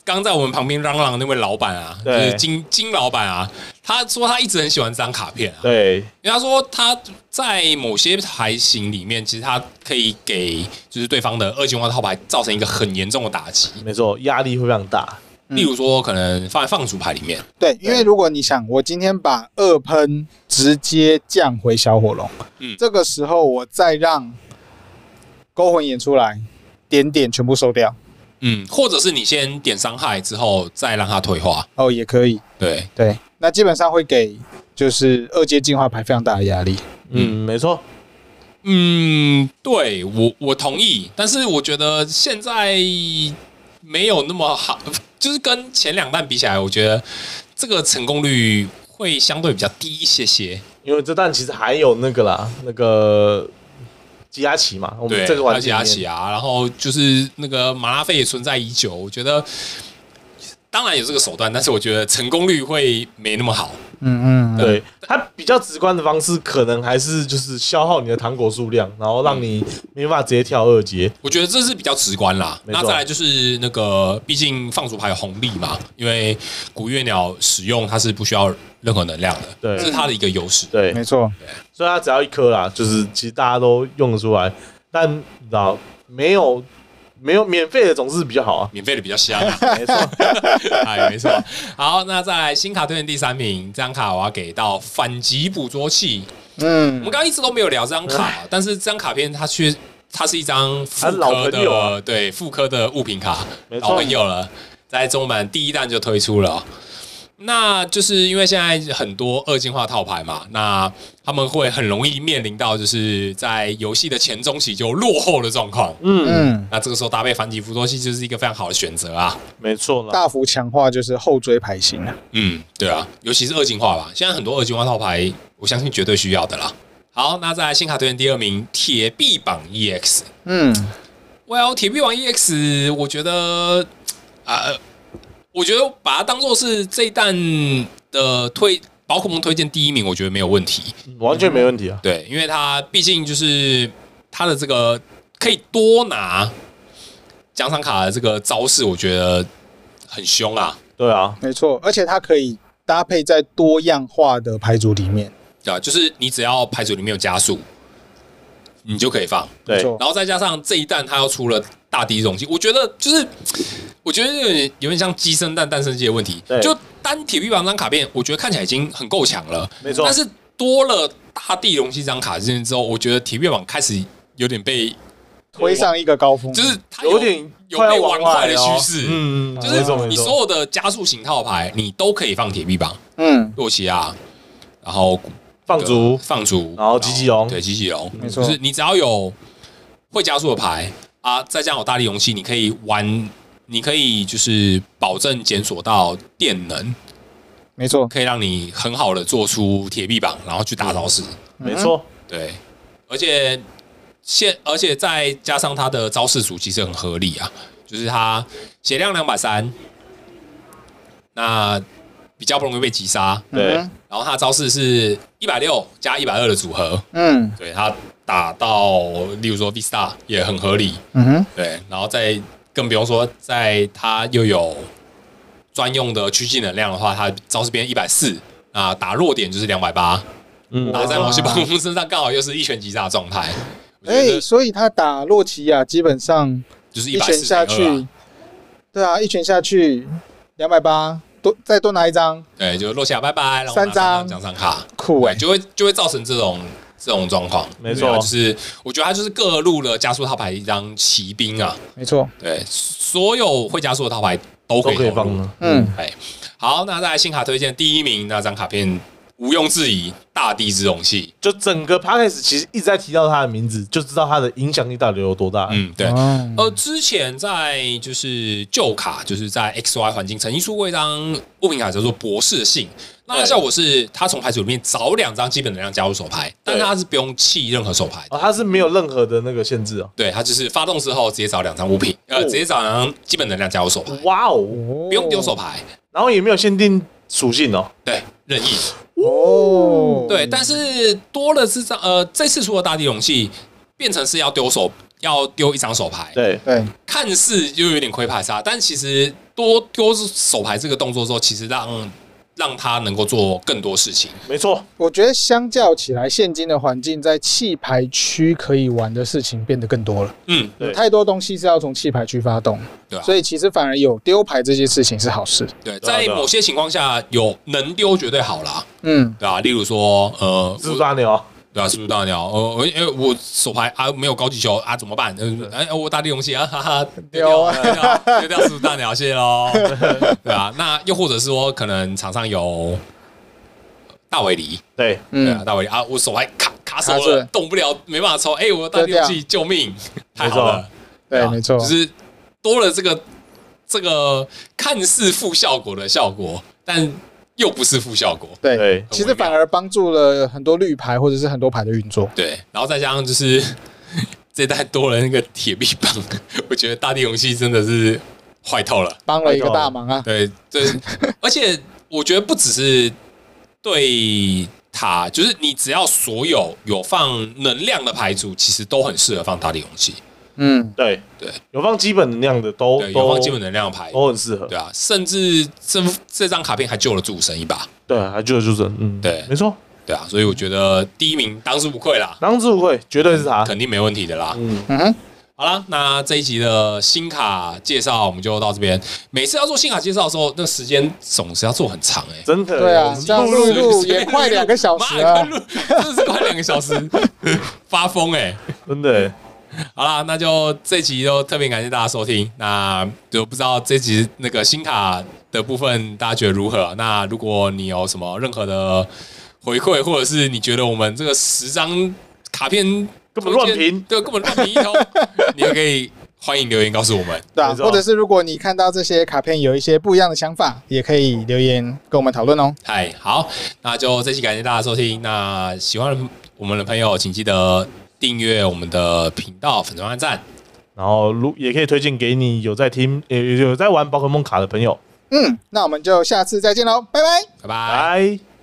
刚在我们旁边嚷嚷的那位老板啊，就
对
是金金老板啊，他说他一直很喜欢这张卡片啊，
对，
因为他说他在某些牌型里面，其实他可以给就是对方的二进化套牌造成一个很严重的打击，
没错，压力会非常大。
例如说可能放在放逐牌里面，
对，因为如果你想，我今天把二喷直接降回小火龙，
嗯
这个时候我再让勾魂眼出来，点点全部收掉，
嗯，或者是你先点伤害之后再让它退化，
哦，也可以。
对，
对，那基本上会给就是二阶进化牌非常大的压力。
嗯，没错，
嗯，对我我同意，但是我觉得现在没有那么好， 就是跟前两弹比起来，我觉得这个成功率会相对比较低一些些。
因为这弹其实还有那个啦，那个吉亚奇嘛，我
对，
们这个
阿
环
奇
节
阿奇啊，然后就是那个马拉费也存在已久，我觉得当然有这个手段，但是我觉得成功率会没那么好。
嗯嗯，
对它比较直观的方式，可能还是就是消耗你的糖果数量，然后让你没办法直接跳二阶。
我觉得这是比较直观啦。
没
那
错
再来就是那个，毕竟放逐牌有红利嘛，因为古月鸟使用它是不需要任何能量的，
对
这是它的一个优势。
对，
没错，
所以它只要一颗啦，就是其实大家都用得出来，但你知道没有没有免费的总是比较好啊。
免费的比较香、啊，
没错，
哎，没错。好，那再来新卡队的第三名，这张卡我要给到反击捕捉器。我
嗯
们刚刚一直都没有聊这张卡，但是这张卡片它却它是一张
哎它
妇
是老
科
朋友啊
的，对妇科的物品卡，
没
老
错
朋，友了，在中版第一弹就推出了。那就是因为现在很多二进化套牌嘛，那他们会很容易面临到就是在游戏的前中期就落后的状况。
嗯，
嗯，
那这个时候搭配反击辅助器就是一个非常好的选择啊。
没错啦。
大幅强化就是后追牌型了。
嗯，对啊，尤其是二进化吧，现在很多二进化套牌，我相信绝对需要的啦。好，那在新卡推荐第二名铁臂榜 EX。
嗯，
Well，铁臂王 EX，我觉得啊、呃我觉得把它当做是这一弹的推宝可梦推荐第一名，我觉得没有问题。
完全没问题啊。
对，因为它毕竟就是它的这个可以多拿奖赏卡的这个招式，我觉得很凶啊，
对啊，
没错，而且它可以搭配在多样化的牌组里面。
对吧、啊就是你只要牌组里面有加速，你就可以放。
对
没，错
然后再加上这一弹它又出了大地容器，我觉得就是我觉得有点有点像鸡生蛋蛋生鸡的问题
对。
就单铁臂王这张卡片，我觉得看起来已经很够强了，
没错
但是多了大地容器这张卡进去之后，我觉得铁臂王开始有点被
推上一个高峰，
就是它
嗯有点
有
快
被
要往
玩
外
坏的
了
趋
哦
势。
嗯，
就
没错
是
没
你
错，
所有的加速型套牌，你都可以放铁臂棒、
嗯，
洛奇亚，然后
放逐
放逐，
然后机器龙
对，机器龙，
没错
就是你只要有会加速的牌啊，再加上有大力容器，你可以玩，你可以就是保证检索到电能，
没错，
可以让你很好的做出铁臂棒，然后去打招式。
没错，
对，而且现而且再加上它的招式组其实很合理啊，就是它血量两百三，那比较不容易被击杀。
嗯
对，
然后它的招式是一百六加一百二的组合，
嗯
对它打到例如说 V Star 也很合理，
嗯哼，
对，然后再更不用说在它又有专用的趋近能量的话，它招式变一百四。啊，打弱点就是两百八，
嗯
打在某些
哇
帮夫身上刚好又是一拳击杀的状态。我觉
哎、
得
所以他打洛奇亚基本上
就是
一
一百
拳
四啊
下去，对啊，一拳下去两百八，多再多拿一张，
对，就落下拜拜，然后
三张
奖赏卡，
酷哎、
对，就会就会造成这种这种状况，
没错
对啊就是我觉得它就是各路的加速套牌一张骑兵啊，
没错，
对，所有会加速的套牌都可
都
以
可以
投入
放了。
嗯，
哎，好，那再来新卡推荐第一名那张卡片，毋庸置疑，大地之容器，
就整个 podcast 其实一直在提到他的名字，就知道他的影响力到底有多大。
嗯，对。
哦
呃，之前在就是旧卡，就是在 X Y 环境曾经出过一张物品卡，叫做博士信。那它效果是，它从牌组里面找两张基本能量加入手牌，但
对
它是不用弃任何手牌的。
哦，他是没有任何的那个限制哦。
对，它就是发动之后直接找两张物品，呃，
哦
直接找两张基本能量加入手牌，
哇哦，
不用丢手牌。
然后也没有限定属性哦。
对，任意。
哦，
对，但是多了这张，呃，这次出的大地容器变成是要丢手，要丢一张手牌。
对，
对，
看似又有点亏牌杀，但其实多丢手牌这个动作之后，其实让让他能够做更多事情。
没错，
我觉得相较起来，现今的环境在弃牌区可以玩的事情变得更多了，
嗯，
对，
太多东西是要从弃牌区发动，
对啊
所以其实反而有丢牌这件事情是好事，
对，
对啊
在某些情况下有能丢绝对好啦，
嗯，
对吧、啊例如说，呃，
自
我
抓牛，
对啊，是不是大鸟？呃，哎、哎我手牌啊没有高级球啊，怎么办？呃哎、我打地容器啊，哈哈，丢掉丢掉丢掉是不是大鸟谢喽？对啊，那又或者是说，可能场上有大尾狸，
对，
对啊，
嗯，
大尾啊，我手还卡卡手
卡住
了
了，
动不了，没办法抽。哎、我的大力
对对
游
啊
戏，救命！太
没
好
错
了，
对，
啊
没错，
就是多了这个这个看似负效果的效果，但又不是负效果。
对
对
其实反而帮助了很多绿牌或者是很多牌的运作。
对，然后再加上就是 这代多了那个铁臂棒，我觉得大地游戏真的是坏透了。
帮了一个大忙啊！
对对，而且我觉得不只是对塔，就是你只要所有有放能量的牌组，其实都很适合放大地容器。
嗯，
对，
对
有放基本能量的都
对，有
都
放基本能量的牌，
都很适合。
对啊，甚至这这张卡片还救了主神一把，
对，还就是就是，嗯，
对
没错，
对啊，所以我觉得第一名当之无愧啦，
当之无愧，绝对是他。
肯定没问题的啦。
嗯，
嗯哼，
好啦，那这一集的新卡介绍我们就到这边。每次要做新卡介绍的时候，那时间总是要做很长哎、欸。
真的，哦
对啊，这样录一录
随便
也快两个小时啊
妈
了
的。录真的是快两个小时，发疯哎、
真的，
好啦，那就这集就特别感谢大家收听。那就不知道这集那个新卡的部分大家觉得如何？那如果你有什么任何的回馈，或者是你觉得我们这个十张卡片
根本乱评
对，根本乱评一通， 你也可以欢迎留言告诉我们。
对啊，
没错
或者是如果你看到这些卡片有一些不一样的想法，也可以留言跟我们讨论哦。
嗨，好，那就这期感谢大家收听。那喜欢我们的朋友，请记得订阅我们的频道，粉团按赞。
然后如也可以推荐给你有在听、有有在玩宝可梦卡的朋友。
嗯，那我们就下次再见喽，拜拜。
拜拜。
拜。